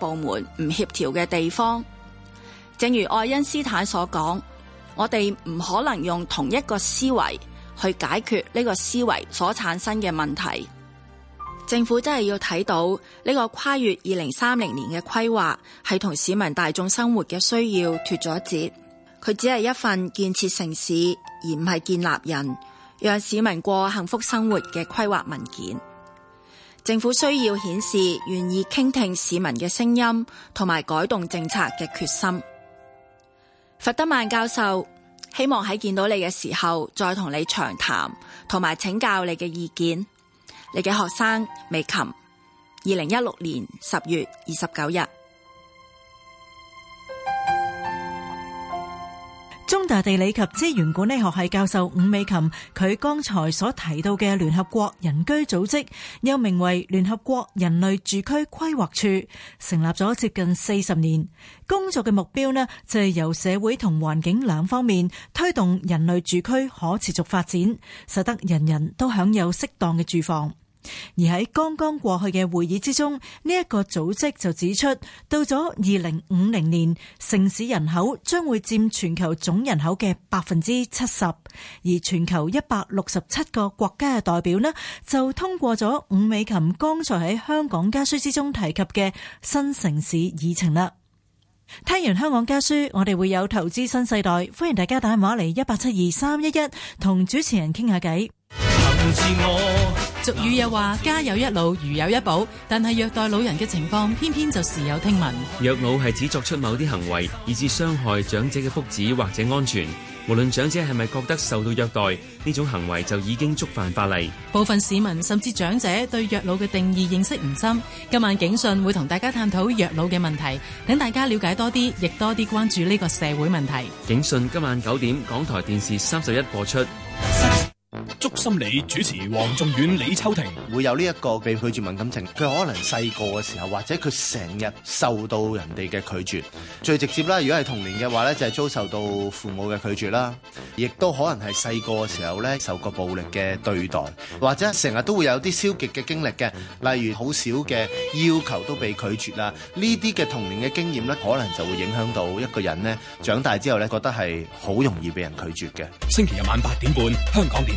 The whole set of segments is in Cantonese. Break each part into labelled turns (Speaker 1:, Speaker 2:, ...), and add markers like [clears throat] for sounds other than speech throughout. Speaker 1: 部門唔協調嘅地方。正如愛因斯坦所講，我哋唔可能用同一個思維去解決呢個思維所產生嘅問題。政府真係要睇到呢個跨越二零三零年嘅規劃係同市民大眾生活嘅需要脫咗節，佢只係一份建設城市而唔係建立人，讓市民過幸福生活嘅規劃文件。政府需要顯示願意傾聽市民嘅聲音，同埋改動政策嘅決心。弗德曼教授，希望喺見到你嘅時候，再同你長談，同埋請教你嘅意見。你嘅學生美琴，二零一六年十月二十九日。
Speaker 2: 中大地理及資源管理學系教授伍美琴，佢剛才所提到嘅聯合國人居組織，又名為聯合國人類住區規劃處，成立咗接近四十年。工作嘅目標呢，就係由社會同環境兩方面推動人類住區可持續發展，使得人人都享有適當嘅住房。而喺剛剛過去嘅會議之中，呢一個組織就指出，到咗二零五零年，城市人口將會佔全球總人口嘅百分之七十，而全球一百六十七個國家嘅代表呢，就通過咗伍美琴剛才喺香港家書之中提及嘅新城市議程啦。聽完香港家書，我哋會有投資新世代，歡迎大家打電話嚟一八七二三一一，同主持人傾下偈。
Speaker 3: 俗語又話家有一老，如有一寶，但係虐待老人嘅情況，偏偏就時有聽聞。
Speaker 4: 虐老係指作出某啲行為，以致傷害長者嘅福祉或者安全。無論長者係咪覺得受到虐待，呢種行為就已經觸犯法例。
Speaker 3: 部分市民甚至長者對虐老嘅定義認識唔深。今晚警訊會同大家探討虐老嘅問題，等大家了解多啲，亦多啲關注呢個社會問題。
Speaker 4: 警訊今晚九點，港台電視三十一播出。
Speaker 5: 祝心理主持黃仲遠、李秋婷
Speaker 6: 會有呢一個被拒絕敏感症，佢可能細個嘅時候，或者佢成日受到人哋嘅拒絕，最直接啦。如果係童年嘅話咧，就係遭受到父母嘅拒絕啦，亦都可能係細個嘅時候咧受過暴力嘅對待，或者成日都會有啲消極嘅經歷嘅，例如好少嘅要求都被拒絕啦。呢啲嘅童年嘅經驗咧，可能就會影響到一個人咧長大之後咧覺得係好容易被人拒絕嘅。
Speaker 5: 星期日晚八點半，香港電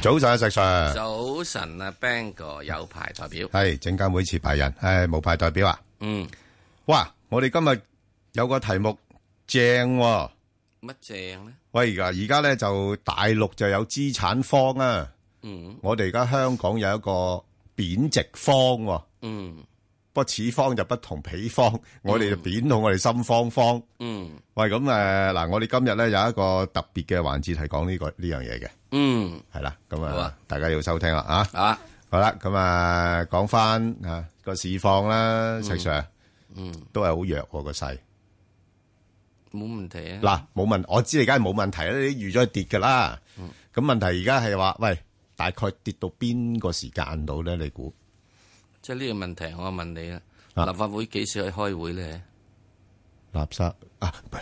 Speaker 7: 早晨啊，石 Sir。
Speaker 8: 早晨啊，Bang 哥有牌代表
Speaker 7: 係證監會持牌人，係無牌代表啊。
Speaker 8: 嗯，
Speaker 7: 哇！我哋今日有個題目正喎，
Speaker 8: 乜正咧？
Speaker 7: 喂，而家咧就大陸就有資產荒啊。
Speaker 8: 嗯，
Speaker 7: 我哋而家香港有一個貶值荒喎。
Speaker 8: 嗯，
Speaker 7: 不過此荒就不同彼荒，我哋就貶到我哋心慌慌。
Speaker 8: 嗯，
Speaker 7: 喂，咁誒嗱，我哋今日咧有一個特別嘅環節係講呢個呢樣嘢嘅。
Speaker 8: 嗯，
Speaker 7: 係啦，咁
Speaker 8: 好
Speaker 7: 啊
Speaker 8: 啊，
Speaker 7: 大家要收聽啦啊。
Speaker 8: 啊，
Speaker 7: 好啦，咁啊，講翻啊個市況啦，石 Sir
Speaker 8: 嗯，
Speaker 7: 都係好弱喎個勢。
Speaker 8: 冇問題啊。
Speaker 7: 嗱，冇問，我知你梗係冇問題啦，你預咗佢跌㗎啦。咁問題而家係話，喂，大概跌到邊個時間度咧？你估？
Speaker 8: 即係呢個問題，我問你啦，
Speaker 7: 啊
Speaker 8: 立法會幾時去開會咧？
Speaker 7: 垃圾啊，唔係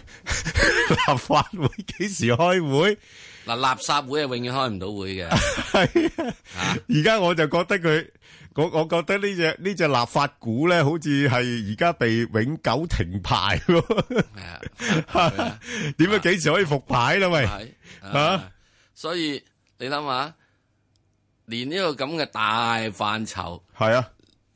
Speaker 7: [laughs] 立法會幾時開會？
Speaker 8: 嗱，垃圾會係永遠開唔到會
Speaker 7: [laughs]
Speaker 8: 嘅，
Speaker 7: 係啊，而家我就覺得佢，我我覺得呢隻呢隻立法股咧，好似係而家被永久停牌喎。
Speaker 8: 係啊
Speaker 7: [laughs] 點解幾時可以復牌啦？喂，
Speaker 8: 係
Speaker 7: 啊
Speaker 8: 啊，所以你諗下，連呢個咁嘅大範疇。
Speaker 7: 係啊，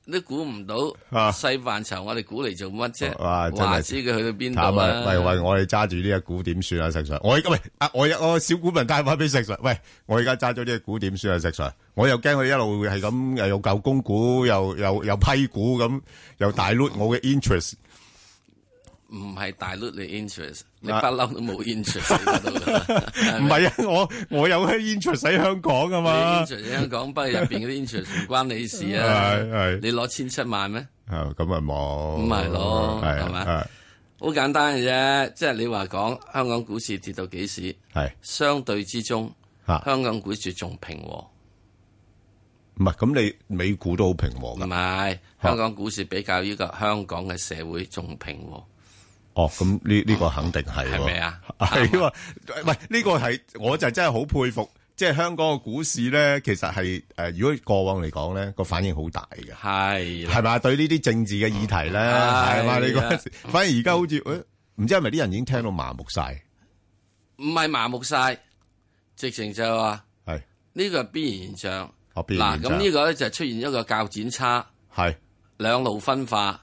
Speaker 8: 你都估唔到
Speaker 7: 啊
Speaker 8: 細範疇，我哋估嚟做乜啫？
Speaker 7: 哇真係
Speaker 8: 話知佢去到邊
Speaker 7: 慘
Speaker 8: 度
Speaker 7: 啊！
Speaker 8: 啦？
Speaker 7: 喂喂，我哋揸住呢隻股點算啊？石 Sir，我而家喂啊，我有我小股民打電話俾石 Sir，喂，我而家揸咗呢隻股點算啊？石 Sir，我又驚佢一路係咁又有舊供股，又又又批股咁，又大 l 我嘅 interest。
Speaker 8: 唔係大 l 你 interest，你不嬲都冇 interest 喺度㗎啦
Speaker 7: 啊 [laughs] 唔係啊，我我有 interest 喺香港啊嘛。
Speaker 8: 你 interest 喺香港，不過入邊嗰啲 interest 唔關你事啊。
Speaker 7: [laughs] 係係
Speaker 8: 你攞千七萬咩？
Speaker 7: 啊，咁啊
Speaker 8: 咁
Speaker 7: 冇。
Speaker 8: 咪咯
Speaker 7: 係啊
Speaker 8: 係咪
Speaker 7: 係啊
Speaker 8: 好簡單嘅啫，即係你話講香港股市跌到幾時？
Speaker 7: 係
Speaker 8: 相對之中，
Speaker 7: 啊
Speaker 8: 香港股市仲平和。
Speaker 7: 唔係咁，你美股都好平和
Speaker 8: 唔
Speaker 7: 㗎。
Speaker 8: 係香港股市比較呢個香港嘅社會仲平和。
Speaker 7: 哦，咁呢呢個肯定係喎
Speaker 8: 係咪啊？
Speaker 7: [laughs] 係喎，喂，呢個係我就真係好佩服，即係香港嘅股市咧，其實係誒，如果過往嚟講咧，個反應好大嘅。
Speaker 8: 係嗯
Speaker 7: 係咪啊對呢啲政治嘅議題咧，
Speaker 8: 啊
Speaker 7: 係嘛？你嗰陣時， [laughs] 反而而家好
Speaker 8: [laughs]
Speaker 7: 似誒唔知係咪啲人已經聽到麻木晒？
Speaker 8: 唔係麻木晒，直情就係話
Speaker 7: 係
Speaker 8: 呢個係必然現象。
Speaker 7: 哦必然
Speaker 8: 嗱，
Speaker 7: 現象
Speaker 8: 咁呢個咧就出現一個較剪差，
Speaker 7: 係
Speaker 8: 兩路分化。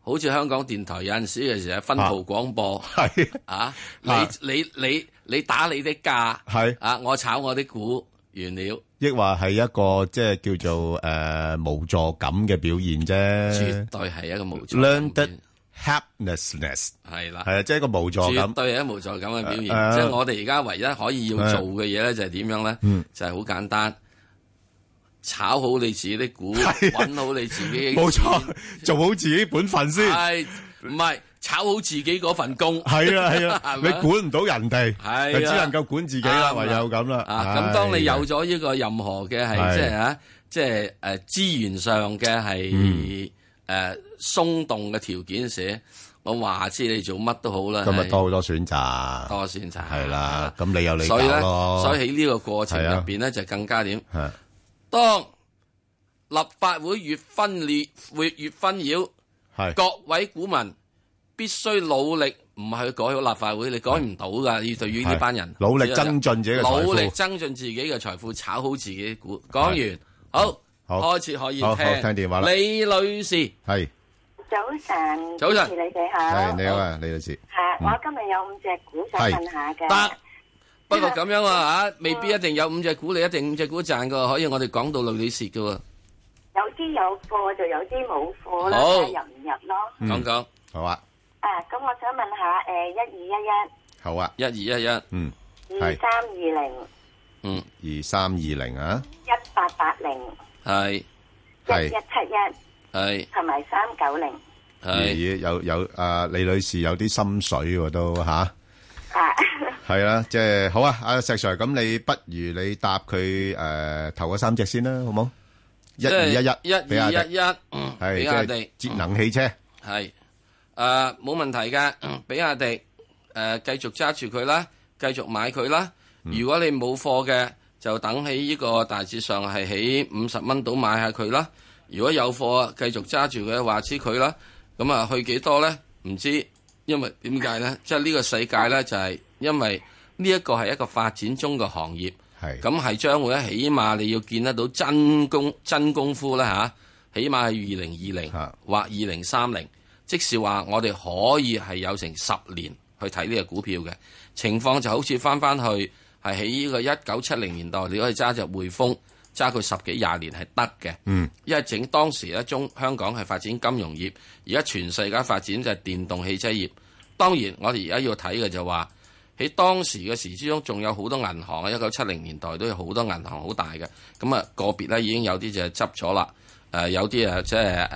Speaker 8: 好似香港電台有陣時嘅時候分途廣播，
Speaker 7: 啊係
Speaker 8: 啊，你
Speaker 7: 啊
Speaker 8: 你你你打你啲價，
Speaker 7: 係
Speaker 8: 啊，我炒我啲股原料，
Speaker 7: 抑或係一個即係叫做誒無助感嘅表現啫，
Speaker 8: 絕對係一個無助感
Speaker 7: learned helplessness
Speaker 8: 係啦，
Speaker 7: 係啊，即係一個無助
Speaker 8: 絕
Speaker 7: 感。
Speaker 8: 對係一個無助感嘅表現。
Speaker 7: 誒
Speaker 8: 即係我哋而家唯一可以要做嘅嘢咧，就係點樣咧
Speaker 7: 嗯？
Speaker 8: 就係好簡單，炒好你自己啲
Speaker 7: [laughs]
Speaker 8: 股，揾好你自己嘅
Speaker 7: 冇
Speaker 8: 錢
Speaker 7: 錯，做好自己本分先。
Speaker 8: 係唔係炒好自己嗰份工？
Speaker 7: [laughs] 係啦係啦，
Speaker 8: [laughs] 係
Speaker 7: 你
Speaker 8: 咪
Speaker 7: 管唔到人哋，
Speaker 8: 係
Speaker 7: 就只
Speaker 8: 啊
Speaker 7: 能夠管自己啦，
Speaker 8: 啱啦
Speaker 7: 唯有咁啦。
Speaker 8: 啊，咁當你有咗呢個任何嘅係
Speaker 7: 係
Speaker 8: 即係啊，即係誒資源上嘅係
Speaker 7: 嗯
Speaker 8: 誒鬆動嘅條件寫，我話知你做乜都好啦，
Speaker 7: 唉今
Speaker 8: 係
Speaker 7: 日多好多選擇，
Speaker 8: 多選擇
Speaker 7: 係啦。咁你有你
Speaker 8: 所以咧，
Speaker 7: 搞咯
Speaker 8: 所以喺呢個過程入
Speaker 7: 係啊
Speaker 8: 邊咧就更加點？
Speaker 7: 係
Speaker 8: 當立法會越分裂，越越紛擾，
Speaker 7: 係
Speaker 8: 各位股民必須努力，唔係去改好立法會，你改唔到噶。要對於呢班人
Speaker 7: 係努力增進自己嘅財富
Speaker 8: 啊努力增進自己嘅財富，炒好自己嘅股。講完，好，
Speaker 7: 好
Speaker 8: 開始可以
Speaker 7: 好
Speaker 8: 聽
Speaker 7: 好聽電話啦
Speaker 8: 李女士，
Speaker 7: 係
Speaker 9: 早晨，
Speaker 8: 早晨
Speaker 9: 主持你哋
Speaker 7: 係
Speaker 9: 好。
Speaker 7: 你好啊，李女士，
Speaker 9: 係
Speaker 7: 嗯
Speaker 9: 我今日有五隻股想
Speaker 8: 係
Speaker 9: 問下嘅。
Speaker 8: 得不過咁樣啊，未必一定有五隻股，你一定五隻股賺噶，可以我哋講到女女士噶喎。
Speaker 9: 有啲有貨就有啲冇貨啦，
Speaker 8: 好
Speaker 9: 睇下入唔入咯？
Speaker 8: 講講
Speaker 7: 好啊，
Speaker 10: À,
Speaker 9: 啊，咁我想問下，誒，一二一
Speaker 7: 好啊，
Speaker 8: 一二一一，
Speaker 7: 嗯，
Speaker 9: 一、二
Speaker 7: 係
Speaker 9: 三二零、
Speaker 8: 嗯，
Speaker 7: 二三二零啊，
Speaker 9: 一八八零、
Speaker 8: 係
Speaker 9: 一
Speaker 7: 係
Speaker 9: 一七
Speaker 8: 係
Speaker 9: 一，同埋三九零。
Speaker 7: 咦有有啊，李女士有啲心水喎都吓。
Speaker 9: 啊，
Speaker 7: 係啦，即係好啊，阿石 Sir，咁你不如你答佢誒頭嗰三隻先啦，好冇？一
Speaker 8: 即
Speaker 7: 二一
Speaker 8: 係
Speaker 7: 一，比
Speaker 8: 一
Speaker 7: 亞
Speaker 8: 二
Speaker 7: 迪
Speaker 8: 一一，嗯比亞
Speaker 7: 係即係
Speaker 8: 迪
Speaker 7: 節能汽車，
Speaker 8: 係誒冇問題
Speaker 7: [coughs]
Speaker 8: 嘅，嗯比亞迪誒繼續揸住佢啦，繼續買佢啦。
Speaker 7: 嗯
Speaker 8: 如果你冇貨嘅，就等喺呢個大致上係喺五十蚊度買下佢啦。如果有貨，繼續揸住佢，話知佢啦。咁啊，去幾多呢？唔知，因為點解呢？即係呢個世界呢，就係因為呢一個係一個發展中嘅行業，
Speaker 7: 係
Speaker 8: 咁係將會咧，起碼你要見得到真功真功夫啦嚇、起碼係二零二零或二零三零，即是話我哋可以係有成十年去睇呢個股票嘅情況，就好似翻翻去係喺呢個一九七零年代，你可以揸只匯豐揸佢十幾廿年係得嘅。
Speaker 7: 嗯，
Speaker 8: 因為整當時咧中香港係發展金融業，而家全世界發展就係電動汽車業。當然，我哋而家要睇嘅就話喺當時嘅時之中，仲有好多銀行啊，一九七零年代都有好多銀行好大嘅。咁啊，個別咧已經有啲就係執咗啦，誒、有啲啊即係誒誒誒誒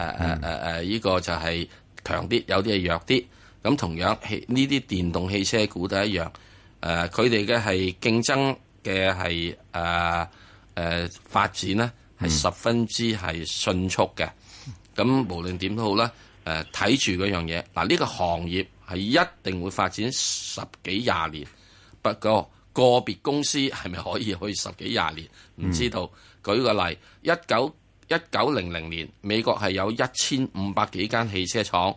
Speaker 8: 呃呢個就係強啲，有啲係弱啲。咁同樣汽呢啲電動汽車股都一樣，誒佢哋嘅係競爭嘅係誒誒發展咧係十分之係迅速嘅。咁無論點都好啦，誒睇住嗰樣嘢，嗱呢個行業係一定會發展十幾廿年，不過個別公司係咪可以去十幾廿年唔知道。舉個例，一九一九零零年美國係有一千五百幾間汽車廠，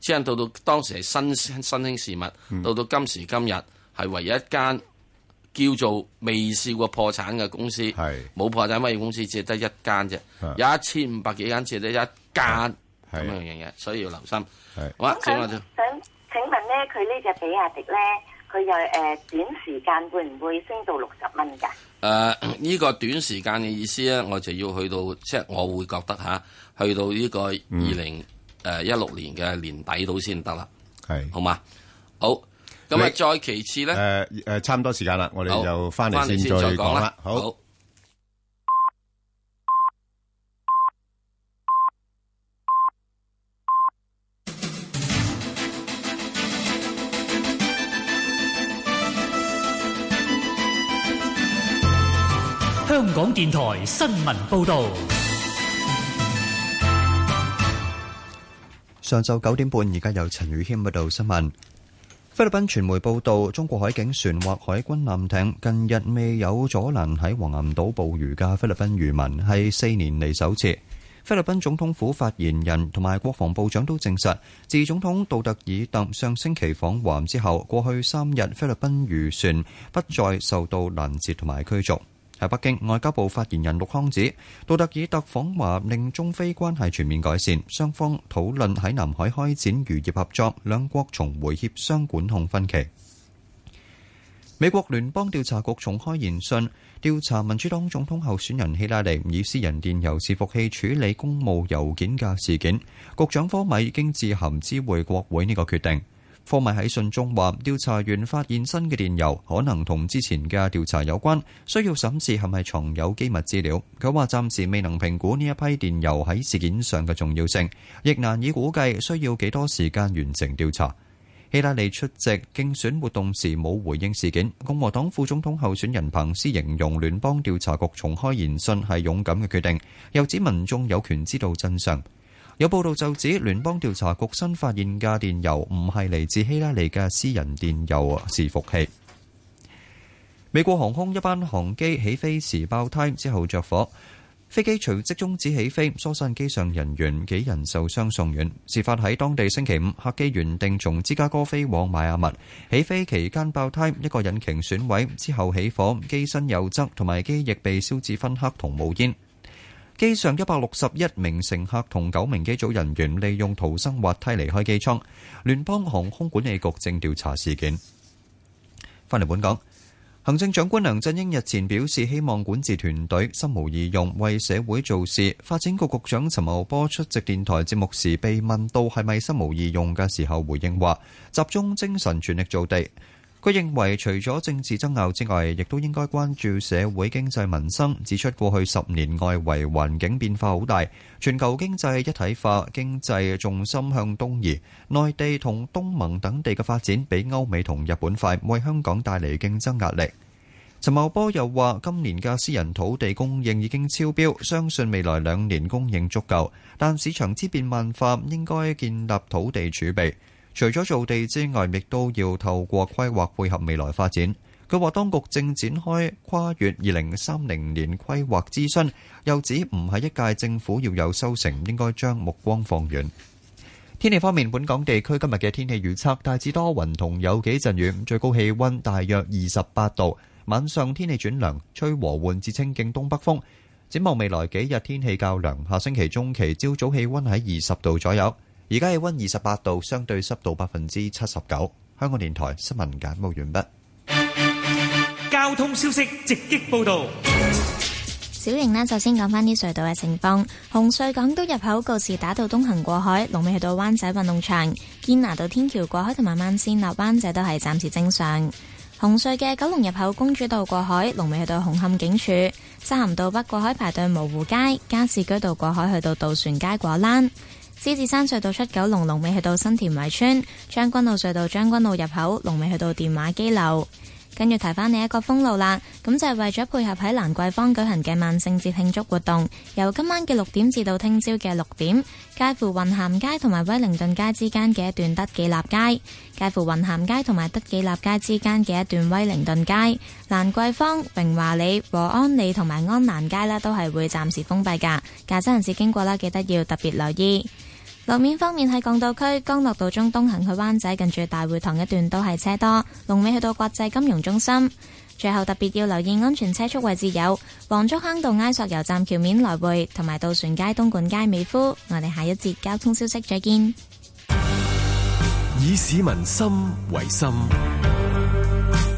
Speaker 8: 即係到到當時係新新興事物，到到今時今日係唯一一間。叫做未試過破產嘅公司，冇破產乜嘢公司，只係得一間啫，有一千五百幾間，只係得一間咁樣樣嘢，所以要留心。好啦，請我哋
Speaker 9: 想請問咧，佢呢只比
Speaker 10: à,
Speaker 9: 亞迪咧，佢又誒短時間會唔會升到六十蚊㗎？
Speaker 8: 誒呃呢個短時間嘅意思咧，我就要去到即係我
Speaker 7: 嗯
Speaker 8: 呃會覺得嚇，去到呢個二零誒一六年嘅年底到先得啦。
Speaker 7: 係
Speaker 8: 好嘛？好，咁啊
Speaker 7: 你
Speaker 8: 再其次咧，
Speaker 7: 诶诶，差唔多時間啦，我哋
Speaker 8: 好
Speaker 7: 就翻嚟
Speaker 8: 返嚟
Speaker 7: 先
Speaker 8: 先
Speaker 7: 再
Speaker 8: 再講
Speaker 7: 講啦
Speaker 8: 啦。
Speaker 7: 好。
Speaker 11: 香港電台新聞報導，
Speaker 12: 上晝九點半，而家有陳宇軒報道新聞。菲律賓傳媒報道，中國海警船或海軍艦艇近日未有阻攔喺黃岩島捕魚嘅菲律賓漁民，係四年嚟首次。菲律賓總統府發言人同埋國防部長都證實，自總統杜特爾特上星期訪華之後，過去三日菲律賓漁船不再受到攔截同埋驅逐。喺北京，外交部發言人陸康指，杜特爾特訪華令中菲關係全面改善，雙方討論喺南海開展漁業合作，兩國重回協商管控分歧。美國聯邦調查局重開研訊，調查民主黨總統候選人希拉里以私人電郵伺服器處理公務郵件嘅事件。局長科米已經致函知會國會呢個決定。科米喺信中話，調查員發現新嘅電郵可能同之前嘅調查有關，需要審視係咪藏有機密資料。佢話暫時未能評估呢一批電郵喺事件上嘅重要性，亦難以估計需要幾多時間完成調查。希拉里出席競選活動時冇回應事件。共和黨副總統候選人彭斯形容聯邦調查局重開研訊係勇敢嘅決定，又指民眾有權知道真相。有報道就指聯邦調查局新發現嘅電郵唔係嚟自希拉里嘅私人電郵伺服器。美國航空一班航機起飛時爆胎之後着火，飛機隨即終止起飛，疏散機上人員，幾人受傷送院。事發喺當地星期五，客機原定從芝加哥飛往邁阿密，起飛期間爆胎，一個引擎損毀，之後起火，機身右側同埋機翼被燒至燻黑同冒煙。機上一百六十一名乘客同九名機組人員利用逃生滑梯離開機艙，聯邦航空管理局正調查事件。翻嚟本港。行政長官梁振英日前表示，希望管治團隊心無二用，為社會做事。發展局局長陳茂波出席電台節目時，被問到係咪心無二用嘅時候，回應話：集中精神，全力造地。佢認為，除咗政治爭拗之外，亦都應該關注社會經濟民生。指出過去十年外圍環境變化好大，全球經濟一體化，經濟重心向東移，內地同東盟等地嘅發展比歐美同日本快，為香港帶嚟競爭壓力。陳茂波又話：今年嘅私人土地供應已經超標，相信未來兩年供應足夠，但市場之變萬化，應該建立土地儲備。除咗造地之外，亦都要透過規劃配合未來發展。佢話當局正展開跨越二零三零年規劃諮詢，又指唔係一屆政府要有收成，應該將目光放遠。天氣方面，本港地區今日嘅天氣預測大致多雲同有幾陣雨，最高氣温大約二十八度。晚上天氣轉涼，吹和緩至清勁東北風。展望未來幾日天氣較涼，下星期中期朝早氣温喺二十度左右。而家氣温二十八度，相對濕度百分之七十九。香港電台新聞簡報完畢。
Speaker 11: 交通消息直擊報導。
Speaker 13: 小瑩呢，首先講返啲隧道嘅情況。紅隧港島入口告士打道東行過海，龍尾去到灣仔運動場；堅拿道天橋過海同埋慢線落灣仔都係暫時正常。紅隧嘅九龍入口公主道過海，龍尾去到紅磡警署；漆咸道北過海排隊蕪湖街，加士居道過海去到渡船街果欄。獅子山隧道出九龍龍尾去到新田圍村，將軍澳隧道將軍澳入口龍尾去到電話機樓。跟住提翻你一個封路啦，咁就係為咗配合喺蘭桂坊舉行嘅萬聖節慶祝活動，由今晚嘅六點至到聽朝嘅六點，介乎雲咸街同埋威靈頓街之間嘅一段德己立街，介乎雲咸街同埋德己立街之間嘅一段威靈頓街、蘭桂坊、榮華里、和安里同埋安蘭街呢，都係會暫時封閉㗎，駕車人士經過啦，記得要特別留意。路面方面喺港島區，江樂道中東行去灣仔，近住大會堂一段都係車多，龍尾去到國際金融中心。最後特別要留意安全車速位置有黃竹坑道埃索油站橋面來回，同埋渡船街、東莞街、美孚。我哋下一節交通消息再見。
Speaker 14: 以市民心為心，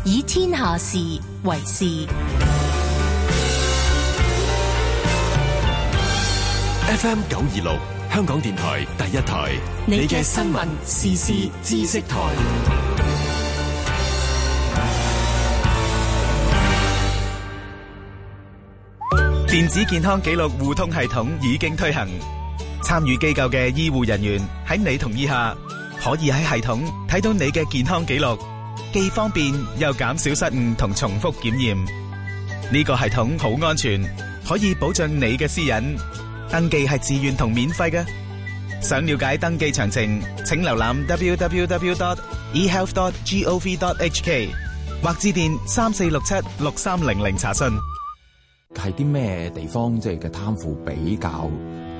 Speaker 15: 以天下事為事。
Speaker 14: FM 九二六香港電台第一台，你嘅新聞時事知識台。
Speaker 16: 電子健康記錄互通系統已經推行，參與機構嘅醫護人員喺你同意下，可以喺系統睇到你嘅健康記錄，既方便又減少失誤同重複檢驗。呢個系統好安全，可以保障你嘅私隱。登記係自願同免費嘅。想了解登記詳情，請瀏覽 e www.ehealth.gov.hk 或致電三四六七六三零零查詢。
Speaker 17: 係啲咩地方即係嘅貪腐比較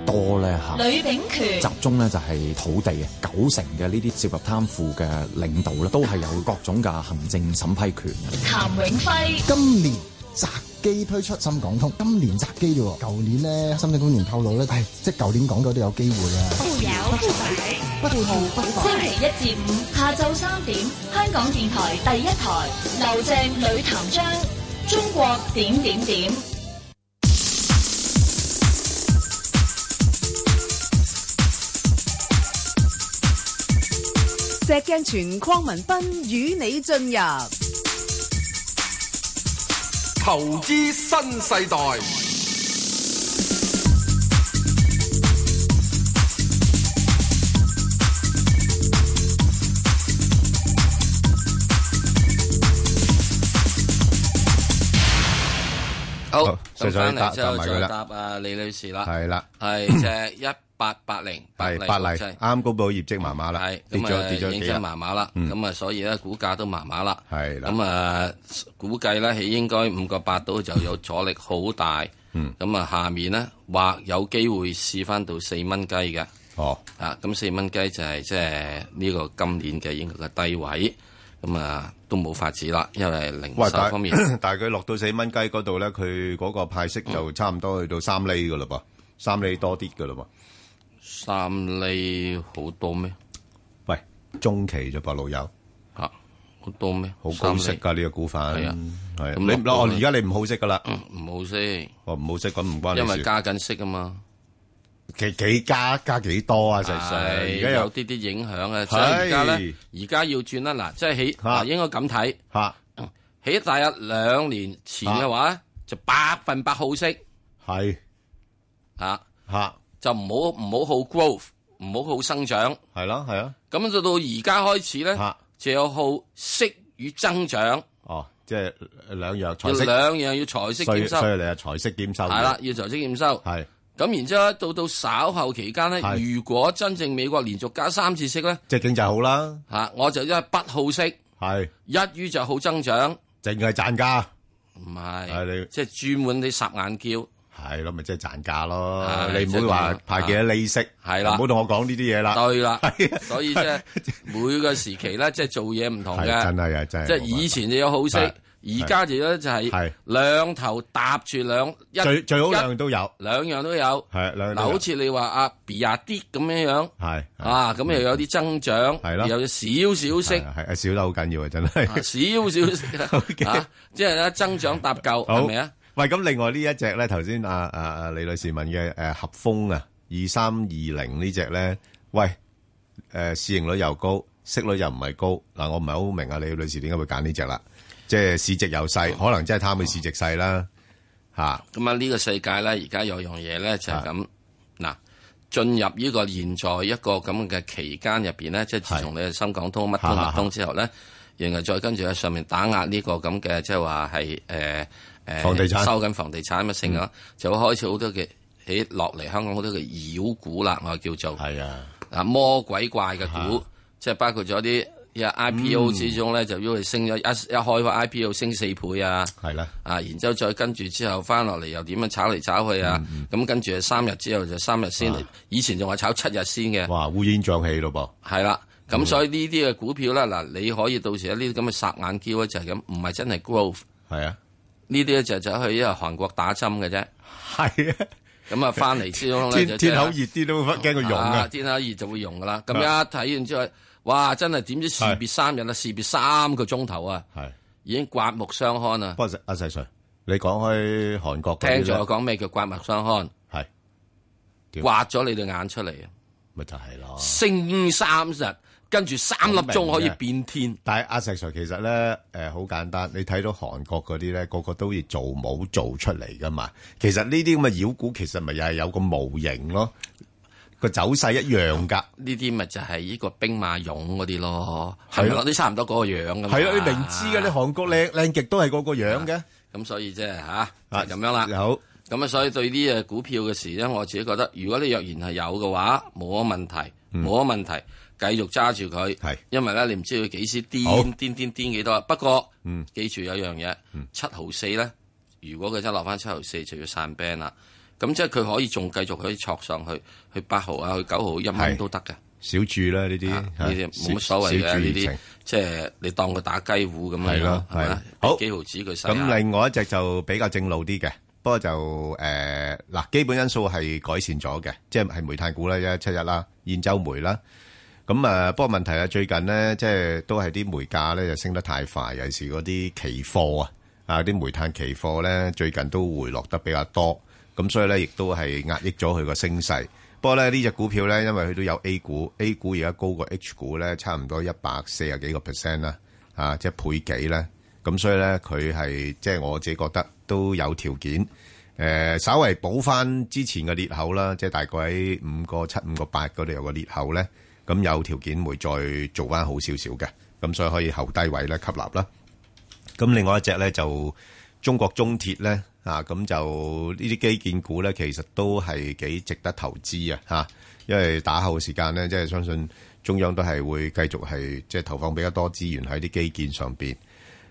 Speaker 17: 多咧
Speaker 14: Ờ.
Speaker 17: 嚇？
Speaker 15: 呂炳權
Speaker 17: 集中咧就係土地啊，九成嘅呢啲涉及貪腐嘅領導咧，都係有各種嘅行政審批權嘅。
Speaker 15: 譚永輝
Speaker 1: 今年宅基推出深港通，今年宅基啫喎，舊年咧深圳官員透露咧，係即係舊年講咗都有機會啊！
Speaker 15: 富有不敗，
Speaker 1: 不吐不
Speaker 15: 星期一至五下晝三點，香港電台第一台，劉鄭呂譚張，中國點點點。
Speaker 18: 石鏡泉鄺民彬與你進入
Speaker 19: 投資新世代，
Speaker 8: 好，咁
Speaker 7: 石 Sir，
Speaker 8: 翻
Speaker 7: 你答
Speaker 8: 嚟之後
Speaker 7: 答埋佢
Speaker 8: 再
Speaker 7: 啦
Speaker 8: 答啊李女士啦，
Speaker 7: 係啦
Speaker 8: 係只一八八零
Speaker 7: 係百麗啱公布業績麻麻啦，跌
Speaker 8: 咁啊
Speaker 7: 咗跌咗
Speaker 8: 影
Speaker 7: 幾
Speaker 8: 響
Speaker 7: 日
Speaker 8: 麻麻啦，
Speaker 7: 嗯
Speaker 8: 咁啊所以咧股價都麻麻啦，
Speaker 7: 係啦
Speaker 8: 咁啊估計咧係應該五個八度就有阻力好大，
Speaker 7: 嗯
Speaker 8: 咁啊下面咧或有機會試翻到四蚊雞嘅，
Speaker 7: 哦，
Speaker 8: 啊咁四蚊雞就係即係呢個今年嘅應該嘅低位，咁啊都冇法子
Speaker 7: 嗯
Speaker 8: 啦，因為零
Speaker 7: 喂，
Speaker 8: 售
Speaker 7: 但係- [coughs]
Speaker 8: 方面。
Speaker 7: 但係佢落到4蚊雞嗰度呢，佢嗰個派息就差唔多去到3厘㗎喇噃，3厘多啲㗎喇喎。喂，中期咋噃，老友。好高息㗎，
Speaker 8: 三
Speaker 7: 呢個股份。
Speaker 8: 係啊。
Speaker 7: 係啊，
Speaker 8: 咁
Speaker 7: 你-
Speaker 8: 落到
Speaker 7: 哦，
Speaker 8: 去-
Speaker 7: 而家你唔好息㗎喇。
Speaker 8: 因
Speaker 7: 哦，唔好息，咁唔關你
Speaker 8: 為
Speaker 7: 事。
Speaker 8: 加緊息啊嘛，
Speaker 7: 幾-幾加-加幾多啊，石Sir？
Speaker 8: 係
Speaker 7: 而家有-
Speaker 8: 有啲啲影響啊！即係而家咧，而家要轉啦，嗱，即係起嗱，應該咁睇
Speaker 7: 嚇，
Speaker 8: 起大約兩年前嘅話咧，就百分百好息，
Speaker 7: 係
Speaker 8: 嚇
Speaker 7: 嚇，
Speaker 8: 就唔好唔好好 growth，唔好好生長，
Speaker 7: 係咯係啊，
Speaker 8: 咁就到而家開始咧，就有好息與增長，
Speaker 7: 哦，即係兩樣財息
Speaker 8: 要
Speaker 7: -
Speaker 8: 兩樣要財息
Speaker 7: 所以-
Speaker 8: 兼收，係
Speaker 7: 所以你係財息兼收嘅。
Speaker 8: 啦，要財息兼收。
Speaker 7: 係。
Speaker 8: 咁然之後到到稍後期間咧，
Speaker 7: 係
Speaker 8: 如果真正美國連續加三次息咧，
Speaker 7: 即係經濟好啦，
Speaker 8: 嚇、我就因為不好息，
Speaker 7: 係
Speaker 8: 一於就好增長，
Speaker 7: 淨係賺價。
Speaker 8: 唔係，
Speaker 7: 係，你-
Speaker 8: 即係專門你霎眼叫。
Speaker 7: 係咯，咪即係賺價咯。
Speaker 8: 係，
Speaker 7: 你唔好
Speaker 8: 即係
Speaker 7: 話
Speaker 8: 咁樣。
Speaker 7: 派幾多利息，
Speaker 8: 係啦。
Speaker 7: 唔好同我講呢啲嘢啦。
Speaker 8: 對啦
Speaker 7: [laughs] 係啊。，
Speaker 8: 所以即係每個時期咧，即係做嘢唔同嘅，
Speaker 7: 係真係啊真係
Speaker 8: 即係
Speaker 7: 冇辦法
Speaker 8: 以前就有好息，
Speaker 7: 係
Speaker 8: 而家就咧就係兩頭搭住兩一，
Speaker 7: 最-最好
Speaker 8: 一
Speaker 7: 量都有。
Speaker 8: 兩樣都有。
Speaker 7: 係，兩樣都
Speaker 8: 嗱，
Speaker 7: 有。
Speaker 8: 好似你話阿 B 啊啲咁樣樣，
Speaker 7: 係，嗯
Speaker 8: 啊咁又有啲增長，
Speaker 7: 係咯
Speaker 8: 又有少少息。
Speaker 7: [laughs] 係，係，少得好緊要啊，真係。 [laughs]
Speaker 8: 啊，少少-啊，即係咧，增長搭救，
Speaker 7: 好。
Speaker 8: 係咪啊？
Speaker 7: 喂，咁另外呢一隻呢，頭先啊-啊-啊，李女士問嘅，誒，合豐啊，2320呢隻呢，喂，誒，市盈率又高，息率又唔係高。嗱，我唔係好明啊，李女士點解會揀呢隻啦。即係市值又細，可能真係貪佢市值細啦，嚇。
Speaker 8: 咁啊，呢個世界咧，而家有樣嘢咧就
Speaker 7: 啊
Speaker 8: 係咁，嗱，進入呢個現在一個咁嘅期間入邊咧，即係自從你嘅深港通乜通乜通之後咧，然後再跟住喺上面打壓呢個咁嘅，即係話係誒誒
Speaker 7: 房地產嗯
Speaker 8: 收緊房地產乜剩啊，就會開始好多嘅起落嚟香港好多嘅妖股啦，我叫做
Speaker 7: 係啊，
Speaker 8: 啊魔鬼怪嘅股，即係包括咗啲。因為
Speaker 7: 嗯
Speaker 8: IPO 之中咧，就因為升咗一一開個 IPO 升四倍啊，
Speaker 7: 係啦，
Speaker 8: 啊，然之後再跟住之後翻落嚟又點樣炒嚟炒去啊？
Speaker 7: 嗯
Speaker 8: 咁跟住三日之後就三日先嚟，
Speaker 7: 啊
Speaker 8: 以前仲話炒七日先嘅，
Speaker 7: 哇，烏煙瘴氣咯噃。
Speaker 8: 係啦。咁
Speaker 7: 嗯
Speaker 8: 所以呢啲嘅股票咧，嗱，你可以到時呢啲咁嘅霎眼嬌咧就係咁，唔係真係 growth，
Speaker 7: 係啊，
Speaker 8: 呢啲咧就走去因為韓國打針嘅啫，
Speaker 7: 係啊。
Speaker 8: 咁啊翻嚟之後咧
Speaker 7: 天-
Speaker 8: 就即係
Speaker 7: 天口熱啲都驚佢溶啊。
Speaker 8: 啊，天口熱就會溶噶啦。咁
Speaker 7: 啊
Speaker 8: 一睇完之後，哇！真係點知事別三日啦，事別三個鐘頭啊，已經刮目相看啊！
Speaker 7: 不過，石-阿石Sir，你講開韓國嗰啲呢，
Speaker 8: 聽咗我講咩叫刮目相看？
Speaker 7: 叫
Speaker 8: 刮咗你對眼出嚟啊！
Speaker 7: 咪就係咯，
Speaker 8: 升三日，跟住三粒鐘可以變。變天。
Speaker 7: 但係阿石 Sir 其實咧，誒、好簡單，你睇到韓國嗰啲咧，個個都要做模做出嚟噶嘛。其實呢啲咁嘅妖股，其實咪又係有個模型咯，個走勢一樣㗎。
Speaker 8: 呢啲咪就係呢個兵馬俑嗰啲咯，
Speaker 7: 係
Speaker 8: 係
Speaker 7: 咯
Speaker 8: 咪嗰啲差唔多嗰個樣㗎嘛？
Speaker 7: 係咯，你明知嘅，你韓國靚靚極都係嗰個樣嘅。
Speaker 8: 咁所以即係吓就咁樣啦。
Speaker 7: 啊好
Speaker 8: 咁啊，所以對呢誒股票嘅事咧，我自己覺得，如果你若然係有嘅話，冇乜問題，冇乜問題，繼續揸住佢。
Speaker 7: 嗯係，
Speaker 8: 因為咧你唔知佢幾時
Speaker 7: 好
Speaker 8: 癲癲癲癲幾多啊。不過
Speaker 7: 嗯，
Speaker 8: 記住有樣嘢，七毫四咧，如果佢真係落翻七毫四，就要散 band 啦。咁即係佢可以仲繼續可以戳上去，去八毫啊，去九毫一蚊都得嘅。
Speaker 7: 小注啦，呢啲
Speaker 8: 啊呢啲
Speaker 7: 小
Speaker 8: 冇乜所謂
Speaker 7: 小
Speaker 8: 嘅
Speaker 7: 注
Speaker 8: 呢
Speaker 7: 怡
Speaker 8: 啲
Speaker 7: 情，
Speaker 8: 即係你當佢打雞糊咁樣
Speaker 7: 係咯
Speaker 8: 樣，係咪啊
Speaker 7: 係？好
Speaker 8: 幾毫子佢使啊
Speaker 7: 咁
Speaker 8: 下
Speaker 7: 另外一隻就比較正路啲嘅，不過就诶嗱、基本因素係改善咗嘅，即係係煤炭股啦，一七一啦，燕州煤啦。咁啊，不過問題啊，最近呢，即係都係啲煤價咧就升得太快，尤其是嗰啲期貨啊，啊啲煤炭期貨咧最近都回落得比較多，咁所以咧亦都係壓抑咗佢個升勢。不過咧呢只股票咧，因為佢都有 A 股，A 股而家高過 H 股咧，差唔多一百四十幾個 percent 啦，啊即係倍幾咧，咁所以咧佢係即係我自己覺得都有條件。誒、稍為補翻之前嘅裂口啦，即係大概喺五個七、五個八嗰度有個裂口咧，咁有條件會再做翻好少少嘅，咁所以可以後低位咧吸納啦。咁另外一隻咧就中國中鐵咧啊，咁就呢啲基建股咧，其實都係幾值得投資啊嚇，因為打後時間咧，即係相信中央都係會繼續係即係投放比較多資源喺啲基建上邊。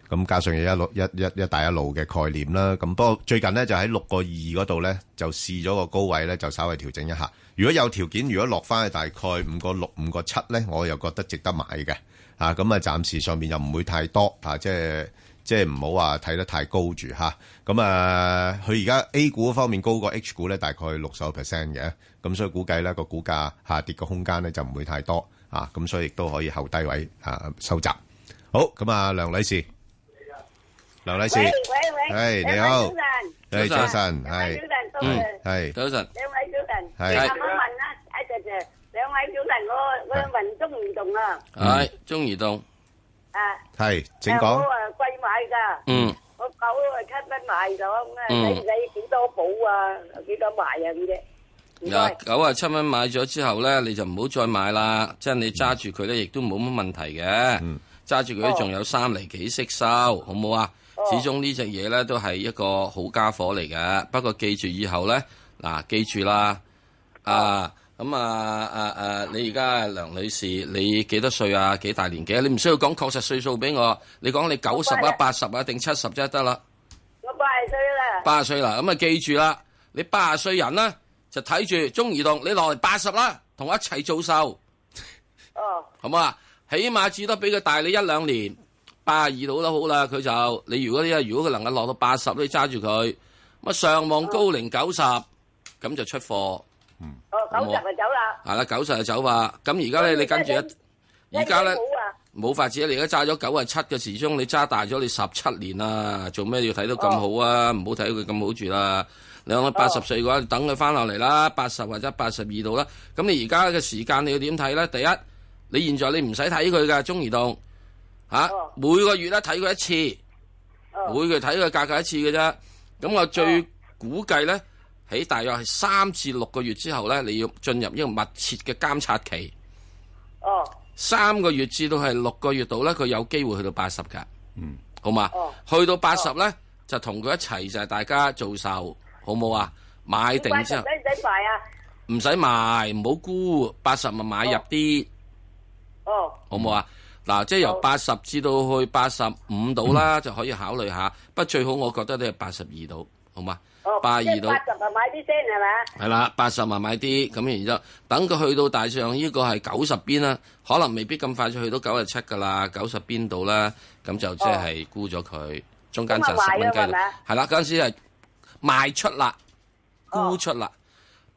Speaker 7: 咁加上有一路一一一帶一路嘅概念啦，咁不過最近呢，就喺六個二嗰度呢，就試咗個高位呢，就稍微調整一下。如果有條件，如果落翻去大概五個六、五個七呢，我又覺得值得買嘅。啊，咁啊，暫時上面又唔會太多啊，即係即係唔好話睇得太高住嚇。咁啊，佢而家 A 股方面高過 H 股呢，大概六十 percent 嘅，咁所以估計呢個股價下跌嘅空間呢，就唔會太多啊，咁所以亦都可以後低位啊收集。好，咁啊，梁女士。梁女士，
Speaker 20: 喂喂喂，
Speaker 7: 係你好，
Speaker 20: 兩
Speaker 7: 係
Speaker 20: 位早
Speaker 7: 早
Speaker 20: 晨，
Speaker 7: 晨，
Speaker 20: 兩
Speaker 7: 係
Speaker 20: 位早晨，多
Speaker 7: 嗯
Speaker 20: 謝，
Speaker 7: 係
Speaker 8: 早晨
Speaker 20: 兩位早晨，
Speaker 7: 係
Speaker 20: 我想問啦，阿 Sir Sir，兩位早晨，我我雲中移動啊，
Speaker 8: 係中移動，
Speaker 20: 啊，
Speaker 7: 係，請
Speaker 20: 我
Speaker 7: 講，
Speaker 20: 啊貴買㗎，
Speaker 8: 嗯，
Speaker 20: 我九啊七蚊買咗，咁啊
Speaker 8: 嗯
Speaker 20: 使唔使幾多補啊？幾多賣啊？咁啫，唔
Speaker 8: 廿
Speaker 20: 該，
Speaker 8: 九啊七蚊買咗之後咧，你就唔好再買啦。即係你揸住佢咧，亦都冇乜問題嘅。
Speaker 7: 嗯
Speaker 8: 揸住佢仲有三厘幾息收，好唔好啊？
Speaker 20: 哦
Speaker 8: 始終呢只嘢咧都係一個好家伙嚟嘅。不過記住以後咧，嗱、記住啦，
Speaker 20: 哦
Speaker 8: 啊咁啊啊啊！你而家梁女士，你幾多歲啊？幾大年紀啊？你唔需要講確實歲數俾我，你講你九十啊、八十啊定七十啫得啦。
Speaker 20: 我八十歲啦，
Speaker 8: 八十歲啦，咁啊記住啦，你八十歲人啦，就睇住中移動，你落嚟八十啦，同我一齊做秀，
Speaker 20: 哦，
Speaker 8: 好嘛？起碼至多俾佢大你一兩年，八十二度都好啦，佢就你如果呢，如果佢能夠落到八十，你揸住佢，咁啊上望高齡九十，咁就出貨，
Speaker 20: 哦九十就走啦，
Speaker 8: 係啦，九十就走吧。咁而家咧，你跟住一，而家咧
Speaker 20: 一蚊冇啊，
Speaker 8: 冇法子，你而家揸咗九啊七嘅時鐘，你揸大咗你十七年啦，做咩要睇到咁好啊？唔好睇佢咁好住啦。你講八十歲嘅話，你等佢翻落嚟啦，八十或者八十二度啦。咁你而家嘅時間你要點睇咧？第一，你現在你唔使睇佢噶中移動嚇，每個月咧睇佢一次，每個月睇佢價格一次嘅啫。咁我最估計咧，喺大約係三至六個月之後咧，你要進入一個密切嘅監察期。
Speaker 20: 哦，
Speaker 8: 三個月至到係六個月度咧，佢有機會去到八十㗎。嗯，好嘛？去到八十咧，就同佢一齊就係大家做售，好冇啊？買定
Speaker 20: 八十
Speaker 8: 之
Speaker 20: 使
Speaker 8: 後
Speaker 20: 唔使賣啊？
Speaker 8: 唔使賣，唔好沽，八十咪買入啲，
Speaker 20: 哦，
Speaker 8: 好冇啊？嗱，即係由八十至到去八十五度啦，就可以考慮下。不過最好我覺得都係八十二度，好嘛？
Speaker 20: 哦，
Speaker 8: 八
Speaker 20: 即
Speaker 8: 二
Speaker 20: 係
Speaker 8: 度。
Speaker 20: 八十啊買啲先係咪？
Speaker 8: 係啦，八十萬買啲，咁然之後等佢去到大上呢個係九十邊啦，可能未必咁快就去到九十七噶啦，九十邊度啦，咁就即係沽咗佢，中間就
Speaker 20: 哦咁啊
Speaker 8: 十蚊雞
Speaker 20: 賣咗係咪
Speaker 8: 啦，係啦，嗰陣時係賣出啦，
Speaker 20: 哦
Speaker 8: 沽出啦，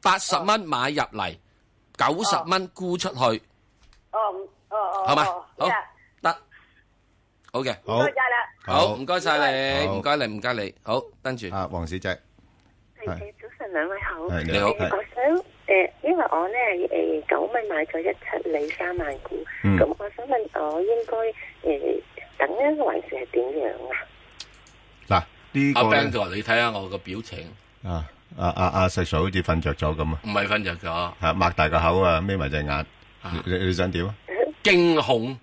Speaker 8: 八十蚊買入嚟，九十蚊沽出去，
Speaker 20: 哦，唔哦哦，
Speaker 8: 好嘛
Speaker 20: 哦
Speaker 8: 好
Speaker 20: 呀
Speaker 8: 好嘅，
Speaker 20: 唔該晒啦。
Speaker 8: 好，唔該晒你，
Speaker 7: 好
Speaker 8: 唔該你，唔該你，好，跟住
Speaker 7: 啊，黃小姐，係
Speaker 21: 早晨，兩位好。
Speaker 7: 係你
Speaker 8: 好
Speaker 21: 我想誒
Speaker 22: 九一七理三萬股，
Speaker 7: 嗯
Speaker 22: 咁、我想問我應該誒、等咧，還是係點樣啊？
Speaker 7: 嗱呢
Speaker 8: 阿
Speaker 7: 個
Speaker 8: Ben
Speaker 7: 咧
Speaker 8: 哥，你睇下我個表情，
Speaker 7: 啊啊啊啊細嫂好似瞓着咗咁啊，
Speaker 8: 唔係瞓着咗，
Speaker 7: 嚇擘大個口啊，眯埋隻眼，你你你想點啊？
Speaker 8: 驚恐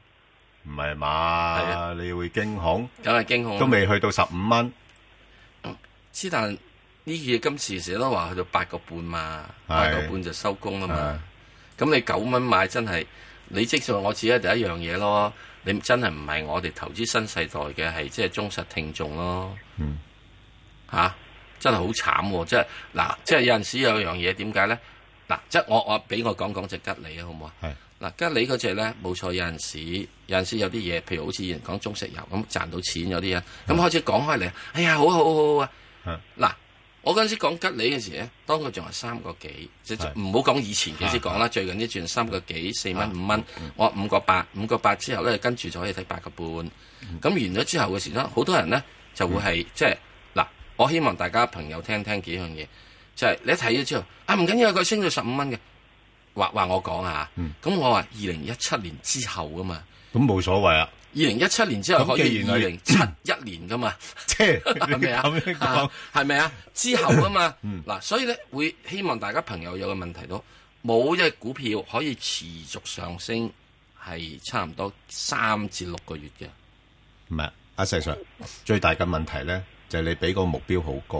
Speaker 7: 唔係嘛？你會驚恐？
Speaker 8: 梗係驚恐，
Speaker 7: 都未去到十五蚊
Speaker 8: 之但呢嘢今次成日都話去到八個半嘛，
Speaker 7: 係
Speaker 8: 八個半就收工啦嘛。咁你九蚊買真係，你即係話我只係第一樣嘢咯。你真係唔係我哋投資新世代嘅係即係忠實聽眾咯。
Speaker 7: 嗯，
Speaker 8: 嚇、真係好慘喎、即係嗱，即係有陣時有樣嘢點解咧？嗱，即係我我俾我講講只吉利啊，好唔好啊？
Speaker 7: 係
Speaker 8: 嗱，吉利嗰只咧冇錯，有陣時有陣時有啲嘢，譬如好似以前講中石油咁賺到錢有啲人，咁開始講開嚟，哎呀，好好好好啊！嗱，我嗰陣時講吉利嘅時咧，當佢仲係三個幾，即係唔好講以前幾時講啦，最近呢轉三個幾四蚊五蚊，我話五個八，五個八之後咧，跟住就可以睇八個半。咁完咗之後嘅時咧，好多人咧就會係即係嗱，我希望大家朋友聽聽幾樣嘢，就係你一睇咗之後，啊唔緊要，佢升到十五蚊嘅，話話我講下，咁我話二零一七年之後啊嘛，
Speaker 7: 咁冇所謂啊。
Speaker 8: 二零一七年之後
Speaker 7: 咁
Speaker 8: 可
Speaker 7: 既
Speaker 8: 以
Speaker 7: 然
Speaker 8: 二
Speaker 7: 係
Speaker 8: 零七一年噶嘛，
Speaker 7: [laughs] 即係
Speaker 8: 係咪啊
Speaker 7: 你咁樣講，
Speaker 8: 啊？係咪啊？之後啊嘛
Speaker 7: [laughs] 嗯
Speaker 8: 嗱，所以咧會希望大家朋友有個問題都冇一隻股票可以持續上升，係差唔多三至六個月嘅。
Speaker 7: 唔係，阿石 Sir
Speaker 8: 嗯
Speaker 7: 最大嘅問題咧，就係、你俾個目標好高，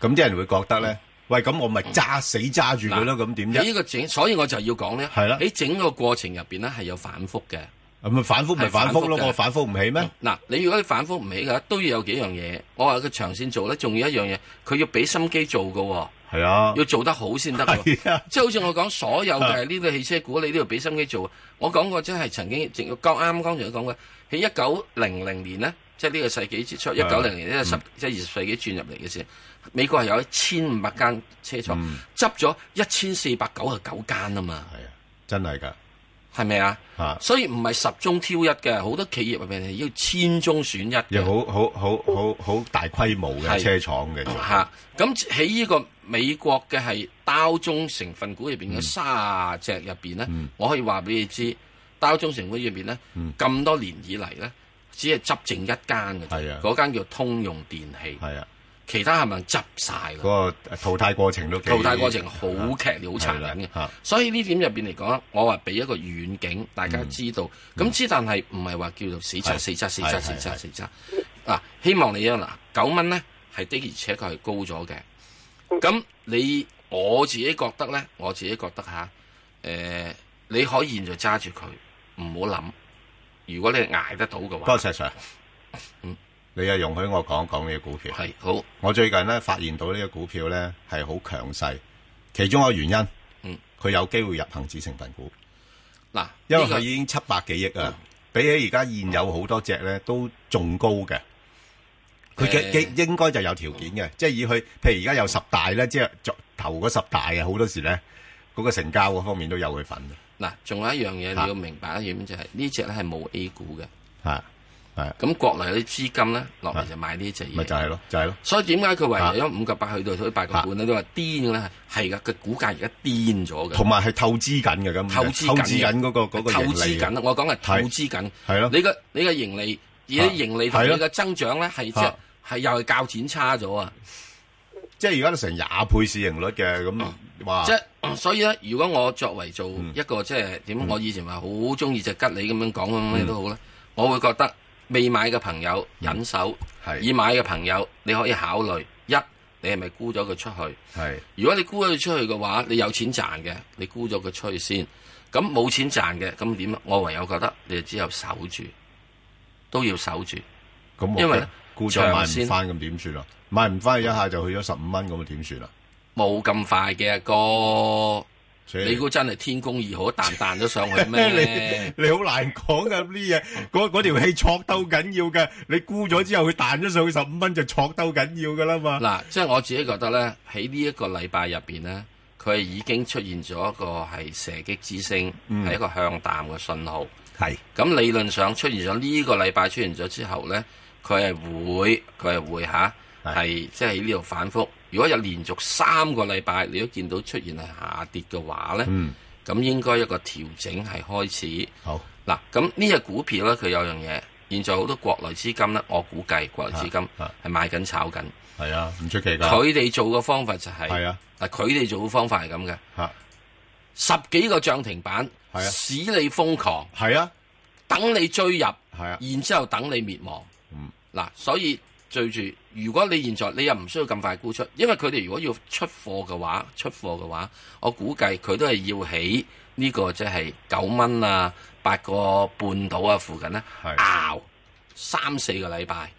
Speaker 7: 咁啲人會覺得咧，喂，咁我咪揸死揸住佢咯，咁點
Speaker 8: 喺呢
Speaker 7: 啫？
Speaker 8: 個整，所以我就要講咧，
Speaker 7: 係啦
Speaker 8: 喺整個過程入邊咧係有反覆嘅。
Speaker 7: 咁咪反覆咪
Speaker 8: 係
Speaker 7: 反
Speaker 8: 反
Speaker 7: 覆咯，
Speaker 8: 覆嘅嗯
Speaker 7: 我反覆唔起咩？
Speaker 8: 嗱，你如果你反覆唔起嘅，都要有幾樣嘢。我話佢長線做咧，仲要一樣嘢，佢要俾心機做嘅喎。
Speaker 7: 係啊，
Speaker 8: 要做得好先得喎。即係好似我講所有嘅呢類汽車股，你都要俾心機做。我講過，即係曾經，正剛啱剛才都講過，喺一九零零年呢，即係呢個世紀之初，一
Speaker 7: 係
Speaker 8: 九零年呢，
Speaker 7: 嗯
Speaker 8: 十即係二十世紀轉入嚟嘅時候，美國係有一千五百間車廠，執咗一千四百九十九間啊嘛。
Speaker 7: 嗯係啊，真係㗎，
Speaker 8: 係咪啊？
Speaker 7: 嚇，
Speaker 8: 所以唔係十中挑一嘅，好多企業入邊係要千中選一嘅。
Speaker 7: 又好好好好好大規模嘅
Speaker 8: 係
Speaker 7: 車廠嘅，
Speaker 8: 吓，咁喺呢個美國嘅係包中成分股入
Speaker 7: 嗯
Speaker 8: 邊嘅卅隻入邊咧，我可以話俾你知，包中成分股入邊咧，
Speaker 7: 嗯
Speaker 8: 咁、多年以嚟咧，只係執剩一間嘅
Speaker 7: 啊
Speaker 8: 啫，嗰間叫通用電器，其他係咪執晒啦？
Speaker 7: 嗰個淘汰過程都幾啊
Speaker 8: 淘汰過程好劇烈、好殘忍嘅。所以呢點入邊嚟講，我話俾一個遠景，大家知道。咁之但係唔係話叫做死
Speaker 7: 嗯係
Speaker 8: 揸、死揸、死
Speaker 7: 係
Speaker 8: 揸、死
Speaker 7: 係係
Speaker 8: 揸、死揸。嗱，希望你啊嗱，九蚊咧係的而且確係高咗嘅。咁你我自己覺得咧，我自己覺得吓，誒、你可以現在揸住佢，唔好諗。如果你捱得到嘅
Speaker 7: 不
Speaker 8: 話嗯
Speaker 7: 過，石 Sir，你又容許我講講呢個股票。
Speaker 8: 係好。
Speaker 7: 我最近咧發現到呢個股票咧係好強勢，其中一個原因，
Speaker 8: 嗯，
Speaker 7: 佢有機會入恒指成分股。
Speaker 8: 嗱，
Speaker 7: 因為
Speaker 8: 呢個嗯
Speaker 7: 佢已經七百幾億啊，比起而家現有好多隻咧都仲高嘅。佢
Speaker 8: 誒
Speaker 7: 嘅嘅應該就有條件嘅，即係以佢譬如而家有十大咧，即係作頭嗰十大啊，好多時咧嗰個成交嗰方面都有佢份嘅。
Speaker 8: 嗱，仲有一樣嘢你
Speaker 7: 嚇
Speaker 8: 要明白一點就係呢只咧係冇 A 股嘅。
Speaker 7: 嚇係
Speaker 8: 咁國內有啲資金咧落嚟就買呢只嘢，
Speaker 7: 咪就係咯，就係咯。
Speaker 8: 所以點解佢為咗五個八去到去八個半咧？你話癲嘅咧，係㗎，個股價而家癲咗嘅。
Speaker 7: 同埋係透支緊嘅咁，
Speaker 8: 透支緊
Speaker 7: 透
Speaker 8: 嘅
Speaker 7: 支緊嗰個嗰個
Speaker 8: 透
Speaker 7: 盈
Speaker 8: 支
Speaker 7: 利嘅
Speaker 8: 緊，我講係透支緊。
Speaker 7: 係咯
Speaker 8: 你個你個盈利，而
Speaker 7: 嚇
Speaker 8: 啲盈利同
Speaker 7: 係
Speaker 8: 你
Speaker 7: 咯
Speaker 8: 嘅增長咧係即
Speaker 7: 嚇
Speaker 8: 係係又係較剪差咗啊！
Speaker 7: 即係而家都成廿倍市盈率嘅咁，哇！
Speaker 8: 啊
Speaker 7: 嗯
Speaker 8: 即係所以咧，如果我作為做一個即係點，我以前話好中意只吉利咁樣講
Speaker 7: 嗯
Speaker 8: 咁咩都好啦，我會覺得未買嘅朋友忍手，已買嘅朋友你可以考慮一，你係咪沽咗佢出去？
Speaker 7: 係
Speaker 8: 如果你沽咗佢出去嘅話，你有錢賺嘅，你沽咗佢出去先。咁冇錢賺嘅，咁點啊？我唯有覺得你只有守住，都要守住。
Speaker 7: 咁我
Speaker 8: 因為
Speaker 7: 覺得
Speaker 8: 咧
Speaker 7: 估咗
Speaker 8: 長
Speaker 7: 買唔
Speaker 8: 線
Speaker 7: 翻咁點算啊？買唔翻一下就去咗十五蚊咁啊點算啊？
Speaker 8: 冇咁快嘅阿哥，
Speaker 7: 以
Speaker 8: 你估真係天公二好，彈彈咗上去
Speaker 7: [laughs]
Speaker 8: 咩？
Speaker 7: 你你好難講噶呢啲嘢，嗰嗰條氣挫兜緊要嘅，你沽咗之後佢彈咗上去十五蚊就挫兜緊要噶啦嘛。
Speaker 8: 嗱，即係我自己覺得咧，喺呢一個禮拜入邊咧，佢係已經出現咗一個係射擊之星，係、
Speaker 7: 嗯
Speaker 8: 一個向淡嘅信號。
Speaker 7: 係
Speaker 8: 咁理論上出現咗呢個禮拜出現咗之後咧，佢係會佢係會吓，係即係喺呢度反覆。如果有連續三個禮拜你都見到出現係下跌嘅話咧，
Speaker 7: 嗯
Speaker 8: 咁應該一個調整係開始。
Speaker 7: 好
Speaker 8: 嗱，咁呢只股票咧，佢有樣嘢，現在好多國內資金咧，我估計國內資金係買緊炒緊。
Speaker 7: 係啊，唔出奇㗎。
Speaker 8: 佢哋做嘅方法就係
Speaker 7: 係啊，
Speaker 8: 嗱，佢哋做嘅方法係咁嘅。
Speaker 7: 嚇，啊
Speaker 8: 十幾個漲停板，使你瘋狂。
Speaker 7: 係啊，
Speaker 8: 等你追入。係
Speaker 7: 啊，
Speaker 8: 然之後等你滅亡。嗯嗱，所以最住，如果你現在你又唔需要咁快沽出，因為佢哋如果要出貨嘅話，出貨嘅話，我估計佢都係要喺呢個即係九蚊啊、八個半到啊附近咧熬三四個禮拜。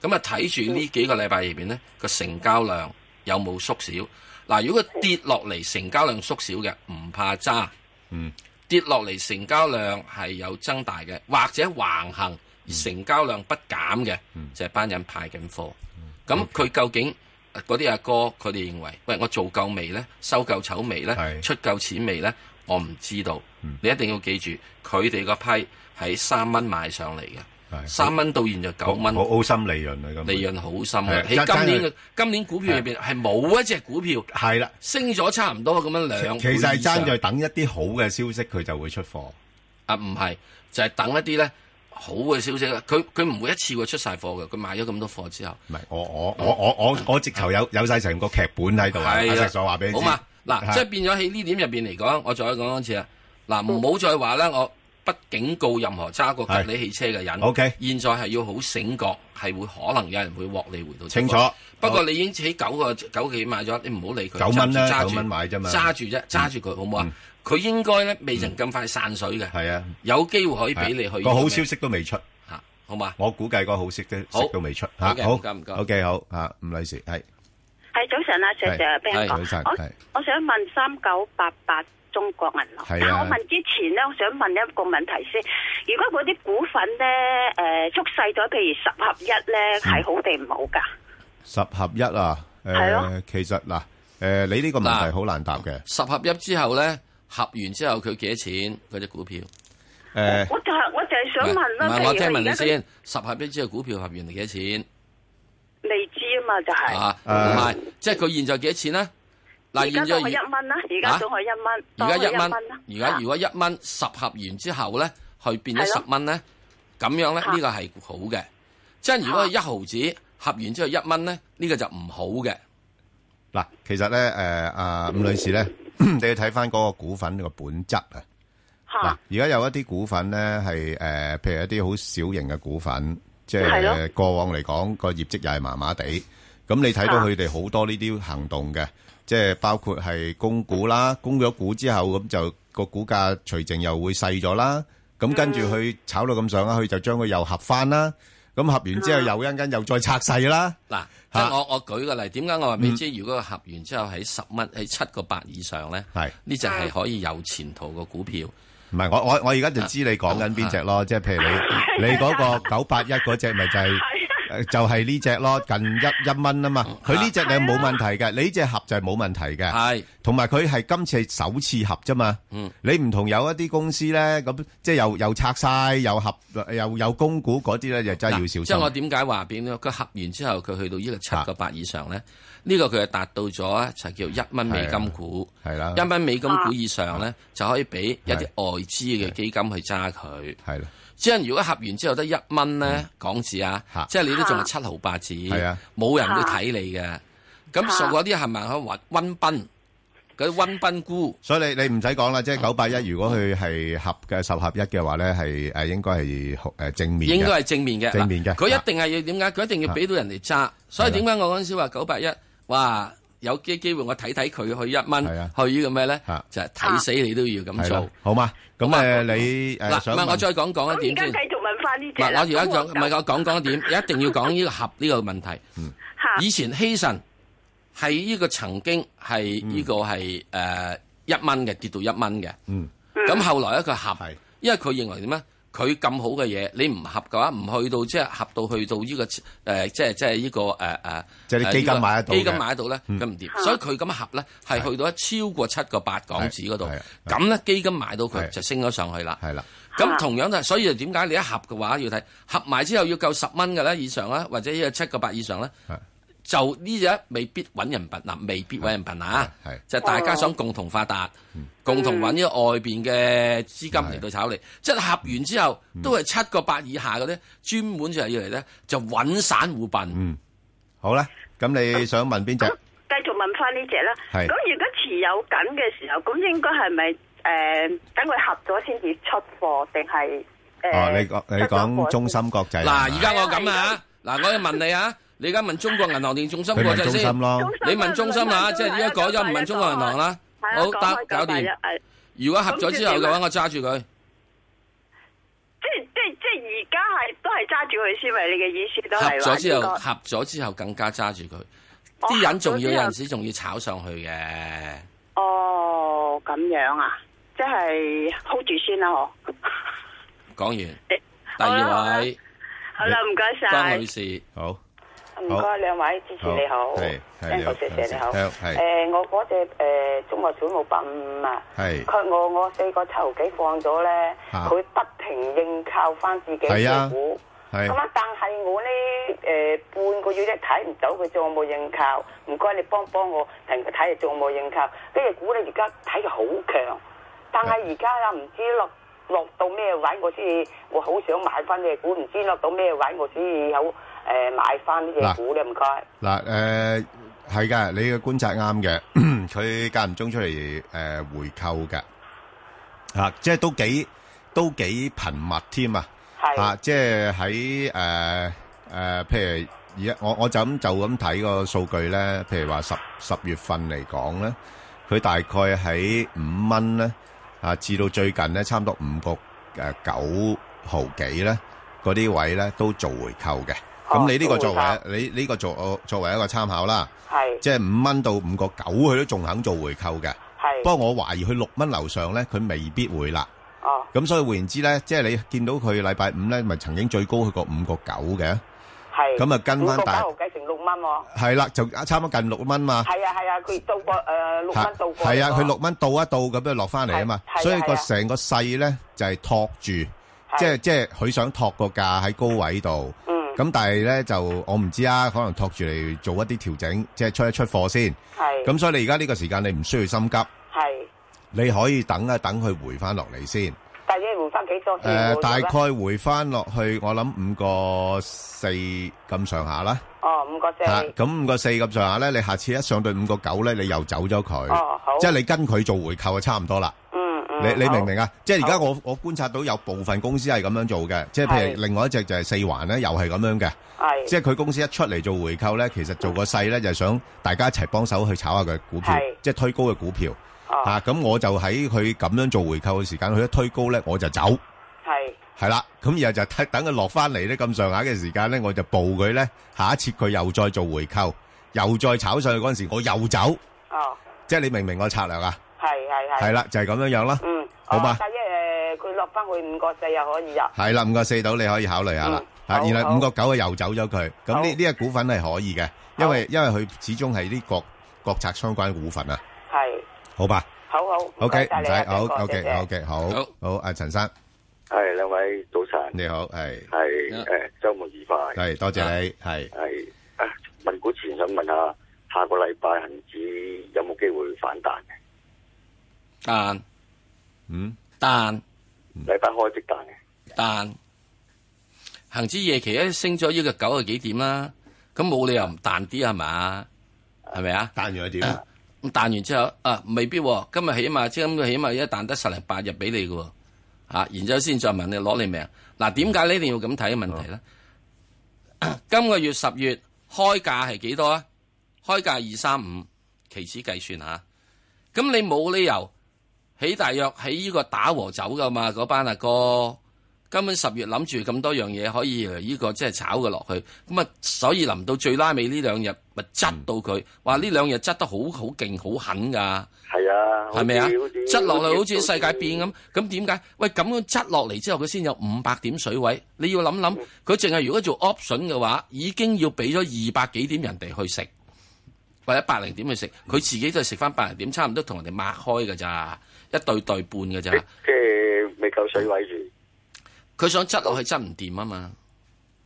Speaker 8: 咁啊睇住呢幾個禮拜入邊咧個成交量有冇縮小？嗱，如果跌落嚟成交量縮小嘅，唔怕揸。
Speaker 7: 嗯。
Speaker 8: 跌落嚟成交量係有增大嘅，或者橫行而成交量不減嘅，就係班人派緊貨。咁佢究竟呃嗰啲阿哥佢哋認為，喂，我做夠未呢？收夠籌未呢？出夠錢未呢？我唔知道。你一定要記住，佢哋個批喺三蚊買上嚟嘅，三蚊到現在九蚊，
Speaker 7: 好好深利潤啊咁。
Speaker 8: 利潤好深
Speaker 7: 係
Speaker 8: 嘅。
Speaker 7: 啊
Speaker 8: 喺今年
Speaker 7: 真係
Speaker 8: 嘅今年股票入邊係冇一隻股票
Speaker 7: 係啦，
Speaker 8: 升咗差唔多咁樣兩。
Speaker 7: 其實係爭在等一啲好嘅消息，佢就會出貨。
Speaker 8: 啊，唔係，就係、等一啲咧好嘅消息啦。佢佢唔會一次過出晒貨嘅，佢買咗咁多貨之後，
Speaker 7: 唔係我我我我我我直頭有有晒成個劇本喺度啊！阿石所話俾你知。啊
Speaker 8: 好嘛？嗱，
Speaker 7: 係
Speaker 8: 即係變咗喺呢點入邊嚟講，我再講多次啊。嗱，
Speaker 7: 嗯
Speaker 8: 唔好再話啦，我不警告任何揸過
Speaker 7: 係
Speaker 8: 吉利汽車嘅人。
Speaker 7: OK
Speaker 8: 現在係要好醒覺，係會可能有人會獲利回到
Speaker 7: 清楚
Speaker 8: 中國不過
Speaker 7: 好
Speaker 8: 你已經喺九個九幾買咗，你唔好理佢。
Speaker 7: 九蚊啦
Speaker 8: 揸住
Speaker 7: 九蚊買啫嘛嗯
Speaker 8: 揸住啫，揸住佢好唔好啊？佢應該咧未曾咁快散水嘅。
Speaker 7: 係啊，嗯
Speaker 8: 有機會可以俾你去。
Speaker 7: 個好消息都未出。
Speaker 8: 嚇，好嘛？
Speaker 7: 我估計個好消息都
Speaker 8: 好
Speaker 7: 息都未出
Speaker 8: 好
Speaker 7: 嚇。
Speaker 8: 嘅
Speaker 7: 好，
Speaker 8: 唔該唔該
Speaker 7: OK，好嚇，吳女士係
Speaker 2: 系早晨啊，石
Speaker 7: 係
Speaker 2: Sir，俾人
Speaker 7: 係早晨
Speaker 2: 講，
Speaker 7: 係
Speaker 2: 我我想問三九八八中國銀行，
Speaker 7: 係啊
Speaker 2: 但我問之前咧，我想問一個問題先。如果嗰啲股份咧，诶縮細咗，譬如十合一咧，係好定唔好㗎？
Speaker 7: 十合一啊。
Speaker 2: 係
Speaker 7: 誒
Speaker 2: 咯，
Speaker 7: 其實嗱，誒你呢個問題好難答嘅。
Speaker 8: 十合一之後咧，合完之後佢幾多錢嗰只股票？
Speaker 7: 誒
Speaker 2: 我就係我就係想問
Speaker 8: 唔
Speaker 2: 啦，譬
Speaker 8: 係
Speaker 2: 如
Speaker 8: 我聽問
Speaker 2: 而
Speaker 8: 你
Speaker 2: 家佢
Speaker 8: 先，十合一之後股票合完係幾多錢？
Speaker 2: 未知啊嘛，就係
Speaker 8: 啊，唔係，即係佢現在幾多錢咧？
Speaker 2: 而
Speaker 8: 嗱，
Speaker 2: 家
Speaker 8: 現
Speaker 2: 當佢一
Speaker 8: 在
Speaker 2: 蚊啦，而
Speaker 8: 啊
Speaker 2: 家當佢一蚊，當
Speaker 8: 而
Speaker 2: 佢
Speaker 8: 家一蚊
Speaker 2: 啦，，啊
Speaker 8: 而家如果一蚊十合完之後咧，去變咗
Speaker 2: 係
Speaker 8: 十
Speaker 2: 咯
Speaker 8: 蚊咧，咁樣咧
Speaker 2: 啊
Speaker 8: 呢個係好嘅。即係如果係一毫子合完之後一蚊咧，呢個就唔好嘅。
Speaker 7: 嗱，其實咧，誒、啊伍女士咧， [clears throat] 你要睇翻嗰個股份個本質啊。嗱，而家有一啲股份咧係誒，譬如一啲好小型嘅股份，即
Speaker 21: 係
Speaker 7: 係
Speaker 21: 咯
Speaker 7: 過往嚟講個業績又係麻麻地。咁你睇到佢哋好多呢啲行動嘅，即係包括係供股啦，供咗股之後咁就個股價隨正又會細咗啦。咁跟
Speaker 21: 嗯
Speaker 7: 住佢炒到咁上下，佢就將佢又合翻啦。咁合完
Speaker 21: 啊
Speaker 7: 之後又一陣間又再拆細啦。
Speaker 8: 嗱，即係我我舉個例，點解我話俾你知？如果佢合完之後喺十蚊，喺七個八以上咧，
Speaker 7: 係
Speaker 8: 呢只係可以有前途嘅股票。
Speaker 7: 唔係，我我我而家就知你講緊邊只咯，即係譬如
Speaker 8: [laughs]
Speaker 7: 你你嗰個九八一嗰只咪就係呃就係呢只咯，近一一蚊啊嘛。佢呢只你冇問題嘅，你呢只合就係冇問題嘅。
Speaker 8: 係，
Speaker 7: 同埋佢係今次首次合啫嘛。
Speaker 8: 嗯，
Speaker 7: 你唔同有一啲公司咧，咁即係又又拆晒，又合又又供股嗰啲咧，就真係要小
Speaker 8: 即係我
Speaker 7: 心。啊
Speaker 8: 點解話變咗？佢合完之後，佢去到呢個七個八以上咧，呢個佢係達到咗就叫一蚊美金股，
Speaker 7: 係啦
Speaker 8: 一蚊美金股以上咧，就可以俾一啲外資嘅基金去揸佢。
Speaker 7: 係啦，嗯
Speaker 8: 即係如果合完之後得一蚊咧港紙啊，即係你都仲係七毫八紙，
Speaker 7: 係啊
Speaker 8: 冇人會睇你嘅。咁所以嗰啲係咪可以揾温賓？嗰啲温賓菇。
Speaker 7: 所以你你唔使講啦，即係九八一如果佢係合嘅十合一嘅話咧，係誒應該係誒正面嘅。
Speaker 8: 應該係正面嘅，
Speaker 7: 正面
Speaker 8: 嗱
Speaker 7: 嘅
Speaker 8: 佢一定係要點解？佢一定要俾到人哋揸，所以點解我嗰陣時話九八一，哇！有機機會我睇睇佢去一蚊，去呢個咩咧？就係睇死你都要咁
Speaker 7: 係啦
Speaker 8: 做。，
Speaker 7: 好嘛？咁誒你
Speaker 8: 嗱
Speaker 7: 誒，想
Speaker 8: 唔係我
Speaker 7: 問
Speaker 8: 再講講一
Speaker 2: 而
Speaker 8: 點
Speaker 2: 家
Speaker 8: 先。
Speaker 2: 繼續問翻呢
Speaker 8: 唔
Speaker 2: 只
Speaker 8: 係我
Speaker 2: 啦。
Speaker 8: 而家講，唔
Speaker 2: 咁
Speaker 8: 係我講講一點，一定要講呢個合呢個問題。以前希慎係呢個曾經係呢個係誒一蚊嘅，跌到一蚊嘅。
Speaker 7: 嗯。
Speaker 8: 咁後來咧佢合，因為佢認為點咧？佢咁好嘅嘢，你唔合嘅話，唔去到即係合到去到呢、個誒、呃即係即係呢、個誒誒，呃
Speaker 7: 即係啲基金
Speaker 8: 呃呢個
Speaker 7: 買得到嘅
Speaker 8: 基金買得到咧，咁唔掂。
Speaker 7: 嗯
Speaker 8: 所以佢咁合咧，係去到超過七個八港紙嗰度，咁咧基金買到佢就升咗上去啦。
Speaker 7: 係啦。
Speaker 8: 咁同樣就係，所以就點解你一合嘅話要睇合埋之後要夠十蚊嘅咧以上啦，或者要七個八以上咧，就呢隻未必揾人笨嗱，未必揾人笨啊，就大家想共同發達，
Speaker 7: 嗯
Speaker 8: 共同揾呢個外邊嘅資金嚟到炒你，即係合完之後
Speaker 7: 嗯
Speaker 8: 都係七個八以下嘅咧，專門就係要嚟咧就揾散户笨。
Speaker 7: 嗯好啦，咁你想問邊只？
Speaker 2: 繼續問翻呢只啦。
Speaker 7: 係
Speaker 2: 咁如果持有緊嘅時候，咁應該係咪誒等佢合咗先至出貨，定係誒？
Speaker 7: 哦，你講你講中心國際
Speaker 8: 嗱，而家我咁啊，嗱，我要問你啊，你而家問中國銀行定中心國際
Speaker 7: 佢問中
Speaker 8: 先
Speaker 7: 心咯中？
Speaker 8: 你問中心啊，
Speaker 2: 中心
Speaker 8: 即係而家改咗唔問中國銀行啦。
Speaker 2: 係啊
Speaker 8: 好
Speaker 2: 講開
Speaker 8: 得搞
Speaker 2: 九八一
Speaker 8: 掂
Speaker 2: 係。
Speaker 8: 如果合咗之後嘅話，
Speaker 2: 哎咁
Speaker 8: 我揸住佢。
Speaker 2: 即係即係即係而家係都係揸住佢先，咪你嘅意思都
Speaker 8: 合
Speaker 2: 係話
Speaker 8: 咗之後，
Speaker 2: 呢個
Speaker 8: 合咗之後更加揸住佢。
Speaker 2: 哦
Speaker 8: 啲人仲要
Speaker 2: 合咗之
Speaker 8: 有
Speaker 2: 後
Speaker 8: 陣時仲要炒上去嘅。
Speaker 2: 哦咁樣啊，即係 hold 住先啦，嗬。
Speaker 8: 講完，第
Speaker 2: 好啦
Speaker 8: 二位
Speaker 2: 好啦，唔該晒
Speaker 8: 江。女士，
Speaker 7: 好，
Speaker 10: 唔該兩位主持
Speaker 8: 好
Speaker 10: 你好，
Speaker 8: 係係
Speaker 10: Ben
Speaker 8: 你好
Speaker 10: 哥謝謝你好，
Speaker 8: 係
Speaker 10: 誒
Speaker 8: 係
Speaker 10: 我嗰只誒中國小冇八五五啊，
Speaker 7: 係
Speaker 10: 佢我我四個七毫幾放咗咧，
Speaker 7: 啊
Speaker 10: 佢不停應靠翻自己
Speaker 7: 係啊
Speaker 10: 嘅股，
Speaker 7: 係
Speaker 10: 咁啊但係我呢誒半個月咧睇唔到佢仲有冇應靠，唔該你幫幫我，能夠睇下仲有冇應靠，呢只股咧而家睇嘅好強，但係而家啊唔知落。落到咩位我先至，我好想買翻呢只股，唔知落到咩位我先至有誒、買翻呢
Speaker 7: 嗱
Speaker 10: 只股咧，唔該。
Speaker 7: 嗱，誒係㗎，你嘅 [clears throat] 觀察啱嘅，佢間唔中出嚟誒回購嘅，啊，即係都幾都幾頻密添啊，啊，即係喺誒誒，譬如而家我我就咁就咁睇個數據咧，譬如話十十月份嚟講咧，佢大概喺五蚊咧，啊，至到最近咧，差唔多五個誒九毫幾咧，嗰啲位咧都做回購嘅。咁你呢個作為你呢個作作為一個參考啦，
Speaker 10: 係
Speaker 7: 即係五蚊到五個九，佢都仲肯做回購嘅。
Speaker 10: 係
Speaker 7: 不過我懷疑佢六蚊樓上咧，佢未必會啦。
Speaker 10: 哦，
Speaker 7: 咁所以換言之咧，即係你見到佢禮拜五咧，咪曾經最高去過五個九嘅，
Speaker 10: 係。
Speaker 7: 咁啊跟返
Speaker 10: 五個九
Speaker 7: 大
Speaker 10: 毫幾成六蚊喎。
Speaker 7: 係啦，就差唔多近六蚊嘛。
Speaker 10: 係啊係啊，佢到過誒六蚊到過。
Speaker 7: 係啊，佢六蚊到一到咁樣落翻嚟啊嘛
Speaker 10: 係係，啊
Speaker 7: 所以
Speaker 10: 係
Speaker 7: 個
Speaker 10: 啊
Speaker 7: 成個勢咧就係托住，即係即係佢想托個價喺高位度。
Speaker 10: 嗯
Speaker 7: 咁但係咧就我唔知啊，可能托住嚟做一啲調整，即係出一出貨先。
Speaker 10: 係
Speaker 7: 咁所以你而家呢個時間你唔需要心急，
Speaker 10: 係，
Speaker 7: 你可以等一等佢回翻落嚟先。
Speaker 10: 但係你回翻幾多先？
Speaker 7: 誒，
Speaker 10: 我
Speaker 7: 大
Speaker 10: 覺得
Speaker 7: 概回翻落去，我諗五個四咁上下啦。
Speaker 10: 哦五個四。
Speaker 7: 吓，咁五個四咁上下咧，你下次一上到五個九咧，你又走咗佢。
Speaker 10: 哦好
Speaker 7: 即係你跟佢做回購就差唔多啦。
Speaker 10: 嗯嗯。
Speaker 7: 你你
Speaker 10: 好
Speaker 7: 明唔明啊？即係而家我我觀察到有部分公司係咁樣做嘅，即係譬如
Speaker 10: 係
Speaker 7: 另外一隻就係四環咧，又係咁樣嘅。
Speaker 10: 嗯係
Speaker 7: 即係佢公司一出嚟做回購咧，其實做個勢咧就係想大家一齊幫手去炒下佢股票
Speaker 10: 係，哦
Speaker 7: 即係推高嘅股票。嚇咁我就喺佢咁樣做回購嘅時間，佢一推高咧我就走，
Speaker 10: 係
Speaker 7: 係啦。咁然後就睇等佢落翻嚟咧咁上下嘅時間咧，我就報佢咧下一次佢又再做回購，又再炒上去嗰陣時，我又走。
Speaker 10: 哦，
Speaker 7: 即係你明唔明我策略啊？
Speaker 10: 係係係。
Speaker 7: 係啦，就係咁樣樣啦。
Speaker 10: 嗯。
Speaker 7: 好嘛
Speaker 10: 哦但係誒，佢落翻去五個四啊又可以入。
Speaker 7: 係啦，五個四到你可以考慮下啦。啊，然後五個九啊又走咗佢，咁呢呢只股份係可以嘅，因為因為佢始終係啲國國策相關股份啊，
Speaker 10: 係，
Speaker 7: 好吧
Speaker 10: 好好。唔該
Speaker 7: ？OK，
Speaker 10: 晒
Speaker 7: 唔
Speaker 10: 你
Speaker 7: 使，
Speaker 10: 啊
Speaker 7: 好
Speaker 10: Ben 哥謝謝
Speaker 7: OK，好 OK，好，好，阿陳生
Speaker 21: 系两位早晨，
Speaker 7: 你好，係啊
Speaker 21: 系诶周末愉快，
Speaker 7: 係，多謝你，係
Speaker 21: 系啊問股前想問下，下個禮拜恒指有冇機會反彈嘅？
Speaker 8: 但
Speaker 7: 嗯
Speaker 8: 但
Speaker 21: 禮拜開即彈嘅，
Speaker 8: 但恒指夜期一升咗呢個九啊幾點啦，咁冇理由唔彈啲啊係嘛？係咪啊？
Speaker 7: 彈咗點？
Speaker 8: 咁彈完之後啊，未必喎、今日起碼即係咁，佢起碼一彈得十零八日俾你嘅喎、啊然之後先再問你攞你命。嗱、點解你一定要咁睇嘅問題咧？
Speaker 7: 嗯
Speaker 8: [coughs] 今個月十月開價係幾多啊？開價二三五，期指計算下。咁你冇理由起大約喺呢個打和走噶嘛？嗰班阿哥根本十月諗住咁多樣嘢可以呃呢、個即係炒佢落去，咁啊，所以臨到最拉尾呢兩日咪執到佢。哇！呢兩日執得好好勁，好狠㗎。
Speaker 21: 係啊，
Speaker 8: 係咪啊
Speaker 21: 好似好似？
Speaker 8: 質落嚟好似世界變咁，咁點解？喂，咁樣質落嚟之後，佢先有五百點水位，你要諗諗，
Speaker 21: 嗯
Speaker 8: 佢淨係如果做 option 嘅話，已經要俾咗二百幾點人哋去食，或者百零點去食，佢自己就係食翻百零點，差唔多同人哋擘開㗎咋，一對對半㗎咋，
Speaker 21: 即
Speaker 7: [laughs]
Speaker 21: 係未夠水位住。
Speaker 8: 佢想質落去質唔掂啊嘛。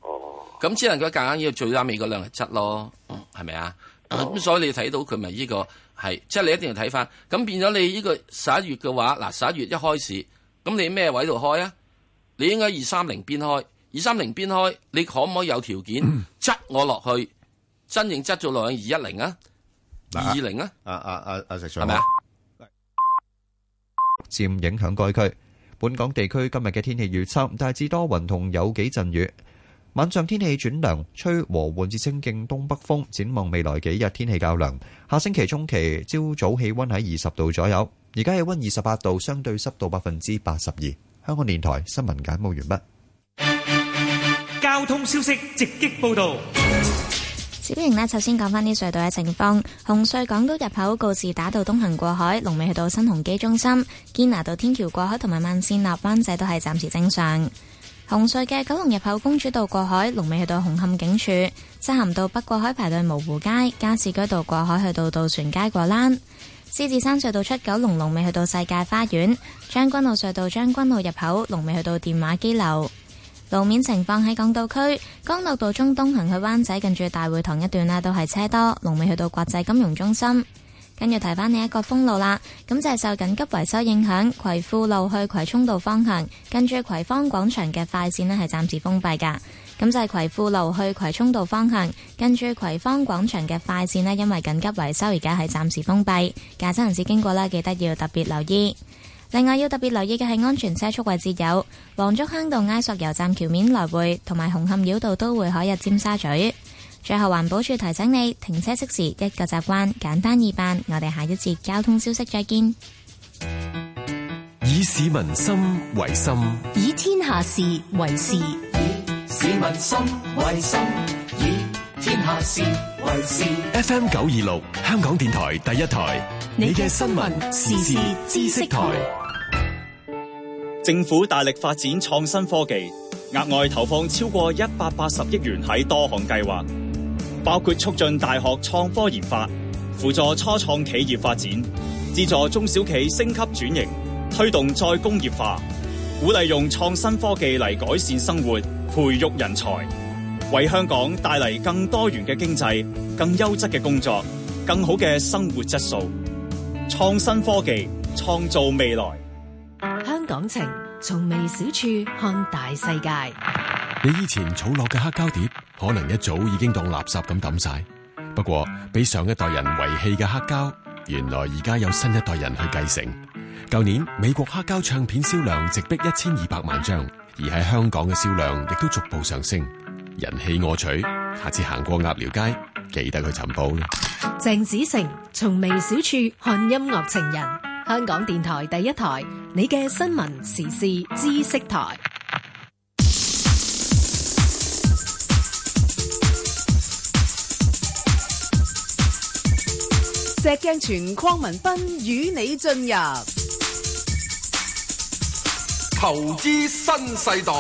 Speaker 21: 哦，
Speaker 8: 咁只能夠夾硬要最啱美嗰兩日七咯，嗯係咪啊？
Speaker 7: 哦
Speaker 8: 咁所以你睇到佢咪呢個係，即係你一定要睇翻。咁變咗你呢個十一月嘅話，嗱十一月一開始，咁你咩位度開啊？你應該二三零邊開，二三零邊開，你可唔可以有條件
Speaker 7: 嗯
Speaker 8: 執我落去？真正執咗落去二一零啊，二零啊，
Speaker 7: 啊啊啊啊石 Sir，
Speaker 8: 係咪啊？
Speaker 12: 漸影響該區。本港地區今日嘅天氣預測大致多雲同有幾陣雨。晚上天氣轉涼，吹和緩至清勁東北風。展望未來幾日天氣較涼。下星期中期朝早氣温喺二十度左右，而家氣温二十八度，相對濕度百分之八十二。香港電台新聞簡報完畢。
Speaker 11: 交通消息直擊報道。
Speaker 13: 小瑩呢，首先講返啲隧道嘅情況。紅隧港島入口告士打道東行過海，龍尾去到新鴻基中心；堅拿道天橋過海同埋慢線落灣仔都係暫時正常。紅隧嘅九龍入口公主道過海，龍尾去到紅磡警署；漆咸道北過海排隊蕪湖街，加士居道過海去到渡船街過欄。獅子山隧道出九龍龍尾去到世界花園，將軍澳隧道將軍澳入口龍尾去到電話機樓。路面情況喺港島區，干諾道中東行去灣仔，近住大會堂一段啦，都係車多，龍尾去到國際金融中心。跟住提翻你一個封路啦，咁就係受緊急維修影響，葵富路去葵涌道方向，近住葵芳廣場嘅快線呢係暫時封閉㗎。咁就係葵富路去葵涌道方向，近住葵芳廣場嘅快線呢，因為緊急維修而家係暫時封閉，駕車人士經過啦，記得要特別留意。另外要特別留意嘅係安全車速位置有黃竹坑道埃索油站橋面來回，同埋紅磡繞道都會海入尖沙咀。最後環保署提醒你停車熄匙一個習慣，簡單易辦。我哋下一節交通消息再見。
Speaker 14: 以市民心為心，
Speaker 4: 以天下事為事，
Speaker 6: 市民心為心，以天下事為事。
Speaker 14: FM 九二六，香港電台第一台，你嘅新聞時事知識台。
Speaker 5: 政府大力發展創新科技，額外投放超過一百八十億元喺多項計劃，包括促進大學創科研發、輔助初創企業發展、資助中小企升級轉型、推動再工業化、鼓勵用創新科技嚟改善生活、培育人才，為香港帶嚟更多元嘅經濟、更優質嘅工作、更好嘅生活質素。創新科技創造未來。
Speaker 23: 香港情從微小處看大世界，
Speaker 14: 你以前儲落嘅黑膠碟，可能一早已經當垃圾咁抌晒。不過，俾上一代人遺棄嘅黑膠，原來而家有新一代人去繼承。舊年美國黑膠唱片銷量直逼一千二百萬張，而喺香港嘅銷量亦都逐步上升，人氣我取。下次行過鴨寮街，記得去尋寶啦。
Speaker 23: 鄭子誠從微小處看音樂情人，香港電台第一台，你嘅新聞時事知識台。
Speaker 18: 石鏡泉鄺民彬與你進入
Speaker 19: 投資新世代，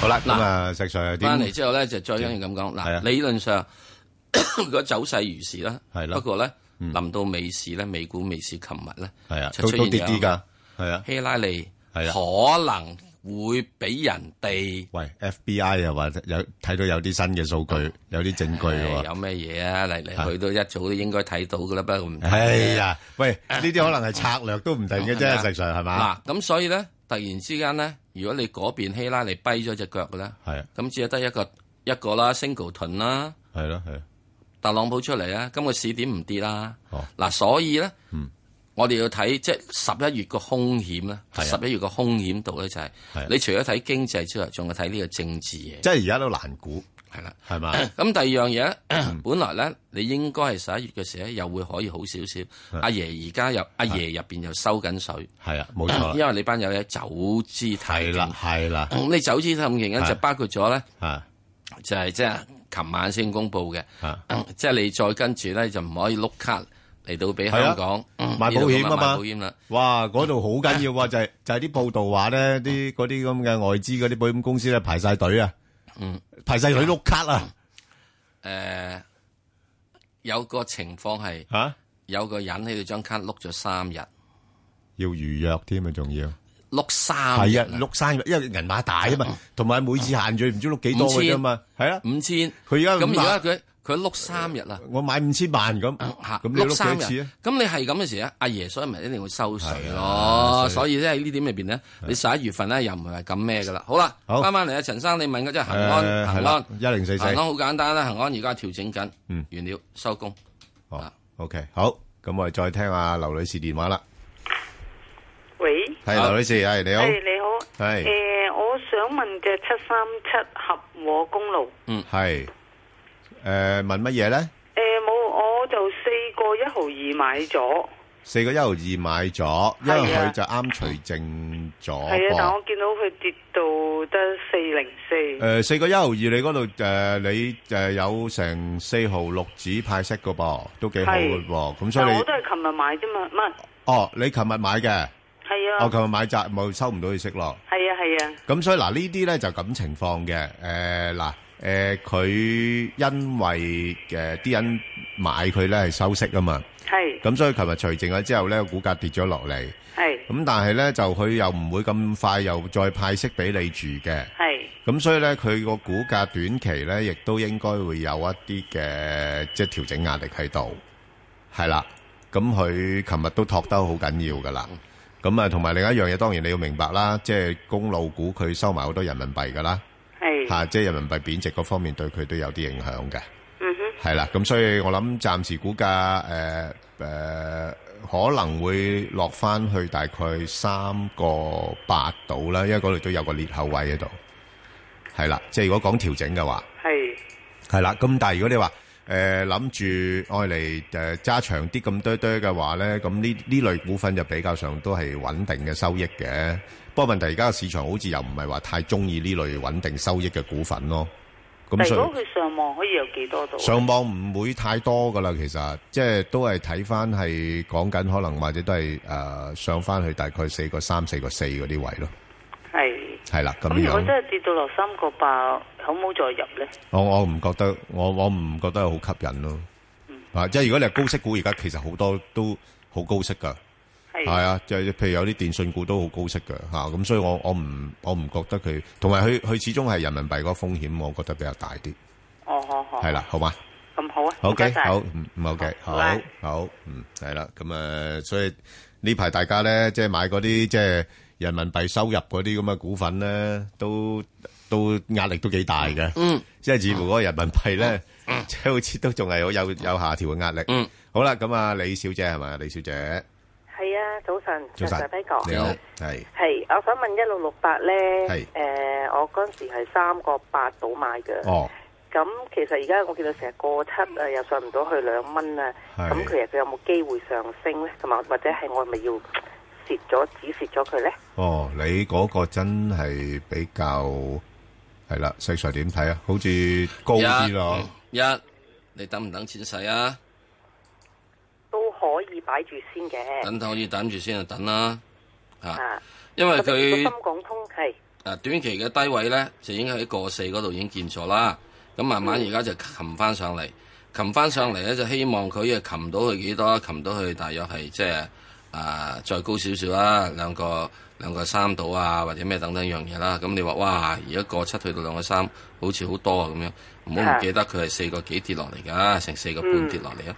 Speaker 7: 好啦，咁啊石 Sir 點
Speaker 8: 翻嚟之後咧，就再跟住咁講。
Speaker 7: 係啊
Speaker 8: 嗱，理論上 [coughs] 如果走勢如是啦，
Speaker 7: 係啦
Speaker 8: 不過咧，臨到美市咧，美股美市琴日咧，
Speaker 7: 係啊，
Speaker 8: 就
Speaker 7: 都
Speaker 8: 出
Speaker 7: 都
Speaker 8: 現
Speaker 7: 跌
Speaker 8: 咗
Speaker 7: 啲㗎，係啊，
Speaker 8: 希拉里
Speaker 7: 係啊
Speaker 8: 可能會俾人哋
Speaker 7: 喂 FBI 又話有睇到有啲新嘅數據，有啲證據
Speaker 8: 唉
Speaker 7: 喎。
Speaker 8: 有咩嘢啊？嚟
Speaker 7: 啊
Speaker 8: 嚟去到一早都應該睇到噶啦，不過唔
Speaker 7: 哎呀，喂，呢啲可能係策略都唔定嘅
Speaker 8: 哦
Speaker 7: 啫，石 Sir 係嘛？
Speaker 8: 啊嗱，咁所以咧，突然之間咧，如果你嗰邊希拉里跛咗只腳嘅咧，
Speaker 7: 係啊，
Speaker 8: 咁只係得一個一個啦，single 盾啦，
Speaker 7: 係咯係。
Speaker 8: 特朗普出嚟啊，今個市點唔跌啦？嗱，所以咧，
Speaker 7: 哦嗯
Speaker 8: 我哋要睇即係十一月個風險咧，
Speaker 7: 啊
Speaker 8: 十一月個風險度咧就係，你除咗睇經濟之外，仲要睇呢個政治嘢。
Speaker 7: 即係而家都難估，
Speaker 8: 係啦，
Speaker 7: 係
Speaker 8: [coughs]
Speaker 7: 嘛？嗯
Speaker 8: 咁第二樣嘢咧， [coughs] 本來咧，你應該係十一月嘅時候咧，又會可以好少少。阿爺而家又阿爺入邊又收緊水，
Speaker 7: 嗯係啊，冇錯啦
Speaker 8: 因為你班友咧走資太勁，係啦
Speaker 7: 係啦。
Speaker 8: 咁你走資太勁咧，
Speaker 7: 係
Speaker 8: 就包括咗咧
Speaker 7: 啊，
Speaker 8: 就係即係琴晚先公佈嘅嗯
Speaker 7: 啊，
Speaker 8: 即係你再跟住咧就唔可以碌卡嚟到俾
Speaker 7: 係啊
Speaker 8: 香港嗯
Speaker 7: 買保險啊嘛
Speaker 8: 呢度咁買保險啦。
Speaker 7: 哇！嗰度好緊要啊，就係就係啲報道話咧，啲嗰啲咁嘅外資嗰啲保險公司咧排晒隊啊，
Speaker 8: 嗯，
Speaker 7: 排晒隊碌卡啊，
Speaker 8: 诶有個情況係
Speaker 7: 吓
Speaker 8: 有個人喺度張卡碌咗三日，
Speaker 7: 要預約添啊，仲要
Speaker 8: 碌三日
Speaker 7: 係啊，碌生日，因為銀碼大啊嘛，同埋每次限聚唔知碌幾多嘅啫嘛，係啊，
Speaker 8: 五千，
Speaker 7: 佢而家
Speaker 8: 咁
Speaker 7: 五
Speaker 8: 而家
Speaker 7: 萬
Speaker 8: 佢佢碌三日啦，
Speaker 7: 我買五千萬咁，咁你
Speaker 8: 碌
Speaker 7: 碌
Speaker 8: 三
Speaker 7: 幾多次啊
Speaker 8: 日？，咁你係咁嘅時咧，阿爺所以咪一定會收水
Speaker 7: 係啊
Speaker 8: 咯。
Speaker 7: 所
Speaker 8: 所以咧喺呢點入邊咧，你十一月份咧又唔係咁咩噶啦。好啦，
Speaker 7: 好
Speaker 8: 翻翻嚟啊，陳生你問嗰只恒
Speaker 7: 誒
Speaker 8: 安，
Speaker 7: 係
Speaker 8: 恒
Speaker 7: 啦
Speaker 8: 安
Speaker 7: 1044
Speaker 8: 恒安好簡單啦，恒安而家調整緊，
Speaker 7: 嗯
Speaker 8: 完了收工。
Speaker 7: 哦，OK，好，咁我哋再聽下劉女士電話啦。
Speaker 24: 喂，
Speaker 7: 係劉女士，
Speaker 21: 啊
Speaker 7: 係你好，
Speaker 24: 係你好，
Speaker 7: 係
Speaker 24: 诶、我想問嘅七三七合和公路，
Speaker 7: 嗯，係誒問乜嘢咧？
Speaker 24: 诶、冇，我就四個一毫二買
Speaker 7: 哦
Speaker 24: 咗，
Speaker 7: 四個一毫二買咗，因為
Speaker 24: 係啊
Speaker 7: 佢就啱除正咗
Speaker 24: 係啊，但
Speaker 7: 噃。
Speaker 24: 我見到佢跌到得四零四，
Speaker 7: 诶，呃四個一毫二，你嗰度诶，你诶有成四毫六紙派息嘅噃，都幾好嘅噃。咁所以
Speaker 24: 但
Speaker 7: 你
Speaker 24: 我都係琴日買啫嘛，唔係，
Speaker 7: 哦，你琴日買嘅，
Speaker 24: 係啊，
Speaker 7: 我哦琴日買債冇收唔到佢息咯。
Speaker 24: 係啊係啊，
Speaker 7: 咁所以嗱，呢啲咧就咁情況嘅。誒、嗱，誒、佢因為誒啲、人買佢咧係收息啊嘛，
Speaker 24: 係
Speaker 7: 咁所以琴日除淨咗之後咧，股價跌咗落嚟。
Speaker 24: 係
Speaker 7: 咁但係咧就佢又唔會咁快又再派息俾你住嘅。
Speaker 24: 係
Speaker 7: 咁所以咧，佢個股價短期咧，亦都應該會有一啲嘅即係調整壓力喺度，係啦。咁佢琴日都托得好緊要噶啦。咁啊，同埋另一樣嘢，當然你要明白啦，即係公路股佢收埋好多人民幣噶啦，
Speaker 24: 係，
Speaker 7: 嚇、即係人民幣貶值嗰方面對佢都有啲影響嘅，
Speaker 24: 嗯哼，
Speaker 7: 係啦。咁所以我諗暫時股價誒誒可能會落翻去大概三個八度啦，因為嗰度都有個裂口位喺度，係啦。即係如果講調整嘅話。
Speaker 24: 係
Speaker 7: 係啦，咁但係如果你話誒諗住愛嚟誒揸長啲咁堆堆嘅話咧，咁呢呢類股份就比較上都係穩定嘅收益嘅。不過問題而家個市場好似又唔係話太中意呢類穩定收益嘅股份咯。咁
Speaker 24: 但係
Speaker 7: 所
Speaker 24: 如
Speaker 7: 以
Speaker 24: 果佢上望可以有幾多度啊？
Speaker 7: 上網唔會太多噶啦，其實即係都係睇翻係講緊可能或者都係誒、呃上翻去大概四個三、四個四嗰啲位咯。
Speaker 24: 係，
Speaker 7: 係啦，咁
Speaker 24: 咁如果
Speaker 7: 樣
Speaker 24: 真。係跌到落三個八，可唔可以再入咧？
Speaker 7: 我我唔覺得，我我唔覺得好吸引咯。啊，即係如果你係高息股，而家其實好多都好高息噶，
Speaker 24: 係
Speaker 7: 係啊，就係譬如有啲電信股都好高息噶嚇，咁、所以我我唔我唔覺得佢，同埋佢佢始終係人民幣嗰個風險，我覺得比較大啲，
Speaker 24: 哦，好好，
Speaker 7: 係啦，好嘛？
Speaker 24: 咁好啊，唔該
Speaker 7: OK，
Speaker 24: 晒
Speaker 7: 好，嗯嗯，OK，好
Speaker 24: 拜拜，
Speaker 7: 好，嗯，系啦，咁啊，所以呢排大家咧，即係買嗰啲即係人民幣收入嗰啲咁嘅股份咧，都都壓力都幾大嘅，
Speaker 8: 嗯，
Speaker 7: 即係似乎嗰個人民幣咧，即係好似都仲係有有有下調嘅壓力，嗯，好啦，咁啊，李小姐係咪？李小姐，
Speaker 25: 係啊，早晨，
Speaker 7: 早晨
Speaker 25: 石 Sir，哥，
Speaker 7: 你好，係
Speaker 25: 係，我想問一六六八咧，
Speaker 7: 係
Speaker 25: 誒、我嗰陣時係三個八度買嘅，
Speaker 7: 哦，
Speaker 25: 咁其實而家我見到成日過七啊，又上唔到去兩蚊啊，
Speaker 7: 係
Speaker 25: 咁其實佢有冇機會上升咧？同埋或者係我係咪要蝕咗、止蝕咗佢咧？
Speaker 7: 哦，你嗰個真係比較係啦，細 Sir 點睇啊？好似高啲咯，
Speaker 8: 一，你等唔等錢使啊？
Speaker 25: 都可以擺住先嘅，
Speaker 8: 等可以等住先就啊等啦，嚇
Speaker 25: 啊，
Speaker 8: 因為
Speaker 25: 咁如
Speaker 8: 佢
Speaker 25: 果深港通係
Speaker 8: 啊短期嘅低位咧，就應該喺過四嗰度已經見咗啦。咁慢慢而家就擒翻上嚟，擒翻上嚟咧就希望佢啊擒到佢幾多，擒到佢大約係即係啊再高少少啦，兩個兩個三度啊，或者咩等等樣嘢啦。咁你話哇，而家過七去到兩個三，好似好多啊咁樣，唔好唔記得佢係四個幾跌落嚟㗎，成四個半跌落嚟啊！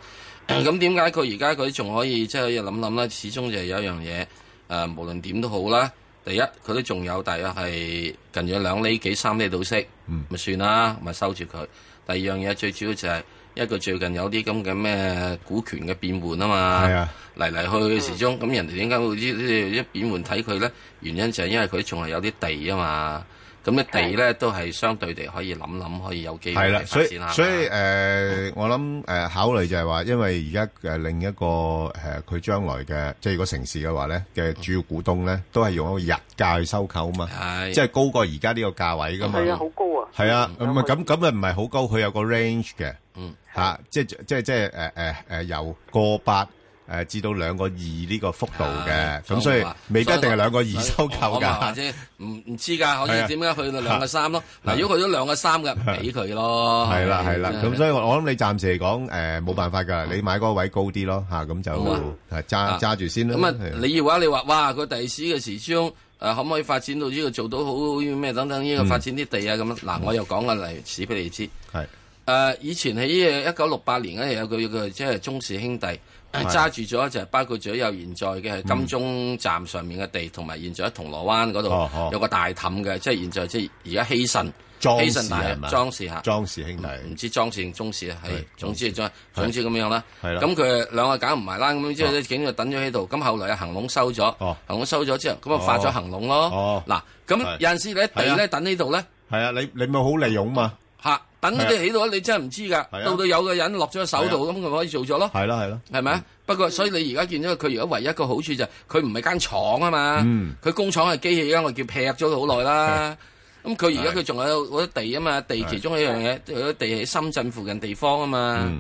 Speaker 8: 咁點解佢而家佢仲可以即係諗諗咧？始終就係有一樣嘢，誒、無論點都好啦。第一，佢都仲有大約係近咗兩厘幾三厘到息，咪、算啦，咪收住佢。第二樣嘢最主要就係、因為佢最近有啲咁嘅咩股權嘅變換啊嘛，
Speaker 7: 係啊
Speaker 8: 嚟嚟去去始終咁人哋點解會呢呢一變換睇佢咧？原因就係因為佢仲係有啲地啊嘛，咁啲地咧都係相對地可以諗諗，可以有機會
Speaker 7: 係啦，
Speaker 8: 嚟
Speaker 7: 所
Speaker 8: 發
Speaker 7: 以
Speaker 8: 展下。
Speaker 7: 所以誒、呃我諗誒、呃考慮就係話，因為而家誒另一個誒佢、將來嘅，即係如果城市嘅話咧嘅主要股東咧，都係用一個日價去收購啊嘛，即係高過而家呢個價位噶嘛，
Speaker 25: 係啊，好高啊，
Speaker 7: 係啊，咁啊咁咁啊唔係好高，佢有個 range 嘅，
Speaker 8: 嗯
Speaker 7: 呃嚇，即係即係即係誒誒誒由過八誒至到兩個二呢個幅度嘅，
Speaker 8: 所以
Speaker 7: 咁所以
Speaker 8: 我話
Speaker 7: 未必一定
Speaker 8: 啊所以我
Speaker 7: 係兩個二收購
Speaker 8: 我咪話
Speaker 7: 㗎。
Speaker 8: 啫，唔唔知㗎，可
Speaker 7: 係啊
Speaker 8: 以點解去到兩個三咯？
Speaker 7: 啊
Speaker 8: 嗱，如果去咗兩個三嘅，俾佢咯。啊
Speaker 7: 係啦係啦，咁所
Speaker 8: 以
Speaker 7: 以我我諗你暫時嚟講誒冇辦法㗎，你買嗰個位高啲咯嚇，咁就
Speaker 8: 好啊
Speaker 7: 係揸揸住先啦。
Speaker 8: 咁
Speaker 7: 係
Speaker 8: 啊，你要話你話哇，佢第時嘅時鐘誒可唔可以發展到呢個做到好咩等等呢個
Speaker 7: 嗯
Speaker 8: 發展啲地啊咁樣嗱，我又講個例子俾你知。
Speaker 7: 係
Speaker 8: 誒，呃以前喺一九六八年咧，有個有個即係中氏兄弟
Speaker 7: 係嗯
Speaker 8: 揸住咗，就係包括咗有現在嘅係金鐘站上面嘅地，同埋現在喺銅鑼灣嗰
Speaker 7: 哦哦
Speaker 8: 度有個大氹嘅，即係現在即係而家希慎
Speaker 7: 莊
Speaker 8: 希
Speaker 7: 氏
Speaker 8: 慎大
Speaker 7: 係嘛？
Speaker 8: 莊氏嚇。
Speaker 7: 莊氏兄弟
Speaker 8: 唔知裝線中線啊係，總之係裝，
Speaker 7: 係
Speaker 8: 總之咁樣啦。
Speaker 7: 係啦哦
Speaker 8: 咁佢兩個搞唔埋啦，咁之後咧，警就等咗喺度。咁後來啊，恒隆收咗，恒隆收咗之後，咁啊發咗恒隆咯。嗱，咁
Speaker 7: 哦係
Speaker 8: 有陣時咧地咧等呢度咧
Speaker 7: 係啊，你你咪好利用嘛。
Speaker 8: 嚇，等呢度起到你真係唔知㗎。到到有個人落咗手度，咁佢可以做咗咯。
Speaker 7: 啊係咯係嗯咯，
Speaker 8: 係咪啊？不過所以你而家見咗佢而家唯一一個好處就係佢唔係間廠啊嘛
Speaker 7: 嗯，
Speaker 8: 佢工廠係機器啊，我叫劈咗佢好耐啦。咁佢而家佢仲有嗰啲地啊嘛，地
Speaker 7: 係嗯
Speaker 8: 其中一樣嘢，有啲地喺深圳附近地方啊嘛，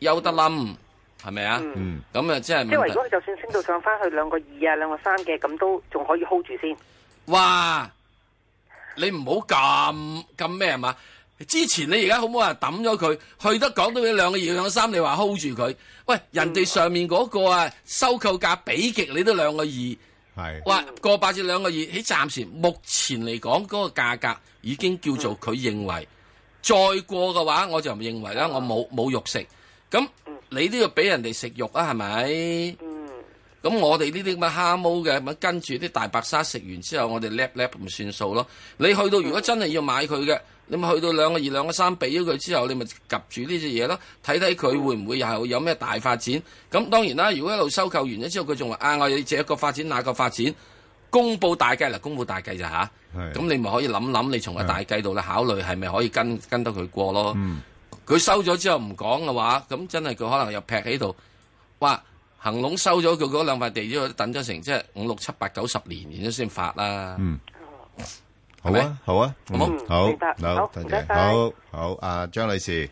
Speaker 8: 休得冧係咪啊？咁啊，即係
Speaker 25: 即係話
Speaker 8: 問
Speaker 25: 如
Speaker 8: 題
Speaker 25: 果佢就算升到上翻去兩個二啊兩個三嘅，咁都仲可以 hold 住先。
Speaker 8: 哇！你唔好咁咁咩係嘛？之前你而家好唔好話抌咗佢，去得講到你兩個二兩個三，你話 hold 住佢。喂，人哋上面嗰個啊，收購價比極你都兩個二。
Speaker 7: 係
Speaker 8: 哇，個八至兩個二，喺暫時目前嚟講，嗰、個價格已經叫做佢認為，再過嘅話，我就唔認為啦，我冇冇肉食。咁你都要俾人哋食肉啊，係咪？咁我哋呢啲咁嘅蝦毛嘅，咁跟住啲大白鯊食完之後，我哋 lap lap 唔算數咯。你去到如果真係要買佢嘅，你咪去到兩個二兩個三俾咗佢之後，你咪及住呢只嘢咯，睇睇佢會唔會又有咩大發展。咁當然啦，如果一路收購完咗之後，佢仲話啊，我要這個發展那個發展，公佈大計嗱，公佈大計咋吓，
Speaker 7: 係
Speaker 8: 咁你咪可以諗諗，你從個大計度咧考慮係咪可以跟跟得佢過咯。
Speaker 7: 嗯
Speaker 8: 佢收咗之後唔講嘅話，咁真係佢可能又劈喺度。哇！恒隆收咗佢嗰兩塊地之後，等咗成即係五六七八九十年，然之後先發啦。
Speaker 7: 嗯好啊好啊，
Speaker 8: 好冇
Speaker 7: 嗯好
Speaker 8: 明白
Speaker 7: 好
Speaker 8: 好
Speaker 7: 多
Speaker 8: 唔
Speaker 7: 謝
Speaker 8: 該
Speaker 9: 晒
Speaker 7: 好好啊，張女士，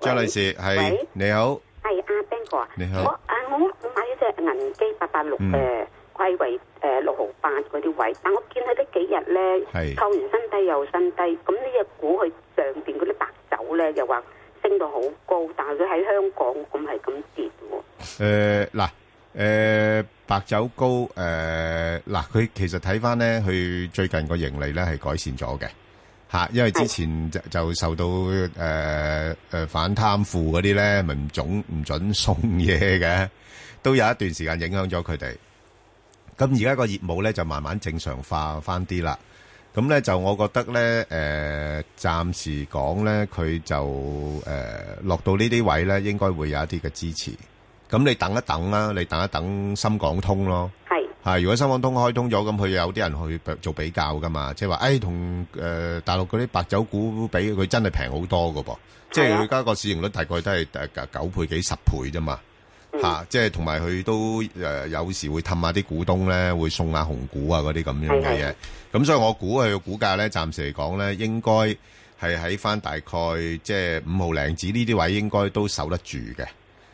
Speaker 7: 張女士係
Speaker 9: 喂
Speaker 7: 你好，
Speaker 9: 係阿 Ben 哥啊，
Speaker 7: 你好
Speaker 9: 我啊我我買咗隻銀基八八六嘅
Speaker 7: 嗯，
Speaker 9: 我係為誒六毫八嗰啲位，但我見佢呢幾日咧，
Speaker 7: 係
Speaker 9: 扣完新低又新低，咁呢只股佢上邊嗰啲白酒咧又話升到好高，但係佢喺香港咁係咁跌喎。
Speaker 7: 誒呃嗱誒白酒高誒嗱，佢其實睇翻咧，佢最近個盈利咧係改善咗嘅嚇，因為之前就就受到誒誒反貪腐嗰啲咧，咪唔準唔準送嘢嘅，都有一段時間影響咗佢哋。咁而家個業務咧就慢慢正常化翻啲啦。咁咧就我覺得咧，誒、暫時講咧，佢就誒、落到呢啲位咧，應該會有一啲嘅支持。咁你等一等啦，你等一等深港通咯。
Speaker 9: 係
Speaker 7: 係，如果深港通開通咗，咁佢有啲人去比做比較噶嘛，即係話，誒同誒大陸嗰啲白酒股比，佢真係平好多噶噃。即係佢而家個市盈率大概都係誒九倍幾十倍啫嘛。嚇、即係同埋佢都誒、呃有時會氹下啲股東咧，會送下紅股啊嗰啲咁樣嘅嘢。咁所以我估佢嘅股價咧，暫時嚟講咧，應該係喺翻大概即係五毫零子呢啲位，應該都守得住嘅。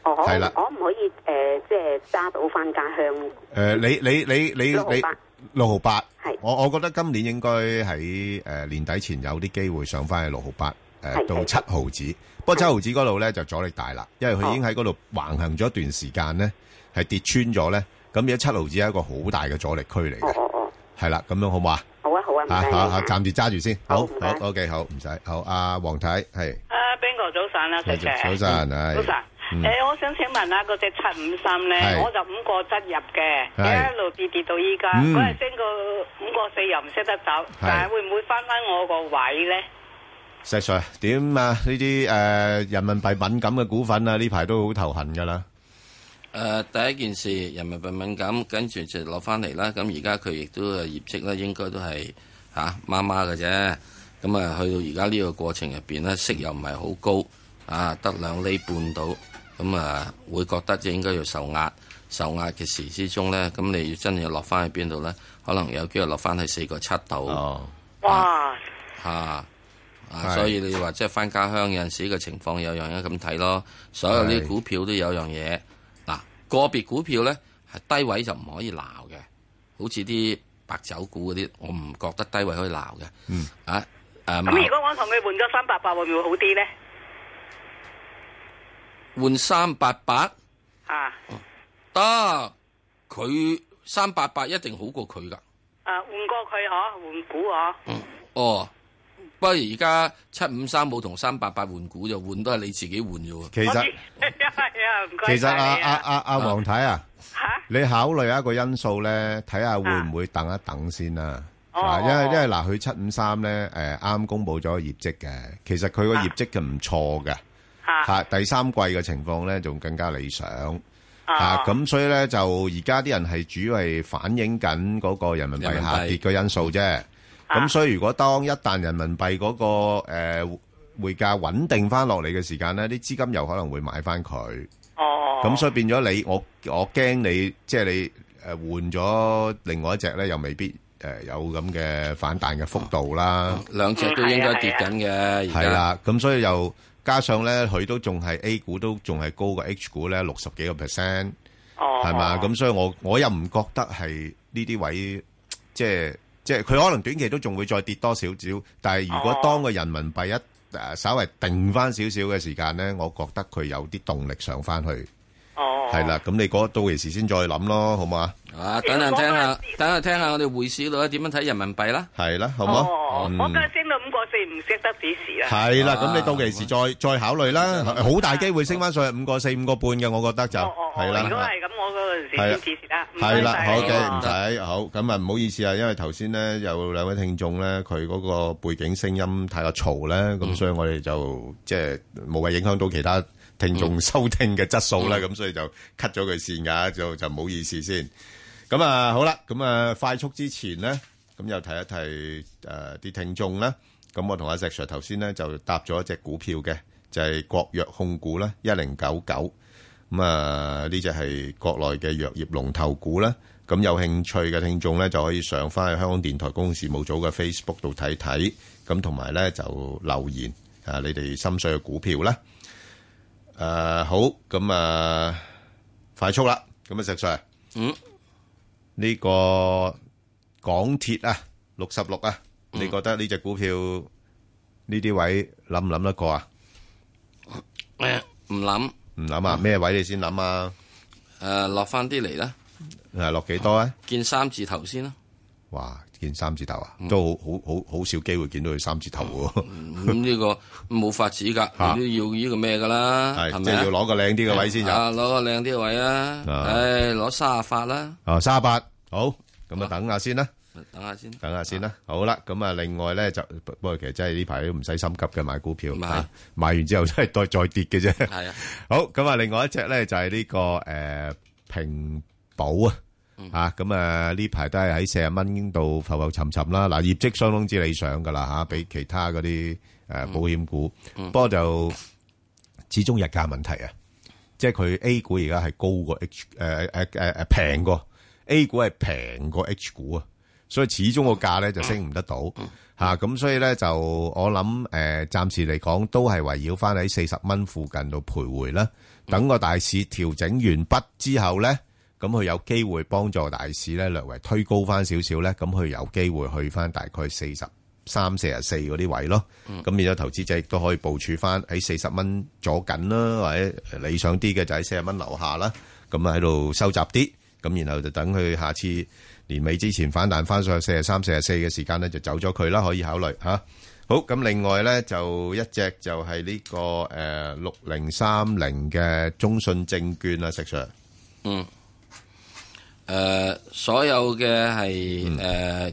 Speaker 9: 我可
Speaker 7: 係啦
Speaker 9: 我唔可以誒即係揸到翻家鄉？
Speaker 7: 誒、你你你你
Speaker 9: 六毫
Speaker 7: 你
Speaker 9: 八
Speaker 7: 六毫八，我我覺得今年應該喺誒、年底前有啲機會上翻去六毫八，誒、到七毫子。不過七毫子嗰度咧就阻力大啦，因為佢已經喺嗰度橫行咗一段時間咧，係跌穿咗咧。咁而家七毫子係一個好大嘅阻力區嚟嘅，係啦、咁樣好唔好啊？
Speaker 9: 好啊哦好啊，唔
Speaker 7: 啊
Speaker 9: 該
Speaker 7: 啊
Speaker 9: 你
Speaker 7: 啊！
Speaker 9: 啊。
Speaker 7: 暫時揸住先，好
Speaker 9: 唔
Speaker 7: 好
Speaker 9: 該
Speaker 7: OK，好唔使好。阿黃太係
Speaker 16: 啊，Ben 哥早晨啦，
Speaker 7: 早
Speaker 16: 石
Speaker 7: 晨
Speaker 16: Sir
Speaker 7: 早晨係
Speaker 16: 早晨。
Speaker 7: 嗯
Speaker 16: 誒、我想請問啊下嗰隻七五三咧，
Speaker 7: 係
Speaker 16: 我就五個質入嘅，
Speaker 7: 係
Speaker 16: 一路跌跌到依家，
Speaker 7: 嗯
Speaker 16: 嗰日升個五個四又唔識得走，但係會唔會翻翻我個位咧？
Speaker 7: 石 Sir 點啊？呢啲誒人民幣敏感嘅股份啊，呢排都好頭痕㗎啦。
Speaker 8: 誒、呃第一件事，人民幣敏感，跟住就落翻嚟啦。咁而家佢亦都誒業績咧，應該都係嚇麻麻嘅啫。咁啊，去到而家呢個過程入邊咧，息又唔係好高，啊得兩厘半到，咁啊會覺得應該要受壓。受壓嘅時之中咧，咁你要真係落翻去邊度咧？可能有機會落翻去四個七度。
Speaker 16: 哇！
Speaker 8: 嚇、啊
Speaker 16: 係
Speaker 8: 所以你話即係翻家鄉有陣時嘅情況有樣嘢咁睇咯，所有呢啲股票都有樣嘢。嗱，個別股票咧係低位就唔可以鬧嘅，好似啲白酒股嗰啲，我唔覺得低位可以鬧嘅。嗯啊誒，
Speaker 16: 咁如果我同佢換咗三百八，會唔會好啲咧？
Speaker 8: 換三八八
Speaker 16: 啊，
Speaker 8: 得，佢三八八一定好過佢噶。
Speaker 16: 啊，換過佢嗬，換股嗬，
Speaker 7: 嗯
Speaker 8: 哦，不過而家七五三冇同三八八換股就換都係你自己換啫喎。
Speaker 7: 其實
Speaker 16: [laughs] 係啊，唔該
Speaker 7: 其實
Speaker 16: 晒
Speaker 7: 啊
Speaker 16: 你
Speaker 7: 啊啊啊黃太啊，你考慮一個因素咧，睇下會唔會等一等先啦。
Speaker 16: 哦
Speaker 7: 嗱，因為因為嗱，佢七五三咧，誒啱公布咗業績嘅，其實佢個
Speaker 16: 啊
Speaker 7: 業績就唔錯嘅，嚇第三季嘅情況咧仲更加理想，
Speaker 16: 哦
Speaker 7: 嚇咁所以咧就而家啲人係主要係反映緊嗰個人民幣
Speaker 8: 人民幣
Speaker 7: 下跌嘅因素啫。
Speaker 16: 啊
Speaker 7: 咁所以如果當一旦人民幣嗰個誒匯價穩定翻落嚟嘅時間咧，啲資金有可能會買翻佢。咁所以變咗你，我我驚你，即係你誒換咗另外一隻咧，又未必誒有咁嘅反彈嘅幅度啦。
Speaker 8: 兩隻都應該跌緊嘅，而
Speaker 7: 係
Speaker 8: 家
Speaker 7: 啦，咁所以又加上咧，佢都仲係 A 股都仲係高過 H 股咧六十幾個 percent，係嘛？咁所以我我又唔覺得係呢啲位，即係即係佢可能短期都仲會再跌多少少，但係如果當個人民幣一誒稍微定翻少少嘅時間咧，我覺得佢有啲動力上翻去。
Speaker 16: 哦，
Speaker 7: 係啦，咁你嗰到期時先再諗咯，好嘛？
Speaker 8: 啊，等陣聽下，等陣聽下我哋匯市度點樣睇人民幣啦。
Speaker 7: 係啦，好
Speaker 16: 哦，我
Speaker 7: 冇？
Speaker 16: 梗
Speaker 7: 嗯
Speaker 16: 係升到五個四，唔識得幾時啦。
Speaker 7: 係啦，咁你到期時再再考慮啦，好大機會升翻上去五個四、五個半嘅，我覺得就係
Speaker 16: 如果
Speaker 7: 啦。
Speaker 16: 係咁，我嗰陣時
Speaker 7: 係啦
Speaker 16: 先指示啦。唔該
Speaker 7: 係啦，
Speaker 16: 晒
Speaker 7: 好
Speaker 16: 你
Speaker 7: 嘅，
Speaker 16: 喎
Speaker 7: 唔使好，咁啊唔好意思啊，因為頭先咧有兩位聽眾咧，佢嗰個背景聲音太過嘈咧，咁所以我哋就即係無謂影響到其他聽眾收聽嘅質素啦，咁所以就 cut 咗佢線㗎，就就唔好意思先。咁啊好啦，咁啊快速之前咧，咁又睇一睇誒啲聽眾啦。咁我同阿石 Sir 頭先咧就搭咗一隻股票嘅，就係國藥控股啦，一零九九。咁啊，呢只係國內嘅藥業龍頭股啦。咁有興趣嘅聽眾咧，就可以上翻去香港電台公共事務組嘅 Facebook 度睇睇。咁同埋咧就留言啊，你哋心水嘅股票啦。誒、好，咁啊，快速啦。咁啊，石 Sir，
Speaker 8: 嗯，
Speaker 7: 呢個港鐵啊，六十六啊，
Speaker 8: 嗯
Speaker 7: 你覺得呢只股票呢啲位諗唔諗得過啊？
Speaker 8: 誒，唔諗，
Speaker 7: 唔諗啊？咩位你先諗啊？
Speaker 8: 誒，落翻啲嚟啦，
Speaker 7: 誒，落幾多啊？
Speaker 8: 見三字頭先啦。
Speaker 7: 哇！見三字頭啊，
Speaker 8: 嗯
Speaker 7: 都好好好好少機會見到佢三字頭喎。 [laughs]
Speaker 8: 咁呢個冇法子㗎，
Speaker 7: 嚇
Speaker 8: 你都要呢個咩㗎啦，
Speaker 7: 係
Speaker 8: 係
Speaker 7: 即
Speaker 8: 咪
Speaker 7: 係
Speaker 8: 啊
Speaker 7: 要攞個靚啲嘅位先有
Speaker 8: 啊，攞個靚啲嘅位啊，
Speaker 7: 啊
Speaker 8: 唉，攞三啊發啦，
Speaker 7: 啊，三八好，咁啊等下先啦，
Speaker 8: 等下先。
Speaker 7: 等下先啦。好啦，咁啊，另外咧就不不過其實真係呢排都唔使心急嘅買股票，啊 [laughs] 買完之後真係再再跌嘅啫。
Speaker 8: 係啊，
Speaker 7: 好咁啊，另外一隻咧就係呢個誒平保啊。啊，咁啊呢排都係喺四十蚊度浮浮沉沉啦。嗱，業績相當之理想噶啦嚇，比其他嗰啲誒保險股，不過就始終日價問題啊。即係佢 A 股而家係高過 H 誒誒誒誒平過 A 股係平過 H 股啊，所以始終個價咧就升唔得到嚇，咁、所以咧就我諗誒、呃，暫時嚟講都係圍繞翻喺四十蚊附近度徘徊啦。等個大市調整完畢之後咧，咁佢有機會幫助大市咧略為推高翻少少咧，咁佢有機會去翻大概四十三四十四嗰啲位咯。
Speaker 8: 嗯
Speaker 7: 咁變咗投資者亦都可以部署翻喺四十蚊左緊啦，或者理想啲嘅就喺四十蚊樓下啦。咁啊喺度收集啲，咁然後就等佢下次年尾之前反彈翻上去四十三、四十四嘅時間咧，就走咗佢啦，可以考慮嚇。好，咁另外咧就一隻就係呢、個誒六零三零嘅中信證券啦，石 Sir。
Speaker 8: 嗯，誒，所有嘅係
Speaker 7: 嗯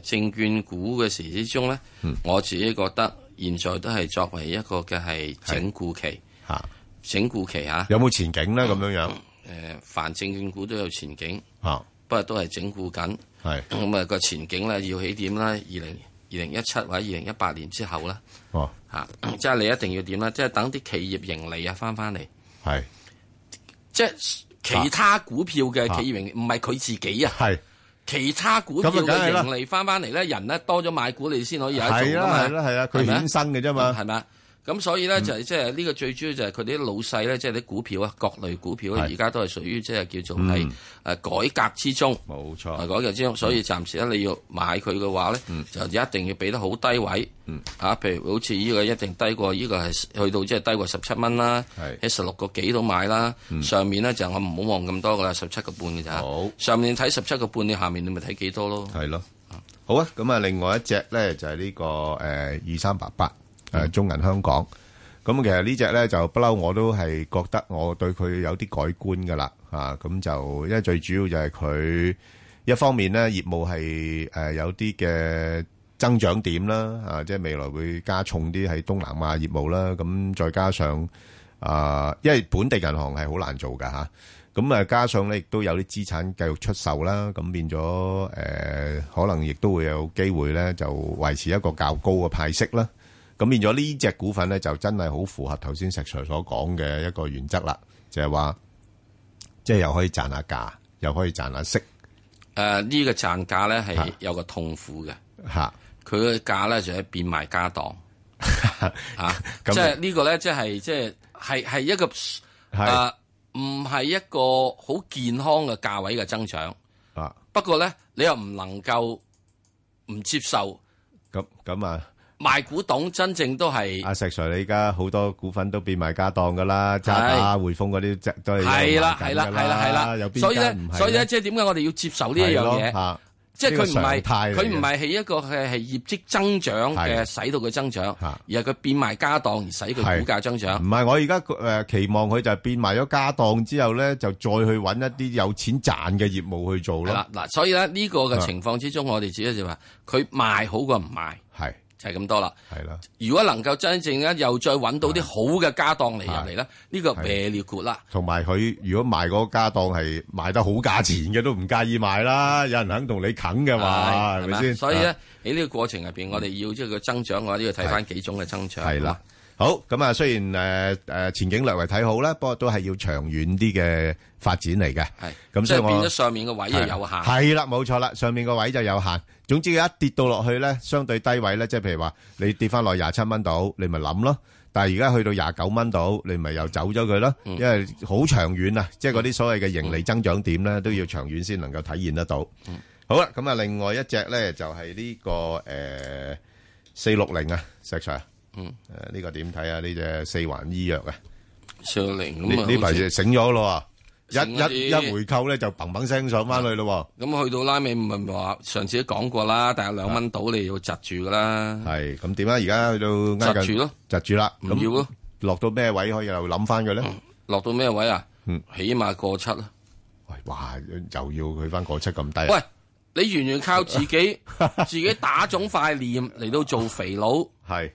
Speaker 8: 誒證券股嘅時之中咧，我自己覺得現在都係作為一個嘅係整固期
Speaker 7: 嚇，
Speaker 8: 整固期嚇。
Speaker 7: 有冇前景咧？咁樣樣
Speaker 8: 嗯誒，凡證券股都有前景，
Speaker 7: 啊，
Speaker 8: 不過都係整固緊。
Speaker 7: 係
Speaker 8: 咁啊，個前景咧要起點啦，二零二零一七或者二零一八年之後啦。
Speaker 7: 哦，
Speaker 8: 嚇，即係你一定要點啦，即係等啲企業盈利啊翻翻嚟，
Speaker 7: 係
Speaker 8: 即係其他股票嘅企業盈利，唔係佢自己啊，
Speaker 7: 啊係
Speaker 8: 其他股票
Speaker 7: 咁啊梗係啦
Speaker 8: 嘅盈利翻翻嚟咧，人咧多咗買股，你先可以有得做
Speaker 7: 係
Speaker 8: 㗎
Speaker 7: 啦
Speaker 8: 嘛
Speaker 7: 係啦係啦，佢
Speaker 8: 係咪啊
Speaker 7: 衍生嘅啫嘛，嗯
Speaker 8: 係咪啊？咁所以咧就係即係呢個最主要就係佢哋啲老細咧，即係啲股票啊，各類股票咧，
Speaker 7: 係
Speaker 8: 而家都係屬於即係叫做係
Speaker 7: 嗯
Speaker 8: 誒改革之中，啊
Speaker 7: 冇錯，嗯
Speaker 8: 改革之中。所以暫時咧你要買佢嘅話咧，就一定要俾得好低位，
Speaker 7: 嗯
Speaker 8: 啊，譬如好似呢個一定低過呢個係去到即係低過十七蚊啦，喺十六個幾度買啦。上面咧就我唔好望咁多噶啦，十七個半嘅咋。
Speaker 7: 嗯好，
Speaker 8: 上面睇十七個半，你下面你咪睇幾多咯。
Speaker 7: 係咯。好啊，咁啊，另外一隻咧就係呢、個呃誒二三八八誒中銀香港。咁其實呢只咧就不嬲，我都係覺得我對佢有啲改觀噶啦嚇。咁、就因為最主要就係佢一方面咧業務係誒、有啲嘅增長點啦啊，即係未來會加重啲喺東南亞業務啦。咁、再加上啊，因為本地銀行係好難做㗎吓，咁啊加上咧亦都有啲資產繼續出售啦，咁變咗誒、呃可能亦都會有機會咧就維持一個較高嘅派息啦。咁變咗呢只股份咧就真係好符合頭先石 Sir 所講嘅一個原則啦，就係話即係又可以賺下價，又可以賺下息
Speaker 8: 誒呢個賺價咧係有個痛苦嘅，
Speaker 7: 嚇。
Speaker 8: 佢嘅價咧就係變賣家
Speaker 7: [laughs]
Speaker 8: 當嚇，
Speaker 7: 咁
Speaker 8: 即係呢個咧即係即係係係一個誒唔係一個好健康嘅價位嘅增長
Speaker 7: 啊。
Speaker 8: 不過咧你又唔能夠唔接受
Speaker 7: 咁咁啊。
Speaker 8: 賣古董真正都係
Speaker 7: 阿石 Sir，你而家好多股份都變賣家當噶啦，渣打、匯豐嗰啲都係有
Speaker 8: 係啦係
Speaker 7: 賣緊
Speaker 8: 啦
Speaker 7: 㗎
Speaker 8: 係啦係啦
Speaker 7: 有，邊
Speaker 8: 所以咧
Speaker 7: 間唔係
Speaker 8: 所以咧
Speaker 7: 咧
Speaker 8: 即係點解我哋要接受呢一樣
Speaker 7: 係咯啊
Speaker 8: 嘢
Speaker 7: 嚇？
Speaker 8: 即係佢唔係
Speaker 7: 呢個常態嚟嘅
Speaker 8: 佢唔係係一個係係業績增長嘅使到佢增長，而係佢變賣家當而使佢股價增長。
Speaker 7: 唔係，我而家誒期望佢就變賣咗家當之後咧，就再去揾一啲有錢賺嘅業務去做
Speaker 8: 係
Speaker 7: 咯啊
Speaker 8: 啦。，嗱，所以咧呢個嘅情況之中，我哋只係就話佢賣好過唔賣，
Speaker 7: 係
Speaker 8: 就係咁多啦。
Speaker 7: 係啦，
Speaker 8: 如果能夠真正咧又再揾到啲好嘅家當嚟入嚟咧，呢個
Speaker 7: 係
Speaker 8: very good 啦。
Speaker 7: 同埋佢如果賣嗰個家當係賣得好價錢嘅，都唔介意賣啦。有人肯同你啃嘅話，
Speaker 8: 嗯係
Speaker 7: 係咪先？啊
Speaker 8: 所以咧喺呢個過程入邊，我哋要即係佢增長嘅話，都要睇翻幾種嘅增長。
Speaker 7: 係啦。好咁啊，雖然誒誒前景略為睇好啦，不過都係要長遠啲嘅發展嚟嘅。
Speaker 8: 係
Speaker 7: 咁，
Speaker 8: 即
Speaker 7: 所以
Speaker 8: 係變
Speaker 7: 我
Speaker 8: 咗上面嘅位就有限。
Speaker 7: 係啦，冇錯啦，上面個位就有限。總之一跌到落去咧，相對低位咧，即係譬如話你跌翻落廿七蚊度，你咪諗咯。但係而家去到廿九蚊度，你咪又走咗佢咯。因為好長遠啊，即係嗰啲所謂嘅盈利增長點咧，都要長遠先能夠體現得到。好啦，咁啊，另外一隻咧就係呢個誒四六零啊，石 Sir。
Speaker 8: 嗯，
Speaker 7: 誒呢個點睇啊？呢隻四環醫藥啊，
Speaker 8: 四六零
Speaker 7: 呢
Speaker 8: 咁啊
Speaker 7: 呢排
Speaker 8: 好似
Speaker 7: 就醒咗咯喎，
Speaker 8: 醒咗
Speaker 7: 一一
Speaker 8: 啲
Speaker 7: 一回購咧就砰砰聲上翻去咯喎。
Speaker 8: 咁去到拉尾唔係話上次都講過啦，但係兩蚊到你要窒住噶啦。
Speaker 7: 係咁點啊？而家去到挨近
Speaker 8: 窒住咯，
Speaker 7: 窒住啦，
Speaker 8: 唔
Speaker 7: 咁
Speaker 8: 要咯。
Speaker 7: 落到咩位可以又諗翻佢咧？
Speaker 8: 落到咩位啊？
Speaker 7: 嗯
Speaker 8: 起碼過七啦。
Speaker 7: 喂，哇，又要去翻過七咁低啊？
Speaker 8: 喂，你完全靠自己 [laughs] 自己打腫塊臉嚟到做肥佬，
Speaker 7: 係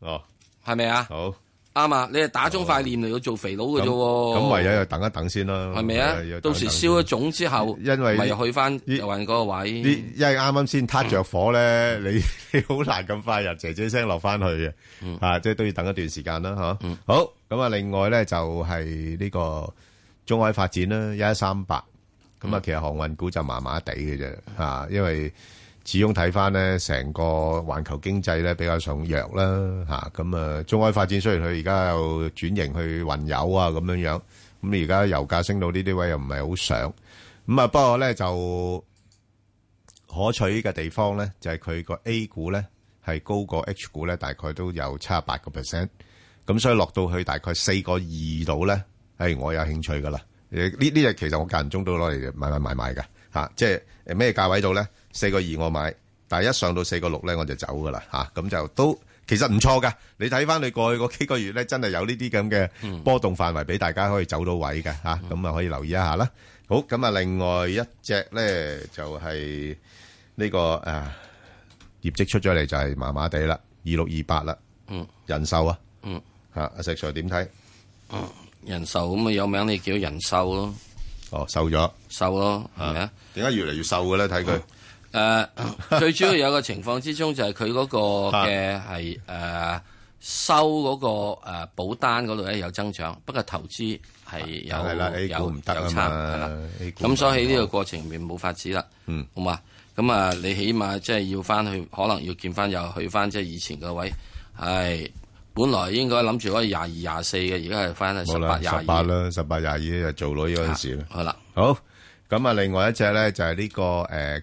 Speaker 7: 哦，
Speaker 8: 係咪啊？
Speaker 7: 好
Speaker 8: 啱啊！你係打腫塊臉嚟到做肥佬嘅啫
Speaker 7: 咁
Speaker 8: 喎。
Speaker 7: 咁唯有又等一等先啦。
Speaker 8: 係咪啊
Speaker 7: 唯有要？
Speaker 8: 到
Speaker 7: 等一
Speaker 8: 時
Speaker 7: 等
Speaker 8: 燒咗種之後，
Speaker 7: 因為
Speaker 8: 咪又去翻又運嗰個位。
Speaker 7: 呢，因為啱啱先撻着火咧，你 [laughs] 你好難咁快由姐姐聲落翻去嘅，啊，即係都要等一段時間啦，吓、好，咁啊，另外咧就係呢個中海發展啦，一一三八，咁啊，其實航運股就麻麻地嘅啫，吓、因為始終睇翻咧成個環球經濟咧比較上弱啦，吓、咁啊，中海發展雖然佢而家又轉型去運油啊咁樣樣，咁而家油價升到呢啲位又唔係好上，咁啊，不過咧就。可取嘅地方咧，就係佢個 A 股咧係高過 H 股咧，大概都有七十八個 percent，咁所以落到去大概四個二度咧，係我有興趣噶啦。誒呢呢隻其實我間唔中都攞嚟買買買買嘅嚇、即係誒咩價位度咧？四個二我買，但係一上到四個六咧我就走噶啦嚇，咁、就都其實唔錯噶。你睇翻你過去嗰幾個月咧，真係有呢啲咁嘅波動範圍俾大家可以走到位嘅嚇，咁啊、可以留意一下啦。好，咁啊另外一隻咧就係、呢、個誒、啊、業績出咗嚟就係麻麻地啦，二六二八啦，
Speaker 8: 嗯，
Speaker 7: 人壽啊，
Speaker 8: 嗯，
Speaker 7: 嚇阿石 Sir 點睇？
Speaker 8: 人壽咁啊，有名你叫人壽咯。
Speaker 7: 哦，瘦咗，
Speaker 8: 瘦咯，係咪啊？
Speaker 7: 點解越嚟越瘦嘅咧？睇佢
Speaker 8: 誒， [laughs] 最主要有個情況之中就係佢嗰個
Speaker 7: 啊
Speaker 8: 嘅係誒收嗰個誒保單嗰度咧有增長，不過投資係有
Speaker 7: 啊梗係啦，A 股
Speaker 8: 有
Speaker 7: 唔得啊
Speaker 8: 有
Speaker 7: 嘛
Speaker 8: 差係啦
Speaker 7: A。股唔
Speaker 8: 咁所以喺呢
Speaker 7: 得啊
Speaker 8: 個過程入面冇法子啦。
Speaker 7: 嗯，
Speaker 8: 好嘛？咁啊，你起碼即係要翻去，可能要見翻又去翻即係以前個位，係半本來應該諗住可以廿二、廿四嘅，而家係翻去
Speaker 7: 好
Speaker 8: 啊十八、，廿
Speaker 7: 啦十
Speaker 8: 二
Speaker 7: 八。啦，十八廿二就做女嗰阵时啦。
Speaker 8: 好啦，
Speaker 7: 好咁啊，另外一隻咧就係呢、個个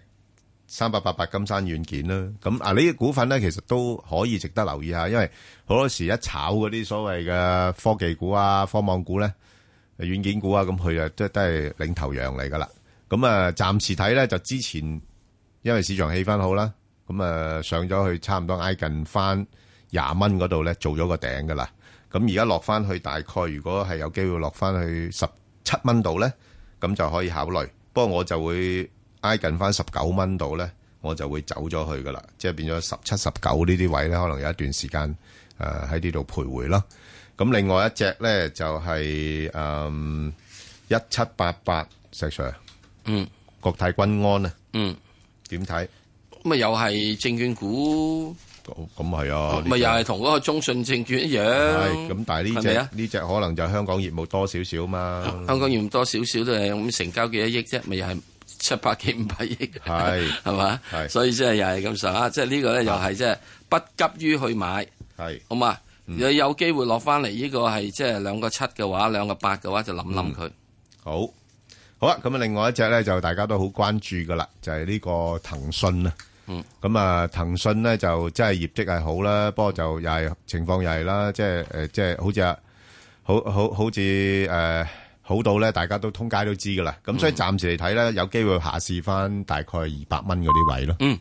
Speaker 7: 三八八八金山軟件啦。咁啊，呢啲股份咧其實都可以值得留意下，因為好多時一炒嗰啲所謂嘅科技股啊、科網股咧、軟件股啊，咁佢啊都都係領頭羊嚟噶啦。咁啊，暫時睇咧就之前因為市場氣氛好啦，咁啊上咗去差唔多挨近翻廿蚊嗰度咧，做咗個頂噶啦。咁而家落翻去大概，如果係有機會落翻去十七蚊度咧，咁就可以考慮。不過我就會挨近翻十九蚊度咧，我就會走咗去噶啦，即係變咗十七、十九呢啲位咧，可能有一段時間誒喺呢度徘徊咯。咁另外一隻咧就係誒一七八八石 Sir，
Speaker 8: 嗯，
Speaker 7: 國泰君安啊，
Speaker 8: 嗯，
Speaker 7: 點睇？
Speaker 8: 咁啊，又係證券股，哦
Speaker 7: 咁係啊，
Speaker 8: 咪又係同嗰個中信證券一樣。
Speaker 7: 係咁，但係
Speaker 8: 係咪
Speaker 7: 呢隻
Speaker 8: 啊
Speaker 7: 呢隻可能就香港業務多少少嘛。
Speaker 8: 香港用多少少都係咁成交幾多億啫，咪又係七百幾五百億，
Speaker 7: 係
Speaker 8: [laughs] 係嘛？
Speaker 7: 係啊
Speaker 8: 所以即係又係咁上下，即係呢個咧又係即係不急於去買，
Speaker 7: 係嗯
Speaker 8: 好嘛？有有機會落翻嚟呢個係即係兩個七嘅話，兩個八嘅話就諗諗
Speaker 26: 嗯
Speaker 8: 佢。
Speaker 7: 好，好啦，咁啊，另外一隻咧就大家都好關注噶啦，就係、呢個騰訊啊。
Speaker 8: 嗯，
Speaker 7: 咁啊，騰訊咧就真係業績係好啦，不過就又係情況又係啦，即係誒，呃即係好似啊，好好好似誒、呃好到咧，大家都通街都知噶啦。咁所以暫時嚟睇咧，有機會下試翻大概二百蚊嗰啲位咯。
Speaker 8: 嗯。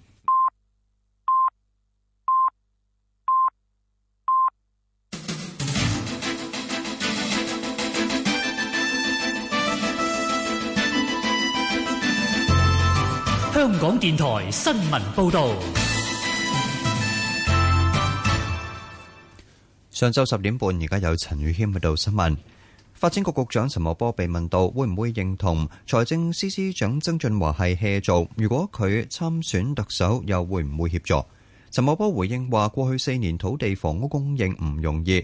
Speaker 11: 香港電台新聞報導，
Speaker 12: 上晝十點半，而家有陳宇軒報道新聞。發展局局長陳茂波被問到會唔會認同財政司司長曾俊華係 hea 做，如果佢參選特首，又會唔會協助？陳茂波回應話：過去四年土地房屋供應唔容易，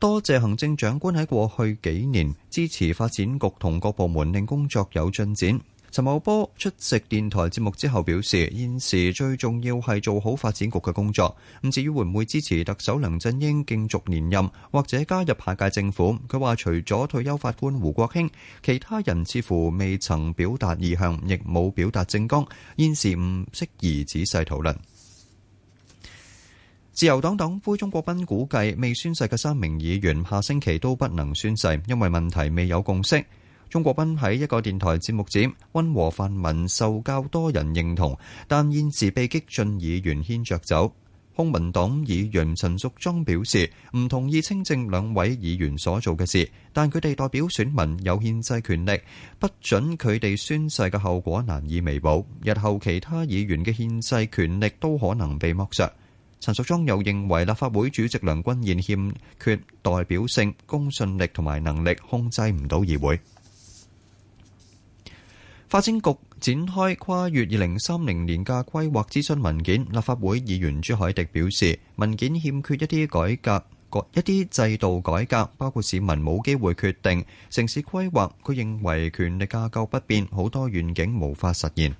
Speaker 12: 多謝行政長官喺過去幾年支持發展局同各部門令工作有進展。陳茂波出席電台節目之後表示，現時最重要係做好發展局嘅工作。咁至於會唔會支持特首梁振英競逐連任，或者加入下屆政府，佢話除咗退休法官胡國興，其他人似乎未曾表達意向，亦冇表達政綱，現時唔適宜仔細討論。自由黨黨魁鍾國斌估計，未宣誓嘅三名議員下星期都不能宣誓，因為問題未有共識。鍾國斌喺一個電台節目指，温和泛民受較多人認同，但現時被激進議員牽着走。公民黨議員陳淑莊表示，唔同意清正兩位議員所做嘅事，但佢哋代表選民有憲制權力，不准佢哋宣誓嘅後果難以彌補，日後其他議員嘅憲制權力都可能被剝削。陳淑莊又認為立法會主席梁君彥欠缺代表性、公信力同埋能力，控制唔到議會。發展局展開跨越二零三零年嘅規劃諮詢文件，立法會議員朱海迪表示，文件欠缺一啲改革，改一啲制度改革，包括市民冇機會決定城市規劃。佢認為權力架構不變，好多願景無法實現。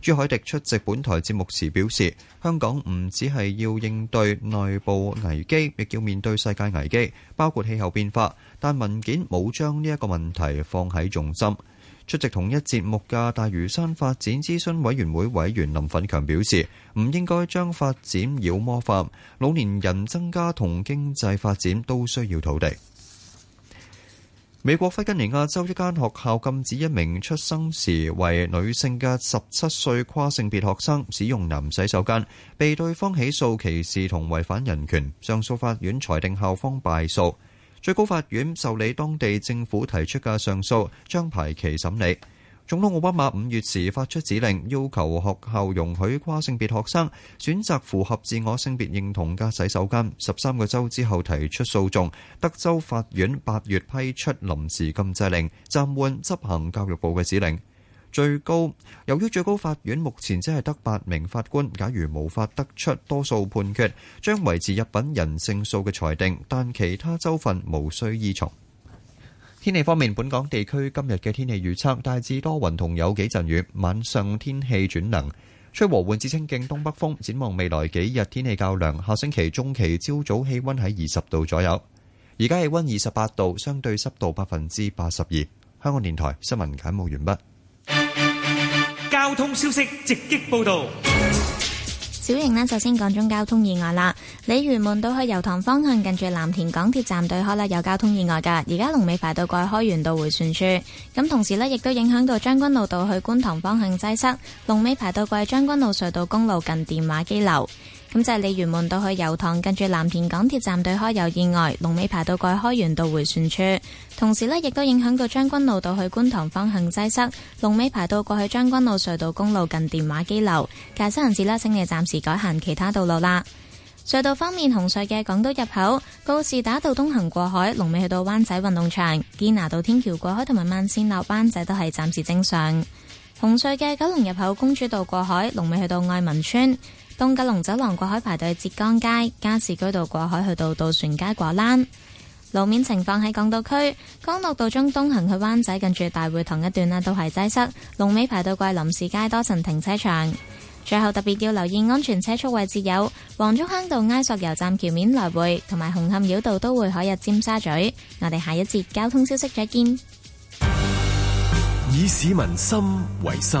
Speaker 12: 朱海迪出席本台節目時表示，香港唔只係要應對內部危機，亦要面對世界危機，包括氣候變化。但文件冇將呢一個問題放喺重心。出席同一節目嘅大嶼山發展諮詢委員會委員林奮強表示，唔應該將發展妖魔化，老年人增加同經濟發展都需要土地。美國弗吉尼亞州一間學校禁止一名出生時為女性嘅十七歲跨性別學生使用男洗手間，被對方起訴歧視同違反人權。上訴法院裁定校方敗訴，最高法院受理當地政府提出嘅上訴，將排期審理。總統奧巴馬五月時發出指令，要求學校容許跨性別學生選擇符合自我性別認同嘅洗手間。十三個州之後提出訴訟，德州法院八月批出臨時禁制令，暫緩執行教育部嘅指令。最高由於最高法院目前只係得八名法官，假如無法得出多數判決，將維持日本人勝訴嘅裁定，但其他州份無需依從。天氣方面，本港地區今日嘅天氣預測大致多雲同有幾陣雨，晚上天氣轉冷。吹和緩至清勁東北風，展望未來幾日天氣較涼。下星期中期朝早氣温喺二十度左右，而家氣温二十八度，相對濕度百分之八十二。香港電台新聞簡報完畢。
Speaker 11: 交通消息直擊報道。
Speaker 13: 小型呢，首先講中交通意外啦。鯉魚門道去油塘方向，近住藍田港鐵站對開呢，有交通意外㗎。而家龍尾排到過去開源道迴旋處。咁同時呢，亦都影響到將軍路道去觀塘方向擠塞，龍尾排到過去將軍路隧道公路近電話機樓。咁就係鯉魚門道去油塘，近住藍田港鐵站對開有意外，龍尾排到過去開源道迴旋處。同時呢，亦都影響到將軍路道去觀塘方向擠塞，龍尾排到過去將軍路隧道公路近電話機樓。駕駛人士呢，請你暫時改行其他道路啦。隧道方面，紅隧嘅港島入口告士打道東行過海，龍尾去到灣仔運動場；堅拿道天橋過海同埋慢線落灣仔都係暫時正常。紅隧嘅九龍入口公主道過海，龍尾去到愛民村。東九龍走廊過海排隊浙江街、加士居道過海去到渡船街果欄。路面情況喺港島區，干諾道中東行去灣仔近住大會堂一段啦，都係擠塞，龍尾排到桂林士街多層停車場。最後特別要留意安全車速位置有黃竹坑道埃索油站橋面來回，同埋紅磡繞道都會海入尖沙咀。我哋下一節交通消息再見。
Speaker 14: 以市民心為心，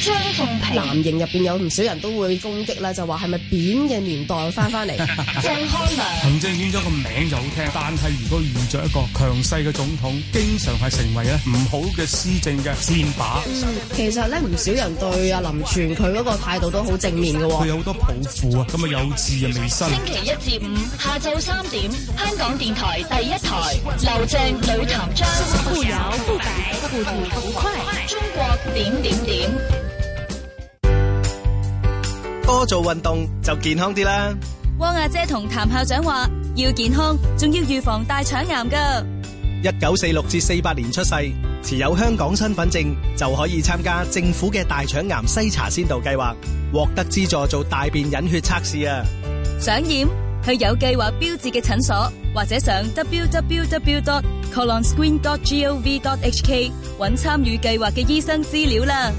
Speaker 15: 張鳳平男型入邊有唔少人都會攻擊啦，就話係咪扁嘅年代翻翻嚟？鄭康良。
Speaker 17: 行政院長個名就好聽，但係如果遇着一個強勢嘅總統，經常係成為咧唔好嘅施政嘅箭靶。
Speaker 15: 其實咧，唔少人對阿林全佢嗰個態度都好正面嘅
Speaker 17: 佢
Speaker 15: 喎。
Speaker 17: 有好多抱負啊，咁啊有志啊未伸。
Speaker 1: 星期一至五下晝三點，香港電台第一台，劉正呂譚章，富有不白，不吐不快，中國點點點。
Speaker 20: 多做運動就健康啲啦。
Speaker 27: 汪阿姐同譚校長話：要健康，仲要預防大腸癌噶。
Speaker 20: 一九四六至四八年出世，持有香港身份證就可以參加政府嘅大腸癌篩查先導計劃，獲得資助做大便隱血測試啊！
Speaker 27: 想驗，去有計劃標誌嘅診所，或者上 www.colonscreen.gov.hk 揾參與計劃嘅醫生資料啦。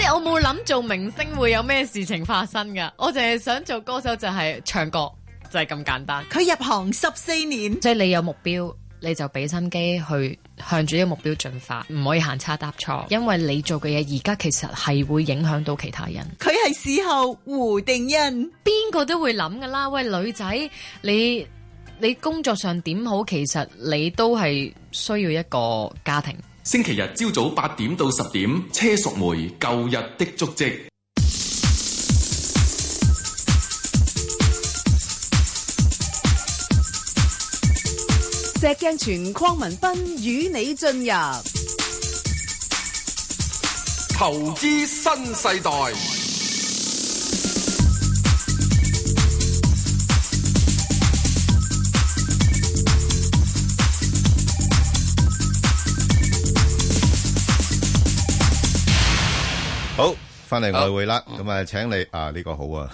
Speaker 28: 即係我冇諗做明星會有咩事情發生噶，我淨係想做歌手就係唱歌，就係咁簡單。佢入行十四年，即係你有目標，你就俾心機去向住呢個目標進發，唔可以行差踏錯，因為你做嘅嘢而家其實係會影響到其他人。
Speaker 29: 佢係事後胡定欣，
Speaker 28: 邊個都會諗噶啦，喂女仔，你你工作上點好，其實你都係需要一個家庭。
Speaker 30: 星期日朝早八點到十點，車淑梅《舊日的足跡》。
Speaker 18: 石鏡泉鄺民彬與你進入
Speaker 19: 投資新世代，
Speaker 7: 好，翻嚟外匯啦，咁啊，請你啊 [laughs] 呢個好啊，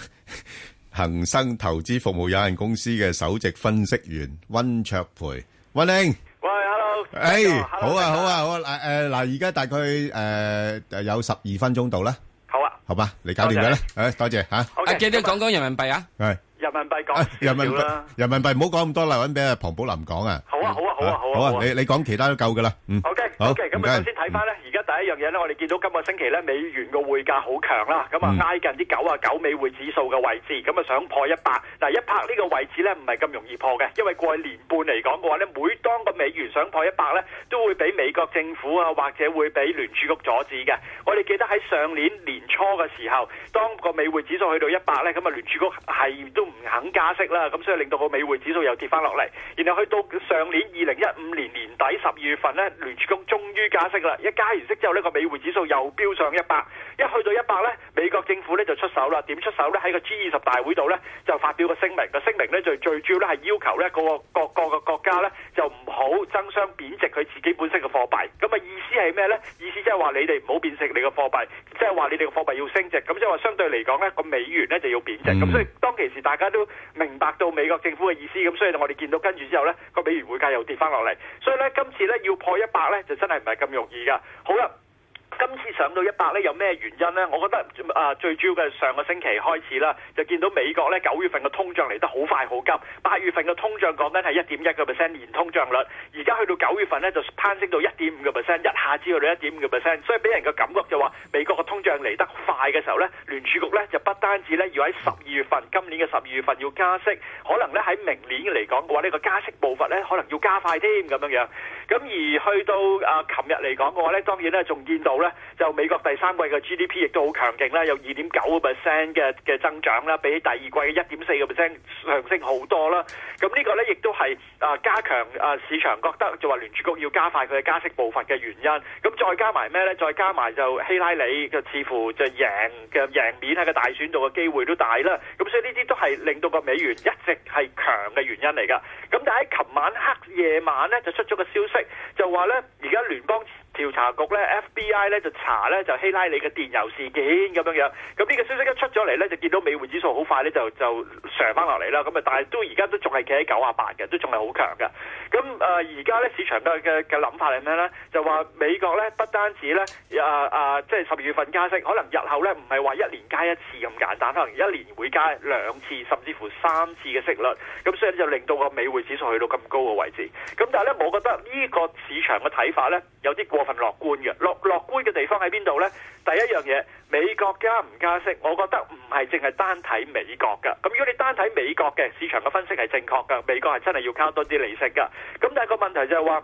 Speaker 7: 恒生投資服務有限公司嘅首席分析員温卓培，温兄。
Speaker 26: 喂，hello，
Speaker 7: 诶，好
Speaker 26: 大
Speaker 7: 啊，
Speaker 26: 家
Speaker 7: 好啊，好嗱，诶，嗱，而家大概诶有十二分鐘到啦，
Speaker 26: 好啊，
Speaker 7: 好吧，你搞掂佢啦，诶，多謝吓，
Speaker 26: 好
Speaker 8: 啊，記得講講人民幣啊！
Speaker 7: 係
Speaker 26: 人民幣
Speaker 7: 啊人民
Speaker 26: 講少
Speaker 7: 幣
Speaker 26: 少啦，，
Speaker 7: 人民幣唔好講咁多啦，搵俾阿龐寶林講啊，
Speaker 26: 好啊，好啊，好啊，好啊，
Speaker 7: 好啊，你你講其他都夠噶啦，嗯
Speaker 26: O K，
Speaker 7: 好
Speaker 26: O K，
Speaker 7: 唔
Speaker 26: 咁
Speaker 7: 該
Speaker 26: 啊，首先睇翻咧，而家第一樣嘢咧，我哋見到今個星期咧，美元個匯價好強啦，咁啊
Speaker 7: 嗯
Speaker 26: 挨近啲九啊九美匯指數嘅位置，咁啊想破一百，嗱一百呢個位置咧唔係咁容易破嘅，因為過去年半嚟講嘅話咧，每當個美元想破一百咧，都會俾美國政府啊或者會俾聯儲局阻止嘅。我哋記得喺上年年初嘅時候，當個美匯指數去到一百咧，咁啊聯儲局係都唔肯加息啦，咁所以令到個美匯指數又跌翻落嚟。然後去到上年二零一五年年底十二月份呢，聯儲局終於加息啦，一加完息之後呢，個美匯指數又飆上一百，一去到一百呢，美國政府呢就出手啦。點出手呢？喺個 G 二十大會度呢，就發表個聲明，個聲明呢，就最主要呢係要求呢個各個個國家呢，就唔好爭相貶值佢自己本身嘅貨幣。咁啊意思係咩呢？意思即係話你哋唔好貶值你個貨幣，即係話你哋個貨幣要升值。咁即係話相對嚟講呢，個美元呢就要貶值。咁、所以當其時大家都明白到美國政府嘅意思，咁所以我哋見到跟住之後呢，個美元匯價又跌翻落嚟。所以呢，今次呢要破一百呢，就真係唔係咁容易㗎。好啦。今次上到一百咧，有咩原因呢？我覺得啊、最主要嘅係上個星期開始啦，就見到美國咧九月份嘅通脹嚟得好快好急，八月份嘅通脹講緊係一點一個 percent 年通脹率，而家去到九月份咧就攀升到一點五個 percent，一下子去到一點五個 percent，所以俾人嘅感覺就話美國嘅通脹嚟得快嘅時候咧，聯儲局咧就不單止咧要喺十二月份，今年嘅十二月份要加息，可能咧喺明年嚟講嘅話，呢、個加息步伐咧可能要加快添咁樣樣。咁而去到啊，琴日嚟講嘅話咧，當然咧仲見到咧，就美國第三季嘅 GDP 亦都好強勁啦，有二點九個 percent 嘅嘅增長啦，比起第二季嘅一點四個 percent 上升好多啦。咁呢個咧亦都係啊加強啊市場覺得就話聯儲局要加快佢嘅加息步伐嘅原因。咁再加埋咩咧？再加埋就希拉里嘅似乎就贏嘅贏面啊喺個大選度嘅機會都大啦。咁所以呢啲都係令到個美元一直係強嘅原因嚟㗎。咁但係喺琴晚黑夜晚咧就出咗個消息，就話咧而家聯邦調查局咧 FBI 咧就查咧就希拉里嘅電郵事件咁樣樣。咁呢個消息一出咗嚟咧，就見到美匯指數好快咧就就上翻落嚟啦。咁啊，但係都而家都仲係企喺九啊八嘅，都仲係好強嘅。咁誒而家咧市場嘅嘅嘅諗法係咩咧？就話美國咧不單止咧啊啊，即係十二月份加息，可能日後咧唔係話一年加一次咁簡單，可能一年會加兩次甚至乎三次嘅息率。咁所以就令到個美匯指數去到咁高嘅位置。咁但係咧，我覺得呢個市場嘅睇法咧有啲過分樂觀嘅。樂樂觀嘅地方喺邊度咧？第一樣嘢，美國加唔加息，我覺得唔係淨係單睇美國㗎。咁如果你單睇美國嘅市場嘅分析係正確㗎，美國係真係要加多啲利息㗎。咁但係個問題就係話。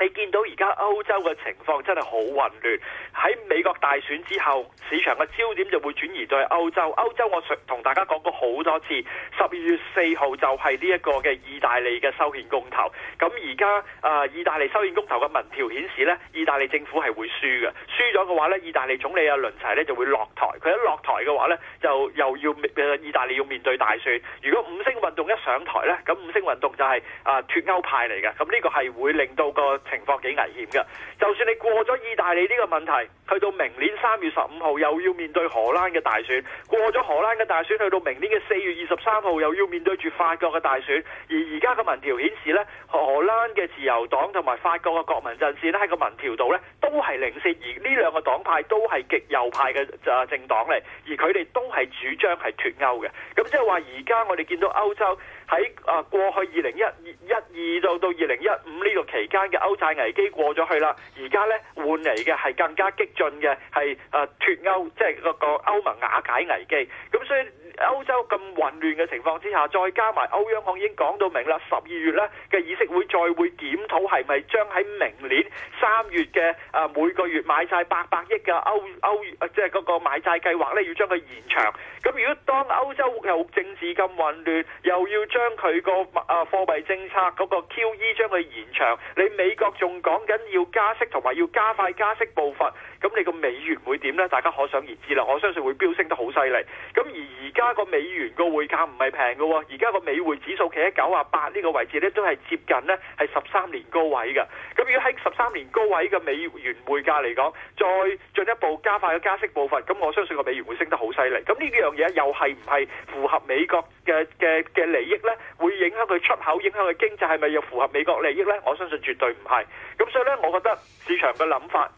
Speaker 26: 你見到而家歐洲嘅情況真係好混亂，喺美國大選之後，市場嘅焦點就會轉移到去歐洲。歐洲我同大家講過好多次，十二月四號就係呢一個嘅意大利嘅修憲公投。咁而家啊，意大利修憲公投嘅民調顯示呢，意大利政府係會輸嘅。輸咗嘅話呢，意大利總理阿倫齊呢就會落台。佢一落台嘅話呢，就又要呃意大利要面對大選。如果五星運動一上台呢，咁五星運動就係啊脱歐派嚟嘅。咁呢個係會令到個情況幾危險嘅。就算你過咗意大利呢個問題，去到明年三月十五號又要面對荷蘭嘅大選，過咗荷蘭嘅大選，去到明年嘅四月二十三號又要面對住法國嘅大選。而而家嘅民調顯示呢，荷蘭嘅自由黨同埋法國嘅國民陣線呢，喺個民調度呢都係領先，而呢兩個黨派都係極右派嘅呃政黨嚟，而佢哋都係主張係脱歐嘅。咁即係話而家我哋見到歐洲。喺啊過去二零一一二到到二零一五呢個期間嘅歐債危機過咗去啦，而家呢換嚟嘅係更加激進嘅係啊脱歐，即係嗰個歐盟瓦解危機。咁所以歐洲咁混亂嘅情況之下，再加埋歐央行已經講到明啦，十二月呢嘅議息會再會檢討係咪將喺明年三月嘅啊每個月買債八百億嘅歐歐即係嗰個買債計劃呢，要將佢延長。咁如果當歐洲又政治咁混亂，又要將佢個啊貨幣政策嗰個 QE 將佢延長，你美國仲講緊要加息同埋要加快加息步伐，咁你個美元會點呢？大家可想而知啦。我相信會飆升得好犀利。咁而而家個美元個匯價唔係平嘅喎，而家個美匯指數企喺九啊八呢個位置呢，都係接近呢係十三年高位嘅。咁如果喺十三年高位嘅美元匯價嚟講，再進一步加快個加息步伐，咁我相信個美元會升得好犀利。咁呢幾樣嘢又係唔係符合美國嘅嘅嘅利益呢？會影響佢出口，影響佢經濟係咪又符合美國利益呢？我相信絕對唔係。咁所以呢，我覺得市場嘅諗法。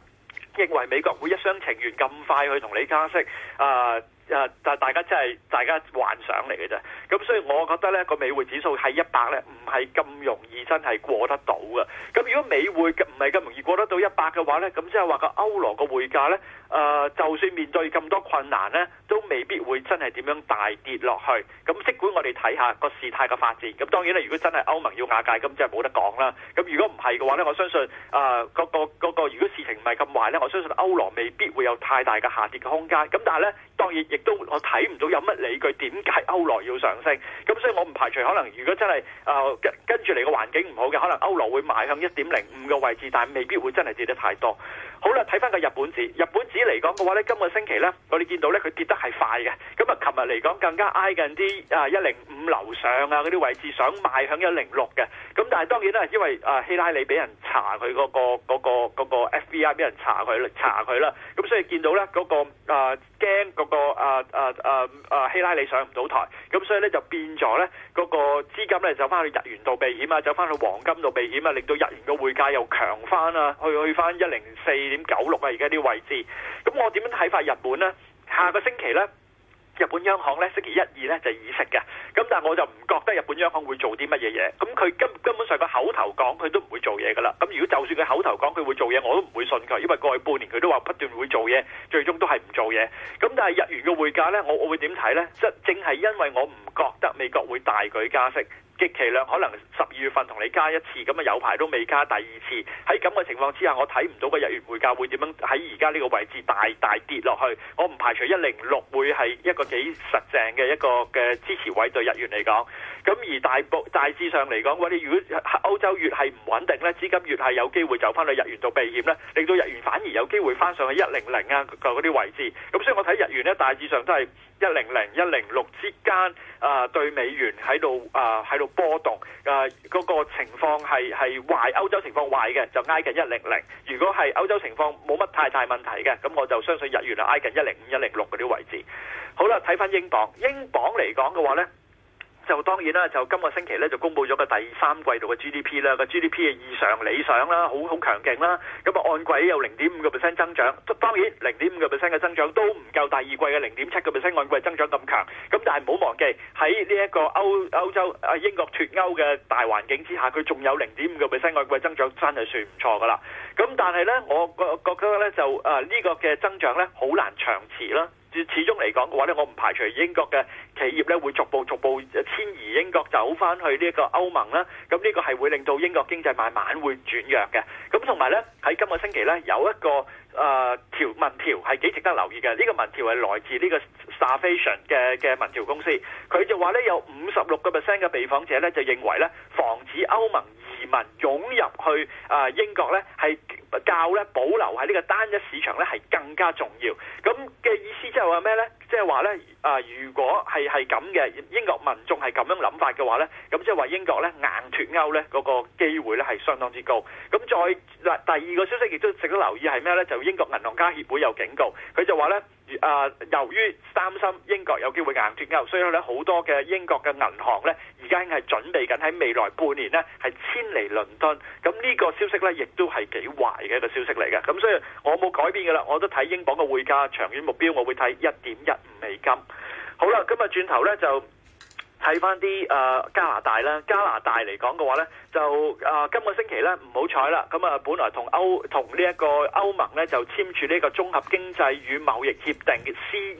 Speaker 26: 認為美國會一廂情願咁快去同你加息，啊、啊！但大家真係大家幻想嚟嘅啫。咁所以我覺得呢個美匯指數係一百呢，唔係咁容易真係過得到嘅。咁如果美匯唔係咁容易過得到一百嘅話呢，咁即係話個歐羅個匯價呢，誒、啊、就算面對咁多困難呢，都未必會真係點樣大跌落去。咁即管我哋睇下個事態嘅發展。咁當然啦，如果真係歐盟要瓦解，咁即係冇得講啦。咁如果唔係嘅話呢，我相信啊，嗰、個嗰、個如果事情唔係咁壞呢，我相信歐羅未必會有太大嘅下跌嘅空間。咁但係呢，當然亦都我睇唔到有乜理據點解歐羅要上升。咁所以我唔排除可能如果真係誒跟跟住嚟個環境唔好嘅，可能歐羅會邁向一點零五嘅位置，但係未必會真係跌得太多。好啦，睇翻個日本紙，日本紙嚟講嘅話咧，今個星期咧，我哋見到咧佢跌得係快嘅。咁啊，琴日嚟講更加挨近啲啊一零五樓上啊嗰啲位置，想賣向一零六嘅。咁但係當然啦，因為啊希拉里俾人查佢嗰、個嗰、個嗰、個 FBI 俾人查佢查佢啦，咁所以見到咧嗰、個啊驚嗰、個啊啊啊啊希拉里上唔到台，咁所以咧就變咗咧嗰個資金咧就翻去日元度避險啊，走翻去黃金度避險啊，令到日元嘅匯價又強翻啊，去去翻一零四點九六啊而家啲位置。咁我點樣睇法日本咧？下個星期咧？日本央行咧星期一、二咧就議息嘅，咁但係我就唔覺得日本央行會做啲乜嘢嘢，咁佢根根本上個口頭講佢都唔會做嘢噶啦，咁如果就算佢口頭講佢會做嘢，我都唔會信佢，因為過去半年佢都話不斷會做嘢，最終都係唔做嘢，咁但係日元嘅匯價咧，我我會點睇咧？即正係因為我唔覺得美國會大舉加息。極其量可能十二月份同你加一次，咁啊有排都未加第二次。喺咁嘅情況之下，我睇唔到個日元匯價會點樣喺而家呢個位置大大跌落去。我唔排除一零六會係一個幾實淨嘅一個嘅支持位對日元嚟講。咁而大部大致上嚟講，我哋如果歐洲越係唔穩定咧，資金越係有機會走翻去日元度避險咧，令到日元反而有機會翻上去一零零啊嗰啲位置。咁所以我睇日元咧，大致上都係一零零一零六之間啊、對美元喺度啊喺度波動啊嗰、個情況係係壞，歐洲情況壞嘅就挨近一零零。如果係歐洲情況冇乜太大問題嘅，咁我就相信日元係挨近一零五一零六嗰啲位置。好啦，睇翻英鎊，英鎊嚟講嘅話咧。就當然啦，就今個星期咧就公布咗個第三季度嘅 GDP 啦，個 GDP 嘅異常理想啦，好好強勁啦。咁啊按季有零點五個 percent 增長，當然零點五個 percent 嘅增長都唔夠第二季嘅零點七個 percent 按季增長咁強。咁但係唔好忘記喺呢一個歐歐洲啊英國脱歐嘅大環境之下，佢仲有零點五個 percent 按季增長，真係算唔錯噶啦。咁但係咧，我覺覺得咧就啊呢個嘅增長咧好難長持啦。始終嚟講嘅話咧，我唔排除英國嘅企業咧會逐步逐步呃遷移英國走翻去呢一個歐盟啦。咁呢個係會令到英國經濟慢慢會轉弱嘅。咁同埋咧喺今個星期咧有一個誒、呃、條民調係幾值得留意嘅。呢、個民調係來自呢個 Starvation 嘅嘅民調公司，佢就話咧有五十六個 percent 嘅被訪者咧就認為咧防止歐盟移民湧入去啊英國咧，係較咧保留喺呢個單一市場咧係更加重要。咁嘅意思即係話咩咧？即係話咧啊，如果係係咁嘅英國民眾係咁樣諗法嘅話咧，咁即係話英國咧硬脱歐咧嗰個機會咧係相當之高。咁再嗱第二個消息亦都值得留意係咩咧？就英國銀行家協會有警告，佢就話咧。啊、由於擔心英國有機會硬脱歐，所以咧好多嘅英國嘅銀行咧，而家已經係準備緊喺未來半年咧係遷離倫敦。咁呢個消息咧，亦都係幾壞嘅一個消息嚟嘅。咁所以我冇改變噶啦，我都睇英鎊嘅匯價長遠目標，我會睇一點一五美金。好啦，今日轉頭咧就。睇翻啲誒呃加拿大啦，加拿大嚟講嘅話咧，就誒、呃今個星期咧唔好彩啦，咁啊本來同歐同呢一個歐盟咧就簽署呢個綜合經濟與貿易協定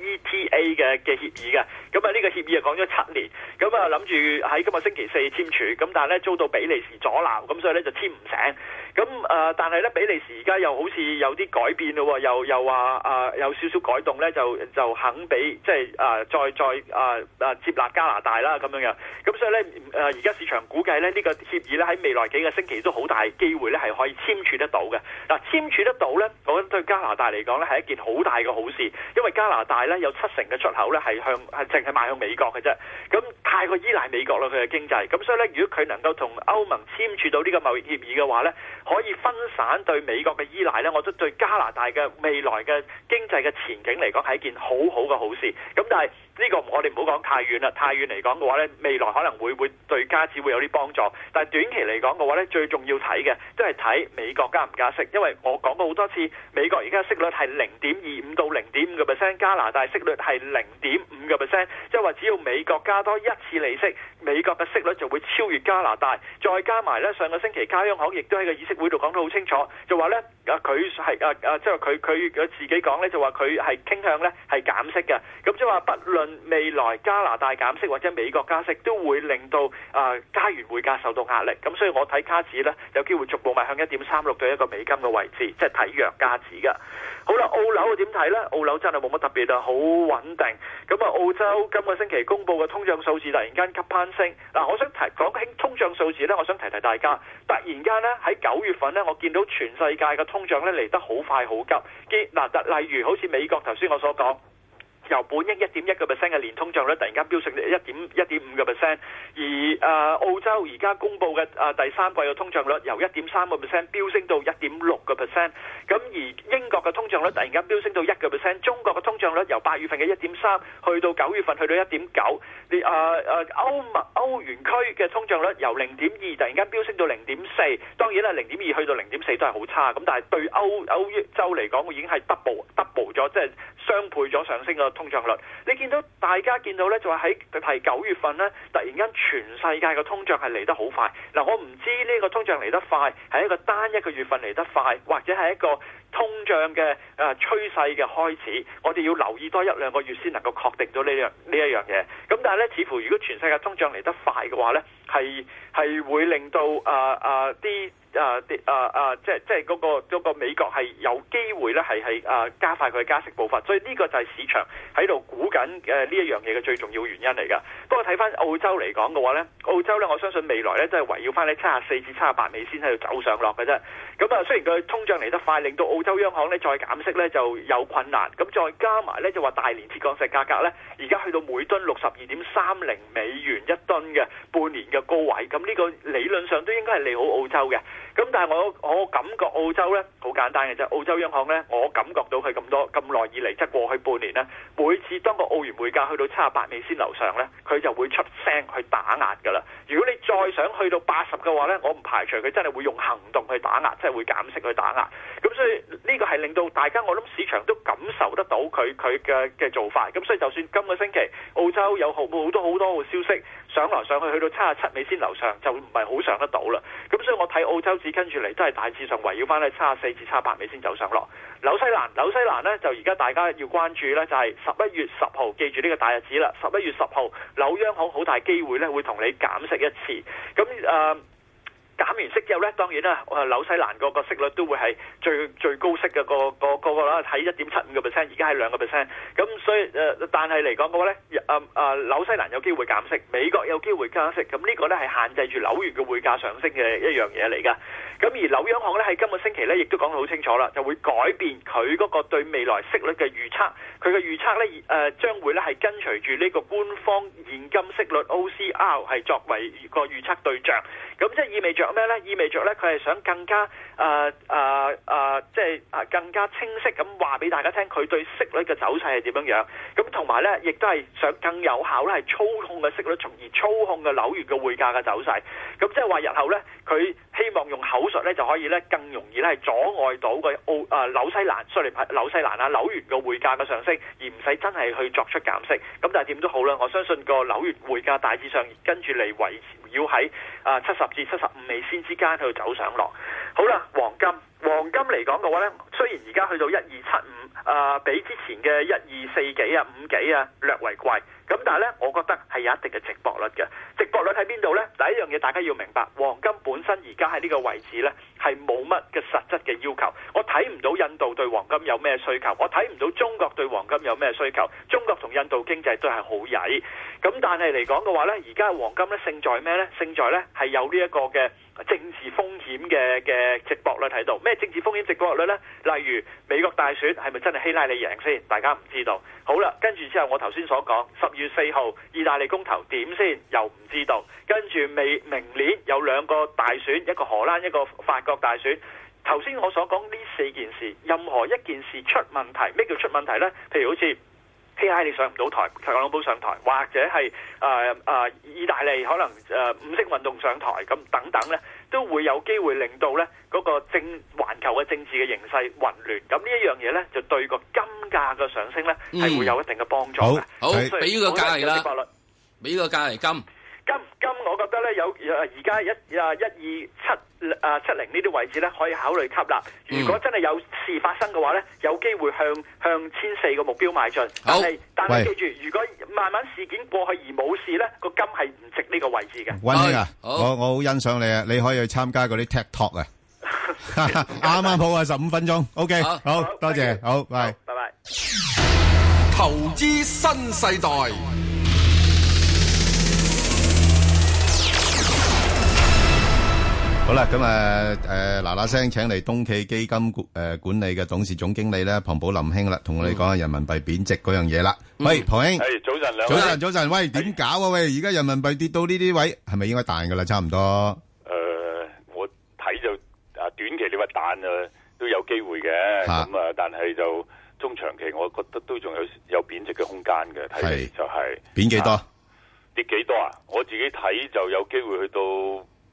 Speaker 26: CETA 嘅嘅協議嘅，咁啊呢個協議啊講咗七年，咁啊諗住喺今個星期四簽署，咁但係咧遭到比利時阻撓，咁所以咧就簽唔成。咁誒、呃但係咧比利時而家又好似有啲改變咯喎，又又話誒、呃有少少改動咧，就就肯俾即係誒、呃再再誒誒、呃接納加拿大啦咁樣樣。咁所以咧誒而家市場估計咧呢、呢個協議咧喺未來幾個星期都好大機會咧係可以簽署得到嘅。嗱、簽署得到咧，我覺得對加拿大嚟講咧係一件好大嘅好事，因為加拿大咧有七成嘅出口咧係向係淨係賣向美國嘅啫。咁太過依賴美國啦佢嘅經濟，咁所以咧如果佢能夠同歐盟簽署到呢個貿易協議嘅話咧，可以分散對美國嘅依賴咧，我覺得對加拿大嘅未來嘅經濟嘅前景嚟講係一件好好嘅好事。咁但係呢個我哋唔好講太遠啦，太遠嚟講嘅話咧，未來可能會會對加指會有啲幫助。但係短期嚟講嘅話咧，最重要睇嘅都係睇美國加唔加息，因為我講過好多次，美國而家息率係零點二五到零點五個 percent，加拿大息率係零點五個 percent，即係話只要美國加多一次利息，美國嘅息率就會超越加拿大。再加埋咧，上個星期加央行亦都喺個議息會度講得好清楚，就話咧啊佢係啊啊即係佢佢佢自己講咧就話佢係傾向咧係減息嘅，咁即係話不論未來加拿大減息或者美國加息，都會令到啊加元匯價受到壓力。咁所以我睇加指咧有機會逐步邁向一點三六對一個美金嘅位置，即係睇弱加指嘅。好啦，澳樓點睇呢？澳樓真係冇乜特別啊，好穩定。咁啊，澳洲今個星期公布嘅通脹數字突然間急攀升。嗱，我想提講起通脹數字呢，我想提提大家。突然間呢，喺九月份呢，我見到全世界嘅通脹呢嚟得好快好急。見嗱，特例如好似美國頭先我所講。由本益一點一個 percent 嘅年通脹率，突然間飆升一點一點五個 percent，而誒、呃澳洲而家公布嘅誒、呃第三季嘅通脹率由一點三個 percent 飆升到一點六個 percent，咁而英國嘅通脹率突然間飆升到一個 percent，中國嘅通脹率由八月份嘅一點三去到九月份去到一點九，你誒誒歐盟歐元區嘅通脹率由零點二突然間飆升到零點四，當然啦，零點二去到零點四都係好差，咁但係對歐歐洲嚟講已經係 double double 咗，即係雙倍咗上升嘅通脹率。你見到大家見到呢，就係喺係九月份呢，突然間全世界嘅通脹係嚟得好快。嗱，我唔知呢個通脹嚟得快係一個單一個月份嚟得快，或者係一個。通脹嘅誒趨勢嘅開始，我哋要留意多一兩個月先能夠確定到呢樣呢一樣嘢。咁但係咧，似乎如果全世界通脹嚟得快嘅話咧，係係會令到誒誒啲誒呃啲誒誒，即係即係嗰個嗰個美國係有機會咧係係誒加快佢嘅加息步伐。所以呢個就係市場喺度估緊呃誒呢一樣嘢嘅最重要原因嚟㗎。不過睇翻澳洲嚟講嘅話咧，澳洲咧我相信未來咧都係圍繞翻喺七十四至七十八美先喺度走上落嘅啫。咁啊，雖然佢通脹嚟得快，令到澳洲央行咧再減息咧就有困難，咁再加埋咧就話大連鐵礦石價格咧，而家去到每噸六十二點三零美元一噸嘅半年嘅高位，咁呢個理論上都應該係利好澳洲嘅。咁但係我我感覺澳洲咧好簡單嘅啫，澳洲央行咧我感覺到佢咁多咁耐以嚟，即係過去半年咧，每次當個澳元匯價去到七十八美仙樓上咧，佢就會出聲去打壓㗎啦。如果你再想去到八十嘅話咧，我唔排除佢真係會用行動去打壓，即係會減息去打壓。咁所以呢個係令到大家我諗市場都感受得到佢佢嘅嘅做法。咁所以就算今個星期澳洲有好好多好多好消息上來上去去到七十七美仙樓上，就唔係好上得到啦。咁所以我睇澳洲指跟住嚟都係大致上圍繞翻喺七十四至七十八美先走上落。紐西蘭紐西蘭呢，就而家大家要關注呢，就係十一月十號，記住呢個大日子啦。十一月十號，紐央行好大機會呢會同你減息一次。咁誒。呃減完息之後咧，當然啦，誒紐西蘭個個息率都會係最最高息嘅個個個個啦，喺一點七五個 percent，而家係兩個 percent。咁所以誒、呃但係嚟講嘅話咧，誒、呃、誒、呃、紐西蘭有機會減息，美國有機會加息，咁呢個咧係限制住紐元嘅匯價上升嘅一樣嘢嚟㗎。咁而紐央行咧喺今個星期咧，亦都講得好清楚啦，就會改變佢嗰個對未來息率嘅預測。佢嘅預測咧誒、呃、將會咧係跟隨住呢個官方現金息率 OCR 係作為個預測對象。咁即係意味着咩呢？意味着呢，佢係想更加誒誒誒，即係啊更加清晰咁話俾大家聽，佢對息率嘅走勢係點樣樣。咁同埋呢，亦都係想更有效咧，係操控嘅息率，從而操控嘅紐元嘅匯價嘅走勢。咁即係話日後呢，佢希望用口述呢，就可以呢，更容易呢，係阻礙到個澳啊紐西蘭，sorry 紐西蘭啊紐元嘅匯價嘅上升，而唔使真係去作出減息。咁但係點都好啦，我相信個紐元匯價大致上跟住嚟維持。要喺啊七十至七十五美仙之間去走上落。好啦，黃金，黃金嚟講嘅話呢，雖然而家去到一二七五，啊比之前嘅一二四幾啊、五幾啊略為貴，咁但係呢，我覺得係有一定嘅值博率嘅。值博率喺邊度呢？第一樣嘢大家要明白，黃金本身而家喺呢個位置呢，係冇乜嘅實質嘅要求。我睇唔到印度對黃金有咩需求，我睇唔到中國對黃金有咩需求。中國同印度經濟都係好曳，咁但係嚟講嘅話呢，而家黃金呢勝在咩呢？勝在呢係有呢一個嘅。政治風險嘅嘅直播率喺度，咩政治風險直播率呢？例如美國大選係咪真係希拉里贏先？大家唔知道。好啦，跟住之後我頭先所講，十月四號意大利公投點先又唔知道，跟住未明年有兩個大選，一個荷蘭，一個法國大選。頭先我所講呢四件事，任何一件事出問題，咩叫出問題呢？譬如好似。希拉里上唔到台，特朗普上台，或者係誒誒意大利可能誒、呃、五星運動上台咁等等咧，都會有機會令到咧嗰、個政環球嘅政治嘅形勢混亂。咁呢一樣嘢咧，就對個金價嘅上升咧係會有一定嘅幫助嘅。
Speaker 8: 嗯好，
Speaker 26: 咁所以
Speaker 8: 俾個價嚟
Speaker 26: 我覺得有啲法律
Speaker 8: 啦，俾個價嚟金。
Speaker 26: 金金，我覺得咧有呃而家一啊一二七啊七零呢啲位置咧，可以考慮吸納。如果真係有事發生嘅話咧，有機會向向千四個目標邁進。但係但係
Speaker 7: 喂
Speaker 26: 記住，如果慢慢事件過去而冇事咧，個金係唔值呢個位置嘅。
Speaker 7: 温兄啊，我我好欣賞你啊，你可以去參加嗰啲 TED Talk 啊，啱啱好啊，十五分鐘。OK，
Speaker 19: 好
Speaker 7: 好多謝，好，拜。
Speaker 19: 拜拜。投資新世代，
Speaker 7: 好啦，咁啊，誒嗱嗱聲請嚟東企基金管誒管理嘅董事總經理咧，龐寶林兄啦，同我哋講下人民幣貶值嗰樣嘢啦。喂，龐兄，
Speaker 22: 係早晨兩
Speaker 7: 早
Speaker 22: 位
Speaker 7: 晨，早晨，喂，點搞啊？喂，而家人民幣跌到呢啲位，係咪應該彈噶啦？差唔多。
Speaker 22: 誒、呃我睇就啊短期你話彈啊都有機會嘅，
Speaker 7: 嚇
Speaker 22: 咁啊，但係就中長期我覺得都仲有有貶值嘅空間嘅，睇嚟就係、
Speaker 7: 貶幾多？
Speaker 22: 跌幾多啊？我自己睇就有機會去到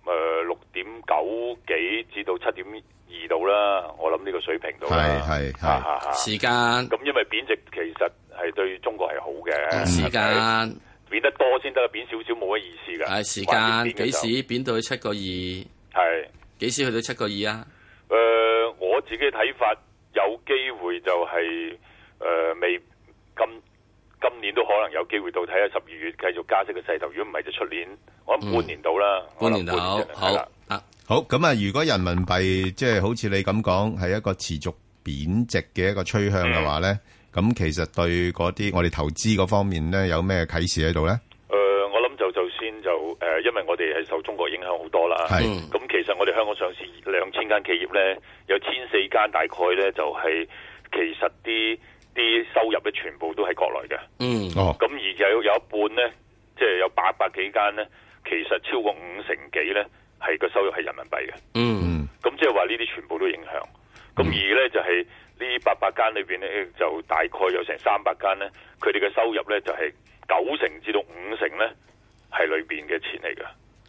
Speaker 22: 誒六點九幾至到七點二度啦，我諗呢個水平度啦，
Speaker 7: 係係
Speaker 22: 係
Speaker 8: 時間
Speaker 22: 咁因為貶值其實係對中國係好嘅，
Speaker 8: 時
Speaker 22: 係咪
Speaker 8: 間
Speaker 22: 貶得多先得，貶少少冇乜意思㗎。
Speaker 8: 係時
Speaker 22: 關
Speaker 8: 間
Speaker 22: 鍵貶
Speaker 8: 幾
Speaker 22: 嘅就
Speaker 8: 時貶到去七個二？
Speaker 22: 係
Speaker 8: 幾時去到七個二啊？
Speaker 22: 誒、呃我自己睇法有機會就係、誒、未今今年都可能有機會到睇下十二月繼續加息嘅勢頭。如果唔係就出年，我諗半年到啦。我諗
Speaker 8: 嗯半年到
Speaker 22: 半年
Speaker 8: 好
Speaker 22: 係啦
Speaker 7: 好咁啊！如果人民幣即係好似你咁講，係一個持續貶值嘅一個趨向嘅話咧，咁、其實對嗰啲我哋投資嗰方面咧，有咩啟示喺度咧？
Speaker 22: 誒、呃我諗就就先就誒、因為我哋係受中國影響好多啦。
Speaker 7: 係
Speaker 22: 咁其實我哋香港上市兩千間企業咧，有千四間大概咧就係、其實啲啲收入咧全部都係國內嘅。
Speaker 8: 嗯，
Speaker 22: 哦，咁而有有一半咧，即係有八百幾間咧，其實超過五成幾咧係個收入係人民幣嘅。
Speaker 8: 嗯，
Speaker 22: 咁即係話呢啲全部都影響。
Speaker 7: 嗯
Speaker 22: 咁而咧就係呢八百間裏邊咧，就大概有成三百間咧，佢哋嘅收入咧就係九成至到五成咧係裏邊嘅錢嚟嘅。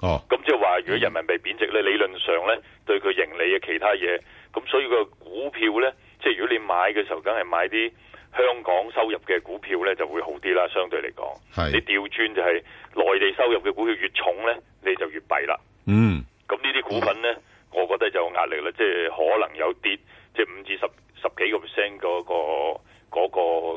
Speaker 7: 哦，
Speaker 22: 咁即係話，如果人民幣貶值咧，理論上咧對佢盈利嘅其他嘢，咁所以個股票咧，即係如果你買嘅時候，梗係買啲香港收入嘅股票咧，就會好啲啦，相對嚟講。
Speaker 7: 係
Speaker 22: 你調轉就係內地收入嘅股票越重咧，你就越弊啦。
Speaker 7: 嗯，
Speaker 22: 咁呢啲股份咧，我覺得就有壓力啦，即係可能有跌，即係五至十十幾個 percent 嗰個嗰、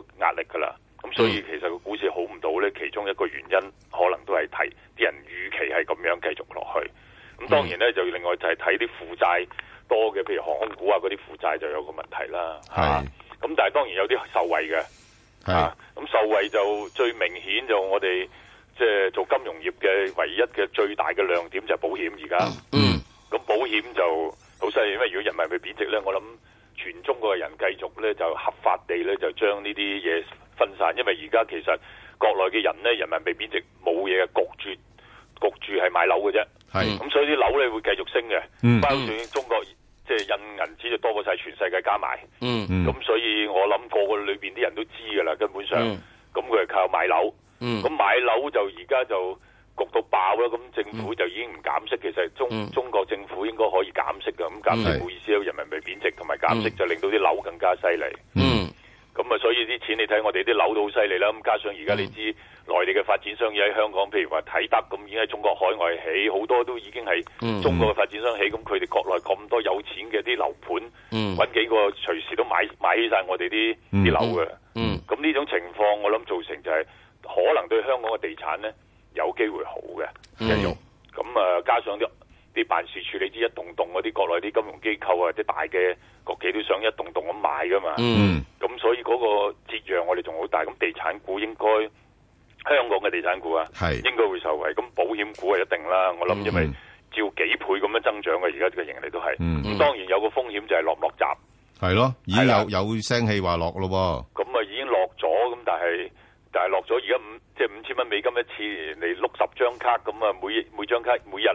Speaker 22: 個壓力㗎啦。咁所以其實個股市好唔到咧，其中一個原因可能都係睇啲人預期係咁樣繼續落去。咁當然咧，就另外就係睇啲負債多嘅，譬如航空股啊嗰啲負債就有個問題啦。
Speaker 7: 嗯係
Speaker 22: 咁但係當然有啲受惠嘅，
Speaker 7: 係
Speaker 22: 咁受惠就最明顯就我哋即係做金融業嘅唯一嘅最大嘅亮點就係保險而家。
Speaker 8: 嗯，
Speaker 22: 咁保險就好犀利，因為如果人民幣貶值咧，我諗全中國嘅人繼續咧就合法地咧就將呢啲嘢分散，因為而家其實國內嘅人咧人民幣貶值冇嘢嘅焗住焗住係買樓嘅啫。
Speaker 10: 嗯
Speaker 7: 係
Speaker 22: 咁所以啲樓咧會繼續升嘅，
Speaker 7: 嗯
Speaker 22: 包括中國即係印銀紙就多過晒全世界加埋。
Speaker 8: 嗯
Speaker 22: 咁所以我諗個個裏邊啲人都知㗎啦，根本上，
Speaker 8: 嗯
Speaker 22: 咁佢係靠買樓，
Speaker 8: 嗯
Speaker 22: 咁買樓就而家就焗到爆啦，咁政府就已經唔減息，其實中、
Speaker 8: 嗯
Speaker 22: 中國政府應該可以減息㗎，咁減息
Speaker 8: 嗯
Speaker 22: 冇意思啦，人民幣貶值同埋減息
Speaker 8: 嗯
Speaker 22: 就令到啲樓更加犀利。
Speaker 8: 嗯，
Speaker 22: 咁啊，所以啲錢你睇我哋啲樓都好犀利啦。咁加上而家你
Speaker 8: 嗯
Speaker 22: 知內地嘅發展商要喺香港，譬如話啟德咁，已經喺中國海外起，好多都已經
Speaker 8: 嗯
Speaker 22: 係中國嘅發展商起。咁佢哋國內咁多有錢嘅啲樓盤，
Speaker 8: 嗯
Speaker 22: 揾幾個隨時都買買起晒我哋啲
Speaker 8: 嗯
Speaker 22: 啲樓嘅。
Speaker 8: 嗯，
Speaker 22: 咁呢種情況我諗造成就係可能對香港嘅地產呢有機會好嘅。
Speaker 8: 嗯，
Speaker 22: 咁啊，加上啲啲辦事處，你知一棟棟嗰啲國內啲金融機構啊，啲大嘅國企都想一棟棟咁買噶嘛。
Speaker 8: 嗯，
Speaker 22: 咁所以嗰個折讓我哋仲好大。咁地產股應該香港嘅地產股啊，係應該會受惠。咁保險股係一定啦，我諗因為嗯照幾倍咁樣增長嘅，而家嘅盈利都係。
Speaker 7: 嗯
Speaker 22: 咁當然有個風險就係落唔落閘。
Speaker 7: 係咯，已經有有聲氣話落咯
Speaker 22: 咁啊已經落咗，咁但係但係落咗，而家五即係五千蚊美金一次，你碌十張卡，咁啊每每張卡每日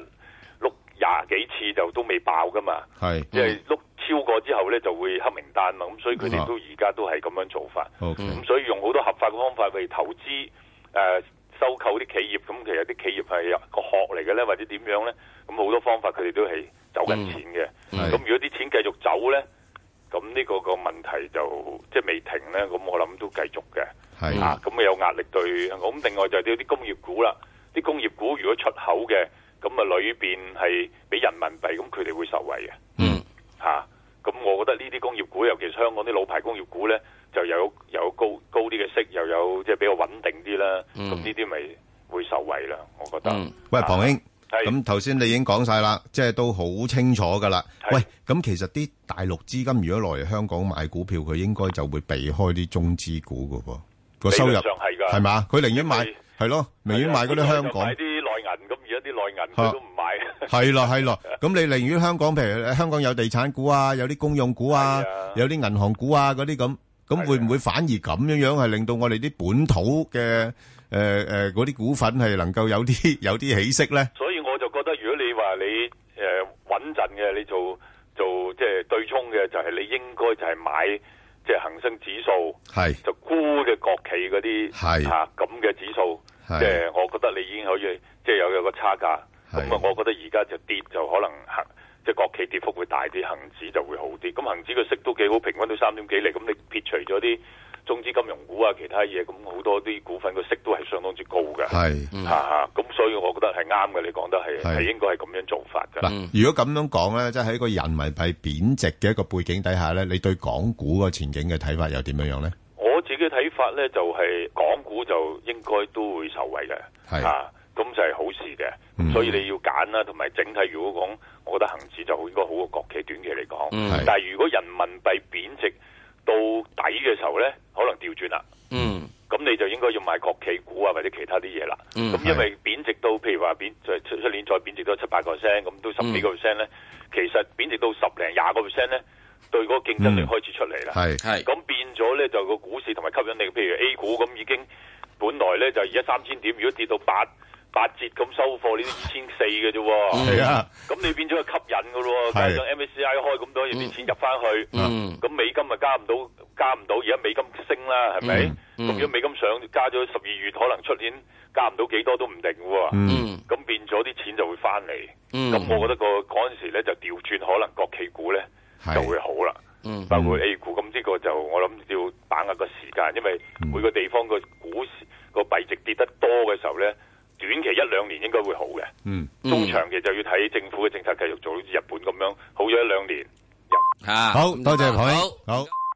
Speaker 22: 碌廿幾次就都未爆噶嘛，
Speaker 7: 喎，係
Speaker 22: 即係碌超過之後咧就會黑名單嘛，咁所以佢哋都而家都係咁樣做法，
Speaker 7: 好
Speaker 22: 咁、所以用好多合法嘅方法去投資誒、呃收購啲企業，咁其實啲企業係個殼嚟嘅咧，或者點樣咧，咁好多方法佢哋都係走緊錢嘅，咁、
Speaker 2: 嗯係
Speaker 22: 如果啲錢繼續走咧。咁呢個個問題就即係未停咧，咁我諗都繼續嘅。
Speaker 2: 係
Speaker 22: 啊，咁有壓力對香港。咁另外就係啲工業股啦，啲工業股如果出口嘅，咁啊裏邊係俾人民幣，咁佢哋會受惠嘅。
Speaker 8: 嗯，
Speaker 22: 嚇、咁我覺得呢啲工業股，尤其是香港啲老牌工業股咧，就有有高高啲嘅息，又有即係比較穩定啲啦。
Speaker 7: 嗯
Speaker 22: 咁呢啲咪會受惠啦，我覺得。
Speaker 7: 喂，龐兄，咁頭先你已經講晒啦，即係都好清楚噶啦。喂，咁其實啲大陸資金如果落嚟香港買股票，佢應該就會避開啲中資股噶喎，個收入
Speaker 22: 理論上係㗎
Speaker 7: 係嘛？佢寧願買
Speaker 22: 因為
Speaker 7: 係咯，寧願買嗰啲香港
Speaker 22: 買啲內銀，咁而家啲內銀
Speaker 7: 嚇
Speaker 22: 佢都唔買。
Speaker 7: 係啦係啦，咁你寧願香港譬如香港有地產股啊，有啲公用股啊，有啲銀行股啊嗰啲咁，咁會唔會反而咁樣樣係令到我哋啲本土嘅誒誒嗰啲股份係能夠有啲有啲起色咧？
Speaker 22: 所以我就覺得，如果你話你誒穩陣嘅，你做做即係對沖嘅，就係、你應該就係買即係恒生指數，
Speaker 7: 係
Speaker 22: 就沽嘅國企嗰啲
Speaker 7: 係
Speaker 22: 嚇咁嘅指數，
Speaker 7: 係
Speaker 22: 即係我覺得你已經可以即係有有個差價。咁啊，我覺得而家就跌就可能行。即係國企跌幅會大啲，恒指就會好啲。咁恒指個息都幾好，平均都三點幾厘。咁你撇除咗啲中資金融股啊，其他嘢，咁好多啲股份個息都係相當之高嘅。
Speaker 7: 係
Speaker 22: 嚇嚇，咁所以我覺得係啱嘅，你講得係
Speaker 7: 係
Speaker 22: 係應該係咁樣做法嘅。
Speaker 7: 嗱，如果咁樣講咧，即係喺個人民幣貶值嘅一個背景底下咧，你對港股個前景嘅睇法又點樣樣咧？
Speaker 22: 我自己睇法咧，就係、港股就應該都會受惠嘅，
Speaker 7: 係
Speaker 22: 啊，咁就係好事嘅。所以你要揀啦，同埋整體如果講，我覺得恒指就應該好過國企短期嚟講。
Speaker 8: 嗯係
Speaker 22: 但係如果人民幣貶值到底嘅時候咧，可能調轉啦。
Speaker 8: 嗯
Speaker 22: 咁你就應該要買國企股啊，或者其他啲嘢啦。
Speaker 8: 嗯
Speaker 22: 咁因為貶值到譬如話貶就出出年再貶值到七八個 percent，咁都十
Speaker 8: 嗯
Speaker 22: 幾個 percent 咧，其實貶值到十零廿個 percent 咧，對嗰個競爭力開始出嚟啦。
Speaker 7: 係
Speaker 8: 嗯係
Speaker 22: 咁變咗咧，就個股市同埋吸引力，譬如 A 股咁已經本來咧就而家三千點，如果跌到八八折咁收貨，呢啲二千四嘅啫
Speaker 8: 嗯
Speaker 22: 喎。
Speaker 7: 係啊。
Speaker 22: 咁你變咗係吸引嘅咯
Speaker 7: 係
Speaker 22: 喎，加上 MSCI 開咁多嘢，啲錢入翻去，
Speaker 8: 嗯
Speaker 22: 咁美金咪加唔到，加唔到，而家美金升啦，係咪？
Speaker 8: 嗯
Speaker 22: 咁如果美金上加咗十二月，可能出年加唔到幾多都唔定嘅喎。
Speaker 8: 嗯
Speaker 22: 咁變咗啲錢就會翻嚟。
Speaker 8: 嗯
Speaker 22: 咁我覺得個嗰陣時咧就調轉，可能國企股咧就會好啦。
Speaker 8: 嗯
Speaker 22: 包括 A 股，咁呢個就我諗要把握個時間，因為
Speaker 8: 嗯
Speaker 22: 每個地方個股市個幣值跌得多嘅時候咧，短期一兩年應該會好嘅。
Speaker 7: 嗯，
Speaker 22: 中長期就要睇政府嘅政策繼續做，好似日本咁樣好咗一兩年。
Speaker 8: 吓，
Speaker 7: 好
Speaker 8: 咁
Speaker 7: 多謝
Speaker 8: 就
Speaker 7: 各位
Speaker 8: 好
Speaker 7: 好。